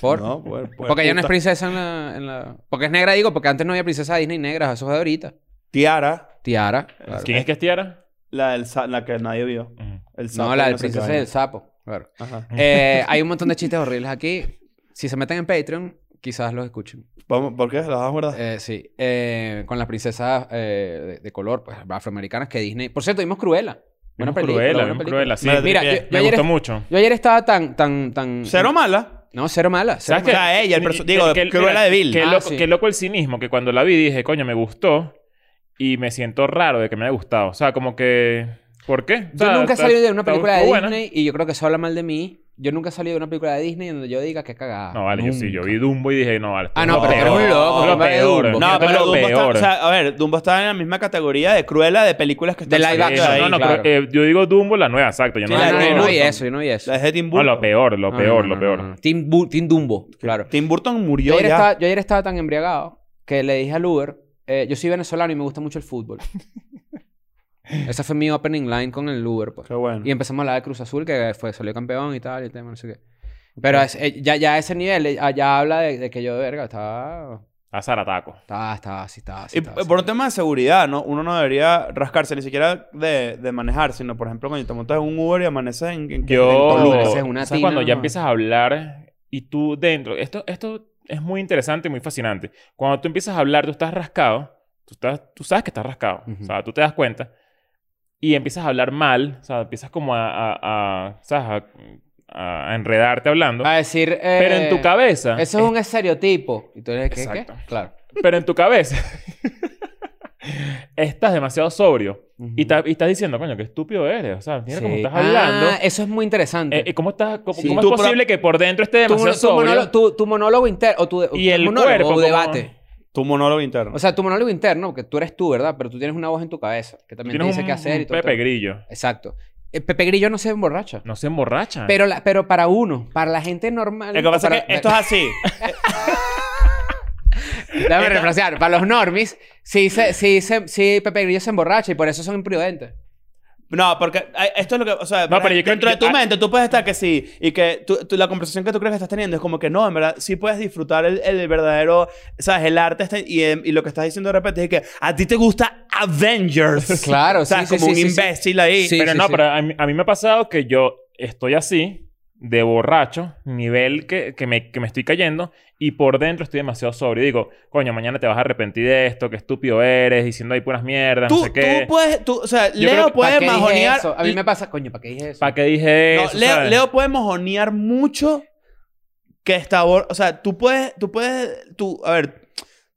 [SPEAKER 4] ¿Por?
[SPEAKER 3] No, pues- pues,
[SPEAKER 4] porque ella no es
[SPEAKER 3] puta.
[SPEAKER 4] princesa en la, en la- Porque es negra, digo, porque antes no había princesa Disney negras, eso es de ahorita.
[SPEAKER 3] Tiara,
[SPEAKER 4] Tiara.
[SPEAKER 2] ¿Quién es que es Tiara?
[SPEAKER 3] la, del sa- la que nadie vio. El sapo,
[SPEAKER 4] No, la del
[SPEAKER 3] sé qué
[SPEAKER 4] princesa
[SPEAKER 3] vaina.
[SPEAKER 4] del sapo. Claro.
[SPEAKER 3] Ajá.
[SPEAKER 4] Eh, hay un montón de chistes horribles aquí. Si se meten en Patreon, quizás los escuchen.
[SPEAKER 3] Vamos, ¿Por qué? ¿La vas a guardar?
[SPEAKER 4] Eh, sí. Eh, con las princesas eh, de, de color, pues afroamericanas que Disney. Por cierto, vimos Cruella. Buena
[SPEAKER 2] Vemos
[SPEAKER 4] película,
[SPEAKER 2] Cruella,
[SPEAKER 4] buena
[SPEAKER 2] vemos
[SPEAKER 4] película.
[SPEAKER 2] Cruella, sí.
[SPEAKER 3] Me la
[SPEAKER 4] Mira, yo,
[SPEAKER 3] tripié.
[SPEAKER 4] yo
[SPEAKER 2] Me
[SPEAKER 4] ayer
[SPEAKER 2] gustó
[SPEAKER 4] est-
[SPEAKER 2] mucho.
[SPEAKER 4] yo ayer estaba tan, tan, tan...
[SPEAKER 3] Cero mala.
[SPEAKER 4] No, cero mala. Cero
[SPEAKER 2] ¿Sabes
[SPEAKER 4] mala.
[SPEAKER 2] qué?
[SPEAKER 3] La ella, el perso- digo, Cruella
[SPEAKER 2] mira,
[SPEAKER 3] de Vil.
[SPEAKER 2] Qué,
[SPEAKER 4] Ah,
[SPEAKER 2] loco,
[SPEAKER 4] sí.
[SPEAKER 2] qué loco el cinismo, que cuando la vi dije, coño, me gustó y me siento raro de que me haya gustado. O sea, como que... ¿Por qué? O
[SPEAKER 4] Yo
[SPEAKER 2] sea,
[SPEAKER 4] nunca he
[SPEAKER 2] está-
[SPEAKER 4] salido de una
[SPEAKER 2] está-
[SPEAKER 4] película de
[SPEAKER 2] está
[SPEAKER 4] Disney
[SPEAKER 2] buena.
[SPEAKER 4] y yo creo que eso habla mal de mí. Yo nunca he salido de una película de Disney donde yo diga que cagada.
[SPEAKER 2] No, vale, yo sí. Yo vi Dumbo y dije, no, vale. esto
[SPEAKER 4] Ah,
[SPEAKER 2] es
[SPEAKER 4] no,
[SPEAKER 2] lo
[SPEAKER 4] pero tú eres
[SPEAKER 2] peor.
[SPEAKER 4] un loco.
[SPEAKER 2] Lo
[SPEAKER 4] compadre,
[SPEAKER 2] peor.
[SPEAKER 4] Dumbo.
[SPEAKER 2] No,
[SPEAKER 3] No,
[SPEAKER 2] Creo que
[SPEAKER 3] pero
[SPEAKER 2] es lo
[SPEAKER 3] Dumbo está,
[SPEAKER 2] peor.
[SPEAKER 3] o sea, a ver, Dumbo está en la misma categoría de Cruella de películas que
[SPEAKER 4] De
[SPEAKER 3] están
[SPEAKER 4] live
[SPEAKER 3] saliendo
[SPEAKER 4] action.
[SPEAKER 3] ahí.
[SPEAKER 2] No, no,
[SPEAKER 4] claro.
[SPEAKER 2] pero, eh, yo digo Dumbo, la nueva, exacto. Yo
[SPEAKER 3] Sí,
[SPEAKER 2] no,
[SPEAKER 4] Ah,
[SPEAKER 2] digo-
[SPEAKER 3] la
[SPEAKER 4] no, yo no vi
[SPEAKER 3] Burton.
[SPEAKER 4] eso, yo no vi eso.
[SPEAKER 3] La de Tim
[SPEAKER 2] No,
[SPEAKER 3] Burton.
[SPEAKER 2] lo peor, lo
[SPEAKER 4] No,
[SPEAKER 2] peor,
[SPEAKER 4] Ah, no, no,
[SPEAKER 2] lo peor.
[SPEAKER 4] no, no. Team, Bu- Team Dumbo, claro.
[SPEAKER 3] Tim Burton
[SPEAKER 4] Yo
[SPEAKER 3] murió
[SPEAKER 4] ayer,
[SPEAKER 3] ya.
[SPEAKER 4] estaba, yo ayer estaba tan embriagado que le dije al Uber, eh, yo soy venezolano y me gusta mucho el fútbol. Esa fue mi opening line con el Uber, pues.
[SPEAKER 3] Qué bueno.
[SPEAKER 4] Y empezamos a hablar de Cruz Azul, que fue, salió campeón y tal, y tema, no sé qué. Pero es- eh, ya, ya a ese nivel, eh, ah, ya habla de, de que yo, verga, estaba...
[SPEAKER 2] A Zarataco.
[SPEAKER 4] Estaba, estaba, sí, estaba,
[SPEAKER 3] Y
[SPEAKER 4] sí, estaba,
[SPEAKER 3] p-
[SPEAKER 4] sí,
[SPEAKER 3] por un
[SPEAKER 4] estaba.
[SPEAKER 3] tema de seguridad, ¿no? Uno no debería rascarse ni siquiera de, de manejar, sino, por ejemplo, cuando te montas en un Uber y amaneces en, en- en
[SPEAKER 2] Yo...
[SPEAKER 4] Toluca,
[SPEAKER 3] Toluca.
[SPEAKER 4] esa es una
[SPEAKER 2] ¿sabes
[SPEAKER 4] tina,
[SPEAKER 2] cuando ya
[SPEAKER 4] no?
[SPEAKER 2] empiezas a hablar y tú dentro... Esto, esto es muy interesante y muy fascinante. Cuando tú empiezas a hablar, tú estás rascado. Tú, estás, tú sabes que estás rascado.
[SPEAKER 4] Ujú.
[SPEAKER 2] O sea, tú te das cuenta. Y empiezas a hablar mal. O sea, empiezas como a... a, a- ¿sabes? A, a enredarte hablando.
[SPEAKER 4] A decir... eh,
[SPEAKER 2] pero en tu cabeza...
[SPEAKER 4] Eso es un estereotipo. Y tú eres, ¿qué,
[SPEAKER 2] Exacto.
[SPEAKER 4] qué? Claro.
[SPEAKER 2] Pero en tu cabeza... estás demasiado sobrio. Y, ta- y estás diciendo, coño, qué estúpido eres. O sea, mira
[SPEAKER 4] Sí.
[SPEAKER 2] cómo estás hablando.
[SPEAKER 4] Ah, eso es muy interesante.
[SPEAKER 2] Eh, eh, ¿Cómo, estás, cómo,
[SPEAKER 4] Sí.
[SPEAKER 2] cómo
[SPEAKER 3] Tú
[SPEAKER 2] es
[SPEAKER 3] pro-
[SPEAKER 2] posible que por dentro esté
[SPEAKER 4] tu,
[SPEAKER 2] demasiado
[SPEAKER 4] tu
[SPEAKER 2] sobrio?
[SPEAKER 4] monólogo, tu- tu monólogo interno o tu,
[SPEAKER 2] Y
[SPEAKER 4] tu
[SPEAKER 2] el
[SPEAKER 4] monólogo
[SPEAKER 2] cuerpo,
[SPEAKER 4] o
[SPEAKER 2] como-
[SPEAKER 4] debate.
[SPEAKER 3] Tu monólogo interno.
[SPEAKER 4] O sea, tu monólogo interno, que tú eres tú, ¿verdad? Pero tú tienes una voz en tu cabeza que también te
[SPEAKER 2] Tienes
[SPEAKER 4] dice
[SPEAKER 2] un,
[SPEAKER 4] qué hacer y
[SPEAKER 2] un
[SPEAKER 4] todo. el
[SPEAKER 2] Pepe
[SPEAKER 4] tema.
[SPEAKER 2] Grillo.
[SPEAKER 4] Exacto. Eh, Pepe Grillo no se emborracha.
[SPEAKER 2] No se emborracha.
[SPEAKER 4] Pero, la- pero para uno, para la gente normal.
[SPEAKER 3] Lo que pasa
[SPEAKER 4] o
[SPEAKER 3] es
[SPEAKER 4] para-
[SPEAKER 3] que esto es así.
[SPEAKER 4] Déjame refrasear. Para los normis, sí, se- sí, se- sí Pepe Grillo se emborracha y por eso son imprudentes.
[SPEAKER 3] No, porque eh, esto es lo que, o sea,
[SPEAKER 2] No, pero yo creo-
[SPEAKER 3] dentro de tu
[SPEAKER 2] yo- ah-
[SPEAKER 3] mente tú puedes estar que sí y que tú- tú- la conversación que tú crees que estás teniendo es como que no, en verdad sí puedes disfrutar el, el verdadero, sabes, el arte este- y, em, y lo que estás diciendo de repente es que a ti te gusta Avengers.
[SPEAKER 4] Claro,
[SPEAKER 3] o sea,
[SPEAKER 4] sí, sí,
[SPEAKER 3] como
[SPEAKER 4] sí,
[SPEAKER 3] un
[SPEAKER 4] sí, sí.
[SPEAKER 3] imbécil ahí.
[SPEAKER 4] Sí.
[SPEAKER 2] Pero no, pero a mí, a mí me ha pasado que yo estoy así, de borracho, nivel que, que, me, que me estoy cayendo, y por dentro estoy demasiado sobrio. Y digo, coño, mañana te vas a arrepentir de esto, qué estúpido eres, diciendo ahí puras mierdas,
[SPEAKER 3] Tú,
[SPEAKER 2] no sé qué.
[SPEAKER 3] tú puedes, tú, o sea,
[SPEAKER 2] creo que-
[SPEAKER 3] Leo
[SPEAKER 4] ¿Para
[SPEAKER 3] puede
[SPEAKER 4] qué dije
[SPEAKER 3] majonear.
[SPEAKER 4] eso? A mí me pasa, coño, ¿para qué dije eso?
[SPEAKER 2] ¿Para qué dije
[SPEAKER 3] No,
[SPEAKER 2] eso?
[SPEAKER 3] Leo,
[SPEAKER 2] sabes?
[SPEAKER 3] Leo puede mojonear mucho que está... bor- O sea, tú puedes... Tú puedes... Tú, a ver...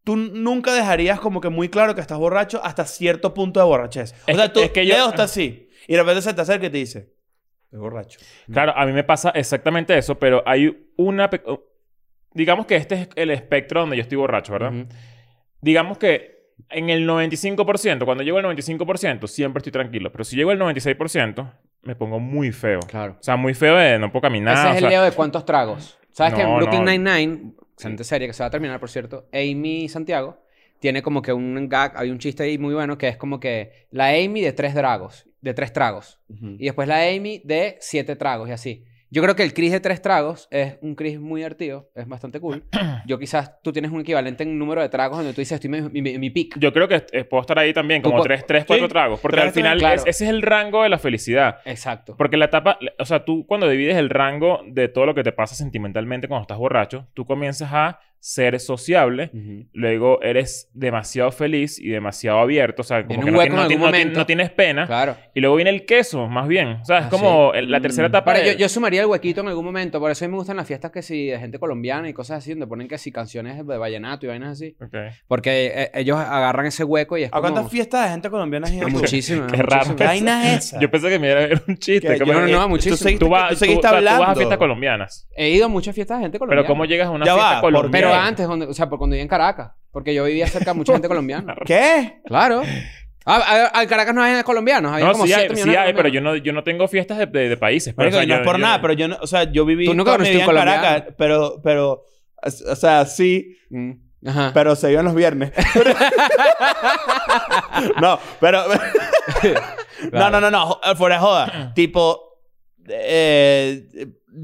[SPEAKER 3] Tú nunca dejarías como que muy claro que estás borracho hasta cierto punto de borrachez. O
[SPEAKER 2] Es
[SPEAKER 3] sea,
[SPEAKER 2] que-
[SPEAKER 3] tú...
[SPEAKER 2] es que yo-
[SPEAKER 3] Leo está así. Y de repente se te acerca y te dice... Estoy borracho.
[SPEAKER 2] Claro, a mí me pasa exactamente eso, pero hay una... pe- Digamos que este es el espectro donde yo estoy borracho, ¿verdad?
[SPEAKER 4] Ujú.
[SPEAKER 2] digamos que en el 95%, cuando llego al 95%, siempre estoy tranquilo. Pero si llego al 96%, me pongo muy feo.
[SPEAKER 4] Claro.
[SPEAKER 2] O sea, muy feo de no puedo caminar.
[SPEAKER 4] Ese
[SPEAKER 2] o
[SPEAKER 4] es el
[SPEAKER 2] sea,
[SPEAKER 4] Leo de cuántos tragos. ¿Sabes que en
[SPEAKER 2] No,
[SPEAKER 4] Brooklyn
[SPEAKER 2] no.
[SPEAKER 4] Nine-Nine, excelente serie que se va a terminar, por cierto, Amy Santiago tiene como que un gag, hay un chiste ahí muy bueno que es como que la Amy de tres dragos, de tres tragos. Y después la Amy de siete tragos y así. Yo creo que el Chris de tres tragos es un Chris muy divertido, es bastante cool. Yo quizás tú tienes un equivalente en número de tragos donde tú dices, estoy en mi, mi, mi peak.
[SPEAKER 2] Yo creo que eh, puedo estar ahí también,
[SPEAKER 4] Tú
[SPEAKER 2] como
[SPEAKER 4] po-
[SPEAKER 2] 3, 3, 4
[SPEAKER 3] Sí,
[SPEAKER 2] tragos. Porque
[SPEAKER 3] tres,
[SPEAKER 2] al final,
[SPEAKER 4] claro.
[SPEAKER 2] es- ese es el rango de la felicidad.
[SPEAKER 4] Exacto.
[SPEAKER 2] Porque la etapa, o sea, tú cuando divides el rango de todo lo que te pasa sentimentalmente cuando estás borracho, tú comienzas a ser sociable,
[SPEAKER 4] Ujú.
[SPEAKER 2] luego eres demasiado feliz y demasiado abierto, o sea, como
[SPEAKER 4] Viene
[SPEAKER 2] que
[SPEAKER 4] un
[SPEAKER 2] no,
[SPEAKER 4] hueco
[SPEAKER 2] tienes- no
[SPEAKER 4] en
[SPEAKER 2] tienes-
[SPEAKER 4] algún
[SPEAKER 2] no tienes-
[SPEAKER 4] momento.
[SPEAKER 2] no tienes pena.
[SPEAKER 4] Claro.
[SPEAKER 2] Y luego viene el queso, más bien. O sea, es
[SPEAKER 4] Ah,
[SPEAKER 2] como el- la tercera etapa.
[SPEAKER 4] Ahora,
[SPEAKER 2] de-
[SPEAKER 4] yo, yo sumaría el huequito en algún momento. Por eso a mí me gustan las fiestas que si de gente colombiana y cosas así, donde ponen que si canciones de vallenato y vainas así.
[SPEAKER 2] Ok.
[SPEAKER 4] Porque eh, ellos agarran ese hueco y es
[SPEAKER 3] ¿A
[SPEAKER 4] como...
[SPEAKER 3] cuántas fiestas de gente colombiana has ido?
[SPEAKER 4] A
[SPEAKER 3] tú?
[SPEAKER 4] Muchísimas.
[SPEAKER 2] Qué
[SPEAKER 4] a
[SPEAKER 2] raro.
[SPEAKER 4] muchísimas.
[SPEAKER 3] ¿Qué vaina es esa?
[SPEAKER 2] Yo pensé que me era, era un chiste.
[SPEAKER 3] Que
[SPEAKER 2] como
[SPEAKER 3] yo-
[SPEAKER 4] no,
[SPEAKER 2] que-
[SPEAKER 4] no,
[SPEAKER 3] eh,
[SPEAKER 4] muchísimo.
[SPEAKER 3] Tú seguiste,
[SPEAKER 2] tú, vas,
[SPEAKER 3] tú seguiste
[SPEAKER 2] tú- o sea, tú vas
[SPEAKER 3] hablando.
[SPEAKER 2] a fiestas colombianas.
[SPEAKER 4] He ido a muchas fiestas de gente colombiana.
[SPEAKER 2] Pero ¿cómo llegas a una
[SPEAKER 3] Ya
[SPEAKER 2] fiesta
[SPEAKER 3] va, ¿por
[SPEAKER 2] colombiana?
[SPEAKER 4] Pero antes, donde- o sea, por cuando vivía en Caracas. Porque yo vivía cerca de mucha gente colombiana.
[SPEAKER 3] ¿Qué?
[SPEAKER 4] Claro. Ah, a- Al Caracas no había colombianos. Había
[SPEAKER 2] No,
[SPEAKER 4] como
[SPEAKER 2] sí hay,
[SPEAKER 4] siete
[SPEAKER 2] sí
[SPEAKER 4] millones de
[SPEAKER 2] hay, pero yo
[SPEAKER 4] colombianos.
[SPEAKER 2] no, yo no tengo fiestas de, de- de países. Pero,
[SPEAKER 3] Marico,
[SPEAKER 2] o sea,
[SPEAKER 3] y no
[SPEAKER 2] yo-
[SPEAKER 3] es por
[SPEAKER 2] yo-
[SPEAKER 3] nada, pero yo no... O sea, yo viví
[SPEAKER 4] Tú nunca
[SPEAKER 3] toda mi vida
[SPEAKER 4] conociste un
[SPEAKER 3] en Caracas,
[SPEAKER 4] colombiano.
[SPEAKER 3] pero... pero o sea, sí...
[SPEAKER 4] Mm. Ajá.
[SPEAKER 3] Pero se iban los viernes. no, pero. no, no, no, no. jo- Fuera de joda. Tipo. Eh,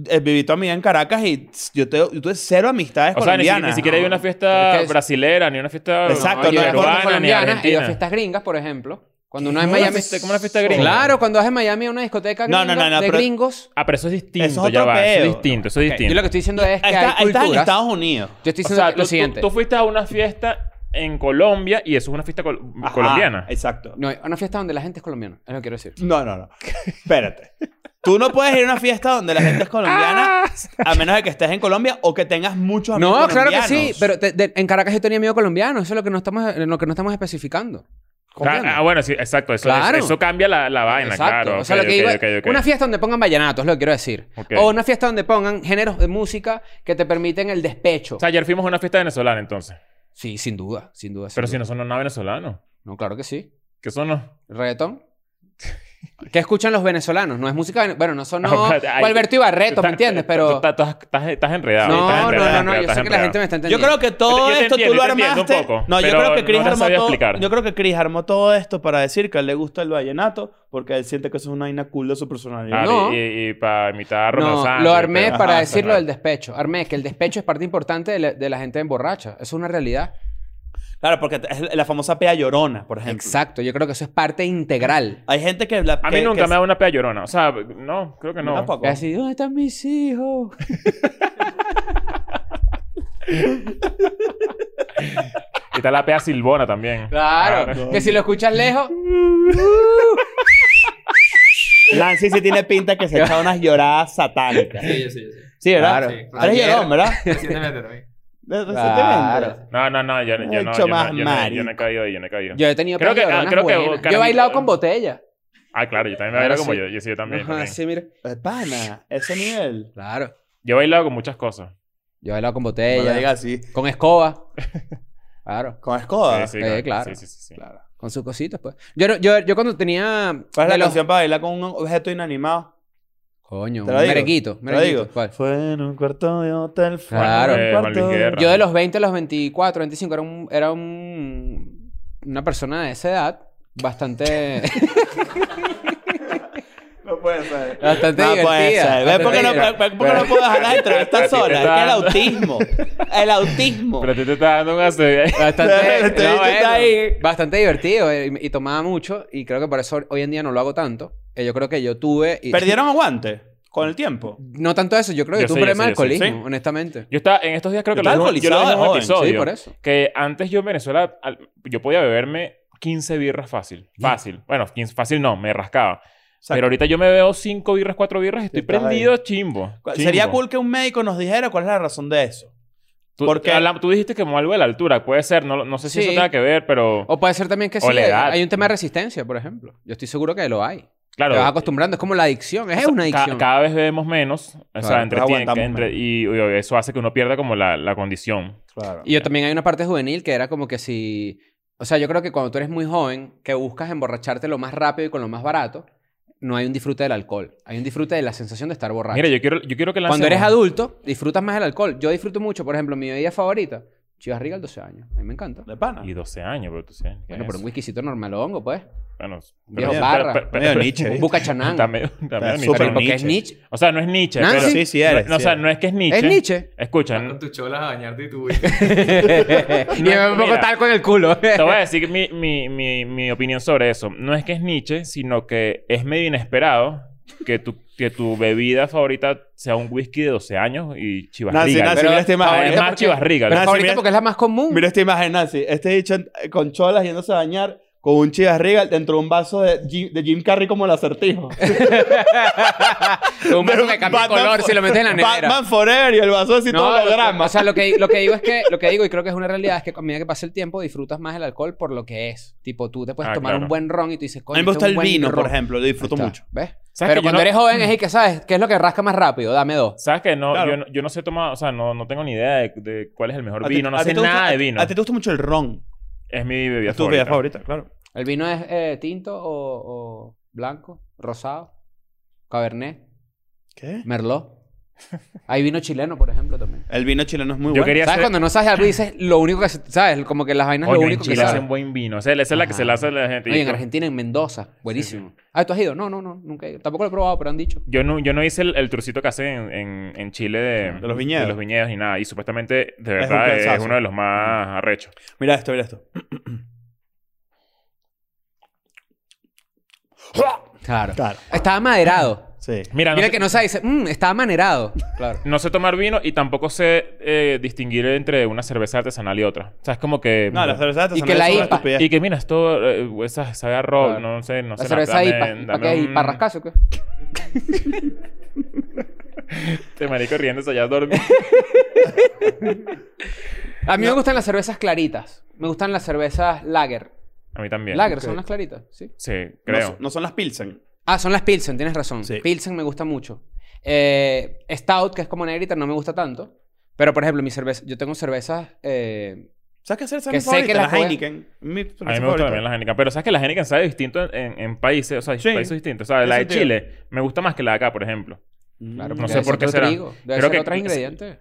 [SPEAKER 3] eh, viví toda mi vida en Caracas y tss, yo, te- yo tuve cero amistades
[SPEAKER 2] O sea, ni, si-
[SPEAKER 3] colombianas.
[SPEAKER 2] ni siquiera hay una
[SPEAKER 4] Pero
[SPEAKER 2] fiesta
[SPEAKER 4] es que-
[SPEAKER 2] brasilera, ni una fiesta
[SPEAKER 3] Exacto,
[SPEAKER 4] No,
[SPEAKER 3] no,
[SPEAKER 4] yo
[SPEAKER 3] es
[SPEAKER 4] he ido a
[SPEAKER 2] peruana,
[SPEAKER 4] fiestas
[SPEAKER 2] ni
[SPEAKER 4] colombianas, he ido a
[SPEAKER 2] argentina.
[SPEAKER 4] fiestas gringas, por ejemplo. Cuando uno es en
[SPEAKER 2] ¿Cómo una
[SPEAKER 4] Miami.
[SPEAKER 2] fiesta- cómo una fiesta gringa?
[SPEAKER 4] Claro, cuando es en Miami a una discoteca
[SPEAKER 3] No,
[SPEAKER 4] gringa,
[SPEAKER 3] no, no, no,
[SPEAKER 4] de
[SPEAKER 3] pero-
[SPEAKER 4] gringos.
[SPEAKER 2] Ah, pero eso es distinto.
[SPEAKER 3] Eso es
[SPEAKER 2] ya
[SPEAKER 3] otro
[SPEAKER 2] va. Eso
[SPEAKER 3] peo.
[SPEAKER 2] es distinto. Eso es
[SPEAKER 4] Yo
[SPEAKER 2] distinto.
[SPEAKER 4] lo que estoy diciendo es que
[SPEAKER 3] Ahí está-
[SPEAKER 4] hay
[SPEAKER 3] ahí estás en
[SPEAKER 4] culturas.
[SPEAKER 3] Estados Unidos.
[SPEAKER 4] Yo estoy
[SPEAKER 2] O
[SPEAKER 4] diciendo
[SPEAKER 2] sea,
[SPEAKER 4] que-
[SPEAKER 2] tú-
[SPEAKER 4] lo
[SPEAKER 2] tú-
[SPEAKER 4] siguiente.
[SPEAKER 2] Tú, fuiste a una fiesta en Colombia y eso es una fiesta col-
[SPEAKER 3] Ajá,
[SPEAKER 2] colombiana.
[SPEAKER 3] Exacto.
[SPEAKER 4] No, una fiesta donde la gente es colombiana. Es lo que quiero decir.
[SPEAKER 3] No, no, no. Espérate. Tú no puedes ir a una fiesta donde la gente es colombiana a menos de que estés en Colombia o que tengas muchos amigos
[SPEAKER 4] No, claro que sí.
[SPEAKER 3] colombianos.
[SPEAKER 4] Pero te- de- en Caracas yo tenía amigo colombiano. Eso es lo que no estamos, eh, lo que no estamos especificando.
[SPEAKER 2] Claro,
[SPEAKER 4] ¿Comprendes?
[SPEAKER 2] ah, bueno, sí, exacto. Eso,
[SPEAKER 4] Claro.
[SPEAKER 2] eso cambia la, la vaina, claro.
[SPEAKER 4] o sea,
[SPEAKER 2] ok,
[SPEAKER 4] lo que
[SPEAKER 2] ok,
[SPEAKER 4] digo es
[SPEAKER 2] ok, ok.
[SPEAKER 4] una fiesta donde pongan vallenatos, lo que quiero decir.
[SPEAKER 2] Ok.
[SPEAKER 4] O una fiesta donde pongan géneros de música que te permiten el despecho.
[SPEAKER 2] O sea, ayer fuimos a una fiesta venezolana entonces.
[SPEAKER 4] sí, sin duda, sin duda. sin
[SPEAKER 2] Pero si
[SPEAKER 4] duda.
[SPEAKER 2] no son nada venezolanos.
[SPEAKER 4] No, claro que sí.
[SPEAKER 2] ¿Qué son los...?
[SPEAKER 4] ¿Reggaetón? ¿Qué escuchan los venezolanos? No es música... vene- Bueno, no son... No,
[SPEAKER 2] Ah, ay,
[SPEAKER 4] o Alberto Ibarreto, ¿me
[SPEAKER 2] Estás-
[SPEAKER 4] entiendes?
[SPEAKER 2] eh, tú
[SPEAKER 4] Pero...
[SPEAKER 2] Estás, tú estás- estás enredado.
[SPEAKER 4] No,
[SPEAKER 2] estás
[SPEAKER 4] no,
[SPEAKER 2] enredado,
[SPEAKER 4] no, no.
[SPEAKER 2] estás
[SPEAKER 4] Yo sé que la
[SPEAKER 2] enredado.
[SPEAKER 4] gente me está
[SPEAKER 3] Yo
[SPEAKER 4] entendiendo.
[SPEAKER 3] creo que todo
[SPEAKER 2] Yo te
[SPEAKER 3] esto tú
[SPEAKER 2] entiendo,
[SPEAKER 3] lo
[SPEAKER 2] yo te entiendo
[SPEAKER 3] armaste.
[SPEAKER 2] un poco,
[SPEAKER 3] no, yo
[SPEAKER 2] pero
[SPEAKER 3] creo que Chris
[SPEAKER 2] no te
[SPEAKER 3] armó
[SPEAKER 2] sabía
[SPEAKER 3] todo.
[SPEAKER 2] explicar.
[SPEAKER 3] Yo creo que Chris armó todo esto para decir que a él le gusta el vallenato porque él siente que eso es una vaina cool de su personalidad.
[SPEAKER 2] Ah,
[SPEAKER 4] No.
[SPEAKER 2] Y, y- y para imitar a Romeo
[SPEAKER 4] No,
[SPEAKER 2] Santos,
[SPEAKER 4] lo armé
[SPEAKER 2] pero-
[SPEAKER 4] para
[SPEAKER 2] Ajá,
[SPEAKER 4] decir lo
[SPEAKER 2] ajá.
[SPEAKER 4] del despecho. Armé que el despecho es parte importante de la, de la gente emborracha. Eso es una realidad.
[SPEAKER 3] Claro, porque es la famosa pea llorona, por ejemplo.
[SPEAKER 4] Exacto. Yo creo que eso es parte integral.
[SPEAKER 3] Hay gente que la
[SPEAKER 2] A
[SPEAKER 3] que-
[SPEAKER 2] mí nunca
[SPEAKER 3] que-
[SPEAKER 2] me ha dado una pea llorona. O sea, no, creo que no.
[SPEAKER 3] Tampoco.
[SPEAKER 4] Y así, ¿dónde están mis hijos?
[SPEAKER 2] Y está la pea silbona también.
[SPEAKER 4] Claro. Que si lo escuchas lejos...
[SPEAKER 3] Lancy sí tiene pinta que se echa unas lloradas satánicas.
[SPEAKER 5] Sí, yo sí, yo sí.
[SPEAKER 3] Sí, ¿verdad?
[SPEAKER 4] Claro.
[SPEAKER 5] Sí,
[SPEAKER 3] Tú Eres
[SPEAKER 5] ayer.
[SPEAKER 3] llorón, ¿verdad?
[SPEAKER 5] Recientemente también.
[SPEAKER 3] Recientemente.
[SPEAKER 2] No, no, no, yo, yo no, yo,
[SPEAKER 3] Hecho
[SPEAKER 2] no, yo
[SPEAKER 3] más
[SPEAKER 2] no- yo no he
[SPEAKER 3] marico.
[SPEAKER 2] caído ahí, yo no he caído.
[SPEAKER 4] Yo he tenido
[SPEAKER 2] Creo que-
[SPEAKER 4] peleas
[SPEAKER 2] ah,
[SPEAKER 4] lloronas
[SPEAKER 2] creo que-
[SPEAKER 4] buenas.
[SPEAKER 2] Carmen-
[SPEAKER 4] Yo he bailado con botella.
[SPEAKER 2] Ah, claro, yo también me
[SPEAKER 4] Ahora
[SPEAKER 2] bailo como
[SPEAKER 4] sí.
[SPEAKER 2] yo, yo sí, yo también.
[SPEAKER 4] Ajá,
[SPEAKER 2] también.
[SPEAKER 4] sí, mira.
[SPEAKER 3] Eh, Pana, ese nivel.
[SPEAKER 4] Claro.
[SPEAKER 2] Yo he bailado con muchas cosas.
[SPEAKER 4] Yo he bailado con
[SPEAKER 3] No
[SPEAKER 4] botella,
[SPEAKER 3] le digas así.
[SPEAKER 4] con escoba. claro.
[SPEAKER 3] Con escoba.
[SPEAKER 2] Sí, sí,
[SPEAKER 4] eh, claro.
[SPEAKER 2] Sí, sí, sí, sí.
[SPEAKER 4] Claro. Con sus cositas, pues. Yo, no- yo, yo cuando tenía.
[SPEAKER 3] ¿Cuál es la
[SPEAKER 4] de los-
[SPEAKER 3] canción para bailar con un objeto inanimado?
[SPEAKER 4] Coño,
[SPEAKER 3] Te
[SPEAKER 4] un
[SPEAKER 3] la digo,
[SPEAKER 4] merenguito.
[SPEAKER 3] Te lo digo.
[SPEAKER 4] merenguito, ¿cuál?
[SPEAKER 3] Fue en un cuarto de hotel. Fue
[SPEAKER 4] Claro.
[SPEAKER 3] en un
[SPEAKER 2] Eh, Juan
[SPEAKER 3] cuarto
[SPEAKER 2] Luis
[SPEAKER 3] de-
[SPEAKER 2] Guerra.
[SPEAKER 4] Yo de los 20 a los 24, 25 era un. Era un una persona de esa edad bastante.
[SPEAKER 3] No puede ser.
[SPEAKER 4] bastante
[SPEAKER 3] No
[SPEAKER 4] divertida.
[SPEAKER 3] puede ser. ¿Ves
[SPEAKER 4] bastante
[SPEAKER 3] por qué no,
[SPEAKER 4] divertida.
[SPEAKER 3] ve por qué no puedo dejar las
[SPEAKER 2] A
[SPEAKER 3] entrevistas
[SPEAKER 2] ti te
[SPEAKER 3] solas? Es
[SPEAKER 2] está
[SPEAKER 3] que el
[SPEAKER 2] dando-
[SPEAKER 3] autismo. El autismo.
[SPEAKER 2] Pero a ti te está dando un aceite.
[SPEAKER 4] Bastante,
[SPEAKER 3] Este
[SPEAKER 4] no,
[SPEAKER 3] bicho
[SPEAKER 4] bueno,
[SPEAKER 3] está ahí.
[SPEAKER 4] bastante divertido eh, y, y tomaba mucho y creo que por eso hoy en día no lo hago tanto. Eh, Yo creo que yo tuve... y-
[SPEAKER 3] ¿Perdieron aguante con el tiempo?
[SPEAKER 4] No tanto eso, yo creo que
[SPEAKER 2] Yo
[SPEAKER 4] tuve
[SPEAKER 2] sí,
[SPEAKER 4] un
[SPEAKER 2] yo
[SPEAKER 4] problema
[SPEAKER 2] sí,
[SPEAKER 4] de
[SPEAKER 2] yo sí.
[SPEAKER 4] alcoholismo,
[SPEAKER 3] Sí.
[SPEAKER 4] honestamente.
[SPEAKER 2] Yo estaba, en estos días creo
[SPEAKER 3] Yo
[SPEAKER 2] que lo
[SPEAKER 3] estaba
[SPEAKER 2] dije- yo lo dije en un
[SPEAKER 3] alcoholizado de
[SPEAKER 2] episodio.
[SPEAKER 3] joven,
[SPEAKER 4] Sí, por eso.
[SPEAKER 2] Que antes yo en Venezuela al- yo podía beberme 15 birras fácil. Fácil. Bueno, 15, fácil no, me rascaba. Pero ahorita yo me veo 5 birras, 4 birras y estoy
[SPEAKER 3] Estás ahí.
[SPEAKER 2] prendido chimbo.
[SPEAKER 3] ¿Cuál-
[SPEAKER 2] chimbo.
[SPEAKER 3] Sería cool que un médico nos dijera cuál es la razón de eso.
[SPEAKER 2] Tú,
[SPEAKER 3] porque-
[SPEAKER 2] habla- tú dijiste que como algo de la altura, puede ser, no, no sé si
[SPEAKER 4] Sí. Oh,
[SPEAKER 2] eso tenga que ver, pero
[SPEAKER 4] O puede ser también que
[SPEAKER 2] O
[SPEAKER 4] sí, eh,
[SPEAKER 2] la edad.
[SPEAKER 4] hay un tema de resistencia, por ejemplo. Yo estoy seguro que lo hay.
[SPEAKER 2] claro,
[SPEAKER 4] Te vas acostumbrando, es como la adicción, es una
[SPEAKER 2] ca-
[SPEAKER 4] adicción.
[SPEAKER 2] cada vez bebemos menos, o sea,
[SPEAKER 4] Claro,
[SPEAKER 2] entre
[SPEAKER 3] nos
[SPEAKER 2] tie-
[SPEAKER 3] aguantamos
[SPEAKER 2] que entre-
[SPEAKER 3] menos.
[SPEAKER 2] y, uy, eso hace que uno pierda como la, la condición.
[SPEAKER 3] Claro.
[SPEAKER 4] Y yo también hay una parte juvenil que era como que si... O sea, yo creo que cuando tú eres muy joven, que buscas emborracharte lo más rápido y con lo más barato, no hay un disfrute del alcohol. Hay un disfrute de la sensación de estar borracho.
[SPEAKER 2] Mira, yo quiero, yo quiero que
[SPEAKER 4] Cuando
[SPEAKER 2] lancemos-
[SPEAKER 4] eres adulto, disfrutas más el alcohol. Yo disfruto mucho, por ejemplo, mi bebida favorita, Chivas Regal 12 años. A mí me encanta.
[SPEAKER 3] De pana.
[SPEAKER 2] Y 12 años, pero tú sabes. ¿qué
[SPEAKER 4] Bueno,
[SPEAKER 2] es
[SPEAKER 4] pero un
[SPEAKER 2] eso?
[SPEAKER 4] whiskycito normal hongo, pues.
[SPEAKER 2] Bueno,
[SPEAKER 4] Viejo
[SPEAKER 2] pero-
[SPEAKER 4] barra.
[SPEAKER 2] pero- pero-
[SPEAKER 3] Medio
[SPEAKER 2] pero-
[SPEAKER 3] Nietzsche, ¿eh?
[SPEAKER 4] Un
[SPEAKER 3] ¿viste?
[SPEAKER 4] bucachanan.
[SPEAKER 2] Está medio- está medio
[SPEAKER 3] Está
[SPEAKER 2] Nietzsche.
[SPEAKER 3] súper
[SPEAKER 4] Pero porque es
[SPEAKER 3] Nietzsche.
[SPEAKER 4] Nietzsche.
[SPEAKER 2] O sea, no es Nietzsche,
[SPEAKER 4] Nancy.
[SPEAKER 2] pero...
[SPEAKER 3] Sí, sí eres.
[SPEAKER 2] no, o
[SPEAKER 3] sí
[SPEAKER 2] sea,
[SPEAKER 3] eres.
[SPEAKER 2] no es que es Nietzsche.
[SPEAKER 4] Es Nietzsche. Ah,
[SPEAKER 2] Escucha,
[SPEAKER 5] Vas con tus cholas a bañarte y tu
[SPEAKER 4] y me pongo
[SPEAKER 2] Mira.
[SPEAKER 4] tal con el culo.
[SPEAKER 2] Te voy a decir mi, mi, mi, mi opinión sobre eso. No es que es Nietzsche, sino que es medio inesperado que tu, que tu bebida favorita sea un whisky de 12 años y chivas
[SPEAKER 3] Nancy,
[SPEAKER 2] Regal.
[SPEAKER 3] Nancy,
[SPEAKER 2] Pero-
[SPEAKER 3] mira esta imagen.
[SPEAKER 2] Además,
[SPEAKER 3] Mira
[SPEAKER 4] porque-
[SPEAKER 2] chivas Regal.
[SPEAKER 4] Pero
[SPEAKER 3] Nancy,
[SPEAKER 4] favorita
[SPEAKER 3] mira-
[SPEAKER 4] porque es la más común.
[SPEAKER 3] Mira esta imagen, Nancy. Este dicho con cholas yéndose a bañar con un chivas regal dentro de un vaso de Jim, de Jim Carrey como el acertijo.
[SPEAKER 4] un vaso que cambia
[SPEAKER 3] Batman
[SPEAKER 4] color
[SPEAKER 3] for-
[SPEAKER 4] si lo metes en la nevera.
[SPEAKER 3] Batman Forever y el vaso así todo
[SPEAKER 4] lo-
[SPEAKER 3] holograma.
[SPEAKER 4] o sea, lo que, lo que digo es que, lo que digo, y creo que es una realidad, es que a medida que pasa el tiempo disfrutas más el alcohol por lo que es. Tipo, tú te puedes
[SPEAKER 2] Ah,
[SPEAKER 4] tomar
[SPEAKER 2] claro.
[SPEAKER 4] un buen ron y tú dices,
[SPEAKER 3] a
[SPEAKER 4] coño,
[SPEAKER 3] mí me gusta
[SPEAKER 4] este es
[SPEAKER 3] el
[SPEAKER 4] un buen
[SPEAKER 3] vino, por
[SPEAKER 4] ron".
[SPEAKER 3] ejemplo. Lo disfruto
[SPEAKER 4] Ahí
[SPEAKER 3] mucho.
[SPEAKER 4] está, ¿Ves?
[SPEAKER 2] ¿Sabes que
[SPEAKER 4] Pero
[SPEAKER 2] yo
[SPEAKER 4] cuando
[SPEAKER 2] no-
[SPEAKER 4] eres joven es el que sabes qué es lo que rasca más rápido. Dame dos.
[SPEAKER 2] ¿Sabes que no,
[SPEAKER 3] Claro.
[SPEAKER 2] yo, no, yo no sé tomar, o sea, no, no tengo ni idea de, de cuál es el mejor
[SPEAKER 3] A ti-
[SPEAKER 2] vino, no
[SPEAKER 3] a ti
[SPEAKER 2] sé
[SPEAKER 3] te gusta-
[SPEAKER 2] nada
[SPEAKER 3] a-
[SPEAKER 2] de vino.
[SPEAKER 3] A ti te gusta mucho el ron.
[SPEAKER 2] Es mi bebida
[SPEAKER 3] Es tu bebida
[SPEAKER 2] favorita.
[SPEAKER 3] favorita, claro.
[SPEAKER 4] ¿El vino es eh, tinto o, o blanco, rosado, cabernet,
[SPEAKER 3] ¿Qué?
[SPEAKER 4] merlot? Hay vino chileno, por ejemplo, también.
[SPEAKER 3] El vino chileno es muy
[SPEAKER 2] Yo
[SPEAKER 3] bueno.
[SPEAKER 2] quería
[SPEAKER 4] ¿Sabes?
[SPEAKER 2] hacer...
[SPEAKER 4] Cuando no sabes algo dices lo único que se- sabes, como que las vainas
[SPEAKER 2] Coño,
[SPEAKER 4] lo
[SPEAKER 2] en
[SPEAKER 4] único que
[SPEAKER 2] Chile
[SPEAKER 4] sabes.
[SPEAKER 2] hacen buen vino. Esa, esa es la que
[SPEAKER 4] Ajá.
[SPEAKER 2] se la hace a la gente.
[SPEAKER 4] Oye,
[SPEAKER 2] Y
[SPEAKER 4] en
[SPEAKER 2] yo-
[SPEAKER 4] Argentina, en Mendoza, buenísimo. Ah, ¿tú has ido? No, no, no, nunca he ido. Tampoco lo he probado, pero han dicho.
[SPEAKER 2] Yo no, yo no hice el, el trucito que hacen en, en, en Chile de,
[SPEAKER 3] De los viñedos.
[SPEAKER 2] De los viñedos ni nada. Y supuestamente, de
[SPEAKER 3] un
[SPEAKER 2] verdad, es,
[SPEAKER 3] pedazazo.
[SPEAKER 2] uno de los más arrechos.
[SPEAKER 3] Mira esto, mira esto.
[SPEAKER 4] Claro.
[SPEAKER 3] Claro.
[SPEAKER 4] Estaba maderado.
[SPEAKER 3] Sí.
[SPEAKER 2] Mira, no
[SPEAKER 4] Mira
[SPEAKER 2] sé-
[SPEAKER 4] que no sabe, dice, mmm, estaba manerado. Claro.
[SPEAKER 2] No sé tomar vino y tampoco sé eh, distinguir entre una cerveza artesanal y otra. O sea, es como que...
[SPEAKER 3] No, la cerveza
[SPEAKER 4] Y que
[SPEAKER 3] artesanal
[SPEAKER 4] la
[SPEAKER 3] es una
[SPEAKER 4] IPA.
[SPEAKER 3] estupidez.
[SPEAKER 2] Y que mira, esto eh, esa, sabe a rock,
[SPEAKER 4] Claro.
[SPEAKER 2] no sé, no
[SPEAKER 4] La
[SPEAKER 2] sé.
[SPEAKER 4] cerveza
[SPEAKER 2] dame-
[SPEAKER 4] IPA. ¿Para
[SPEAKER 2] dame
[SPEAKER 4] qué hay
[SPEAKER 2] un-
[SPEAKER 4] parrascaso? qué?
[SPEAKER 2] Este marico riéndose allá dormido.
[SPEAKER 4] A mí me gustan las cervezas claritas. Me gustan las cervezas lager.
[SPEAKER 2] A mí también.
[SPEAKER 4] lager, son
[SPEAKER 3] ok.
[SPEAKER 4] las claritas, ¿sí?
[SPEAKER 2] Sí,
[SPEAKER 3] No
[SPEAKER 2] creo.
[SPEAKER 3] son- No, son las Pilsen.
[SPEAKER 4] Ah, son las Pilsen, tienes razón.
[SPEAKER 3] Sí.
[SPEAKER 4] Pilsen me gusta mucho. Eh, Stout, que es como negrita, no me gusta tanto. Pero, por ejemplo, mi cerveza... Yo tengo cervezas... eh,
[SPEAKER 3] ¿Sabes qué hacer esa
[SPEAKER 4] Que
[SPEAKER 3] mi
[SPEAKER 4] sé que
[SPEAKER 3] favorita?
[SPEAKER 4] la
[SPEAKER 3] La
[SPEAKER 4] juega-
[SPEAKER 3] Heineken. Mi
[SPEAKER 2] A
[SPEAKER 3] cerveza
[SPEAKER 2] mí me gusta
[SPEAKER 3] favorita.
[SPEAKER 2] también la Heineken. Pero sabes que la Heineken sabe distinto en, en- en países, o sea,
[SPEAKER 3] Sí.
[SPEAKER 2] países distintos. O sea, la de
[SPEAKER 3] Eso te digo.
[SPEAKER 2] Chile me gusta más que la de acá, por ejemplo.
[SPEAKER 4] claro,
[SPEAKER 2] No
[SPEAKER 4] debe
[SPEAKER 2] sé
[SPEAKER 4] ser
[SPEAKER 2] por qué
[SPEAKER 4] otro
[SPEAKER 2] será.
[SPEAKER 4] trigo,
[SPEAKER 2] Creo
[SPEAKER 4] Debe ser
[SPEAKER 2] que-
[SPEAKER 4] otros ingredientes.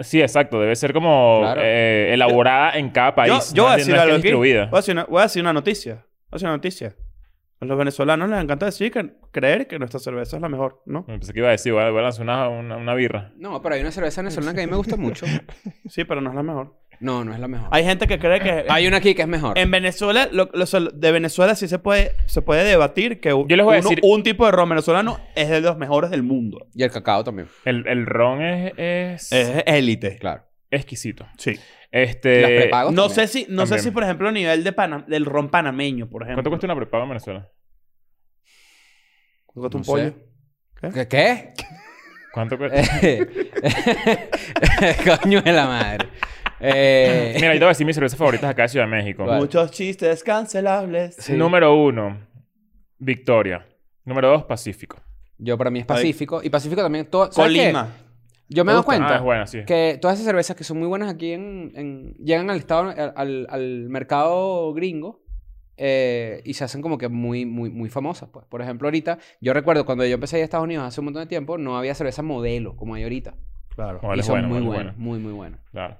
[SPEAKER 2] Sí, exacto. Debe ser como
[SPEAKER 4] Claro.
[SPEAKER 2] eh, elaborada en cada
[SPEAKER 3] Yo,
[SPEAKER 2] país. no
[SPEAKER 3] yo voy
[SPEAKER 2] es- no
[SPEAKER 3] a decir
[SPEAKER 2] es que
[SPEAKER 3] algo aquí. Voy
[SPEAKER 2] distribuida.
[SPEAKER 3] a decir, una, voy a decir una noticia. Voy a decir una noticia. A los venezolanos les encanta decir que creer que nuestra cerveza es la mejor, ¿no?
[SPEAKER 2] Me pensé que iba a decir, voy a voy a lanzar una, una, una birra.
[SPEAKER 4] No, pero hay una cerveza venezolana que a mí me gusta mucho.
[SPEAKER 3] Sí, pero no es la mejor.
[SPEAKER 4] No, no es la mejor. Hay, Em-
[SPEAKER 3] Hay gente que cree que
[SPEAKER 4] una aquí que es mejor.
[SPEAKER 3] en Venezuela, lo- lo- lo- de Venezuela sí se puede, se puede debatir que
[SPEAKER 2] Yo les voy a
[SPEAKER 3] uno-
[SPEAKER 2] decir-
[SPEAKER 3] un tipo de ron venezolano es de los mejores del mundo.
[SPEAKER 4] Y el cacao también,
[SPEAKER 2] El, el ron es, es
[SPEAKER 3] Es élite.
[SPEAKER 4] claro.
[SPEAKER 2] exquisito.
[SPEAKER 3] Sí.
[SPEAKER 2] Este,
[SPEAKER 4] Las prepago
[SPEAKER 3] No
[SPEAKER 4] también.
[SPEAKER 3] sé si, no sé
[SPEAKER 2] También.
[SPEAKER 3] si por ejemplo, a nivel de pana- del ron panameño, por ejemplo.
[SPEAKER 2] ¿Cuánto cuesta una prepago en Venezuela?
[SPEAKER 3] ¿Cuánto cuesta un
[SPEAKER 4] No
[SPEAKER 3] pollo?
[SPEAKER 4] sé. ¿Qué? ¿Qué?
[SPEAKER 2] ¿Cuánto cuesta?
[SPEAKER 4] Eh, Coño de la madre. Eh,
[SPEAKER 2] Mira, yo te voy a decir mis cervezas favoritas acá de Ciudad de México.
[SPEAKER 4] Vale.
[SPEAKER 3] Muchos chistes cancelables.
[SPEAKER 4] Sí.
[SPEAKER 2] Número uno, Victoria. Número dos, Pacífico.
[SPEAKER 4] Yo para mí es Pacífico. Y Pacífico también. Todo, ¿sabes qué?
[SPEAKER 3] Colima.
[SPEAKER 4] Yo me
[SPEAKER 3] ¿Te
[SPEAKER 4] doy
[SPEAKER 3] gusta?
[SPEAKER 2] Ah,
[SPEAKER 4] cuenta
[SPEAKER 2] es buena, sí.
[SPEAKER 4] que todas esas cervezas que son muy buenas aquí en, en- llegan al estado al, al mercado gringo eh, y se hacen como que muy, muy, muy famosas. Pues. Por ejemplo, ahorita, yo recuerdo cuando yo empecé a ir a Estados Unidos hace un montón de tiempo, no había cerveza modelo como hay ahorita.
[SPEAKER 3] Claro.
[SPEAKER 2] Bueno,
[SPEAKER 4] y
[SPEAKER 2] es
[SPEAKER 4] son
[SPEAKER 2] buena,
[SPEAKER 4] muy
[SPEAKER 2] bueno, es
[SPEAKER 4] buenas,
[SPEAKER 2] buena.
[SPEAKER 4] muy, muy buenas.
[SPEAKER 2] Claro.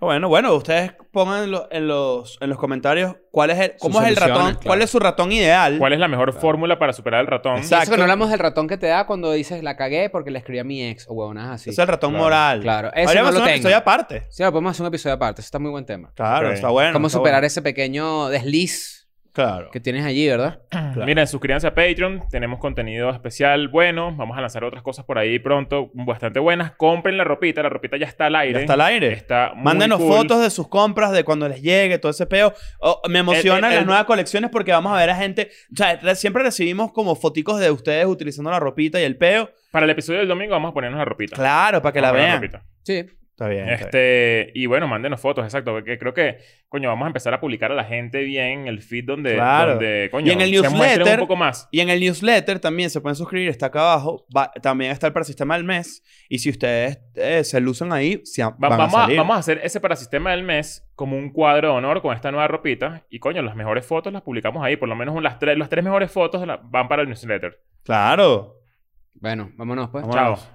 [SPEAKER 3] Bueno, bueno, ustedes pongan en, lo- en los, en los comentarios cuál es el, cómo es el ratón,
[SPEAKER 4] soluciones,
[SPEAKER 3] cuál
[SPEAKER 4] claro.
[SPEAKER 3] es su ratón ideal.
[SPEAKER 2] ¿Cuál es la mejor fórmula para superar el ratón?
[SPEAKER 3] Exacto.
[SPEAKER 4] Eso que no hablamos del ratón que te da cuando dices la cagué porque le escribí a mi ex o huevonadas así.
[SPEAKER 3] Es el ratón
[SPEAKER 2] Claro,
[SPEAKER 3] moral.
[SPEAKER 4] claro. Ese
[SPEAKER 3] Habría que
[SPEAKER 4] no
[SPEAKER 3] hacer
[SPEAKER 4] lo
[SPEAKER 3] un
[SPEAKER 4] tengo.
[SPEAKER 3] episodio aparte.
[SPEAKER 4] Sí, lo podemos hacer un episodio aparte. Eso está muy buen tema.
[SPEAKER 3] Claro,
[SPEAKER 2] Ok.
[SPEAKER 3] está bueno.
[SPEAKER 4] Cómo
[SPEAKER 3] está
[SPEAKER 4] superar
[SPEAKER 3] bueno.
[SPEAKER 4] ese pequeño desliz
[SPEAKER 3] Claro.
[SPEAKER 4] que tienes allí, ¿verdad?
[SPEAKER 3] Claro.
[SPEAKER 2] Miren, suscríbanse a Patreon. Tenemos contenido especial bueno. Vamos a lanzar otras cosas por ahí pronto, bastante buenas. Compren la ropita. La ropita ya está al aire.
[SPEAKER 3] Ya está al aire.
[SPEAKER 2] Está muy
[SPEAKER 3] Mándenos
[SPEAKER 2] cool.
[SPEAKER 3] fotos de sus compras, de cuando les llegue, todo ese peo. Oh, me
[SPEAKER 2] El-
[SPEAKER 3] emocionan
[SPEAKER 2] el-
[SPEAKER 3] las
[SPEAKER 2] el-
[SPEAKER 3] nuevas colecciones porque vamos a ver a gente. O sea, re- siempre recibimos como foticos de ustedes utilizando la ropita y el peo.
[SPEAKER 2] Para el episodio del domingo vamos a ponernos la ropita.
[SPEAKER 3] Claro, para que la
[SPEAKER 2] Vamos a poner
[SPEAKER 3] vean.
[SPEAKER 2] ropita.
[SPEAKER 4] Sí.
[SPEAKER 3] Está bien. está bien.
[SPEAKER 2] Este, y bueno, mándenos fotos, exacto. Porque creo que, coño, vamos a empezar a publicar a la gente bien el feed donde,
[SPEAKER 3] Claro.
[SPEAKER 2] donde coño,
[SPEAKER 3] Y en el
[SPEAKER 2] se muestren
[SPEAKER 3] newsletter-
[SPEAKER 2] un poco más.
[SPEAKER 3] Y en el newsletter también se pueden suscribir, está acá abajo. Va- también está el parasistema del mes. Y si ustedes eh, se lucen ahí, se a-
[SPEAKER 2] Va-
[SPEAKER 3] van
[SPEAKER 2] vamos,
[SPEAKER 3] a
[SPEAKER 2] a
[SPEAKER 3] salir.
[SPEAKER 2] vamos a hacer ese parasistema del mes como un cuadro de honor con esta nueva ropita. Y coño, las mejores fotos las publicamos ahí. Por lo menos un- las, tres, las tres mejores fotos la- van para el newsletter.
[SPEAKER 3] Claro.
[SPEAKER 4] Bueno, vámonos pues.
[SPEAKER 3] Vámonos.
[SPEAKER 2] Chao.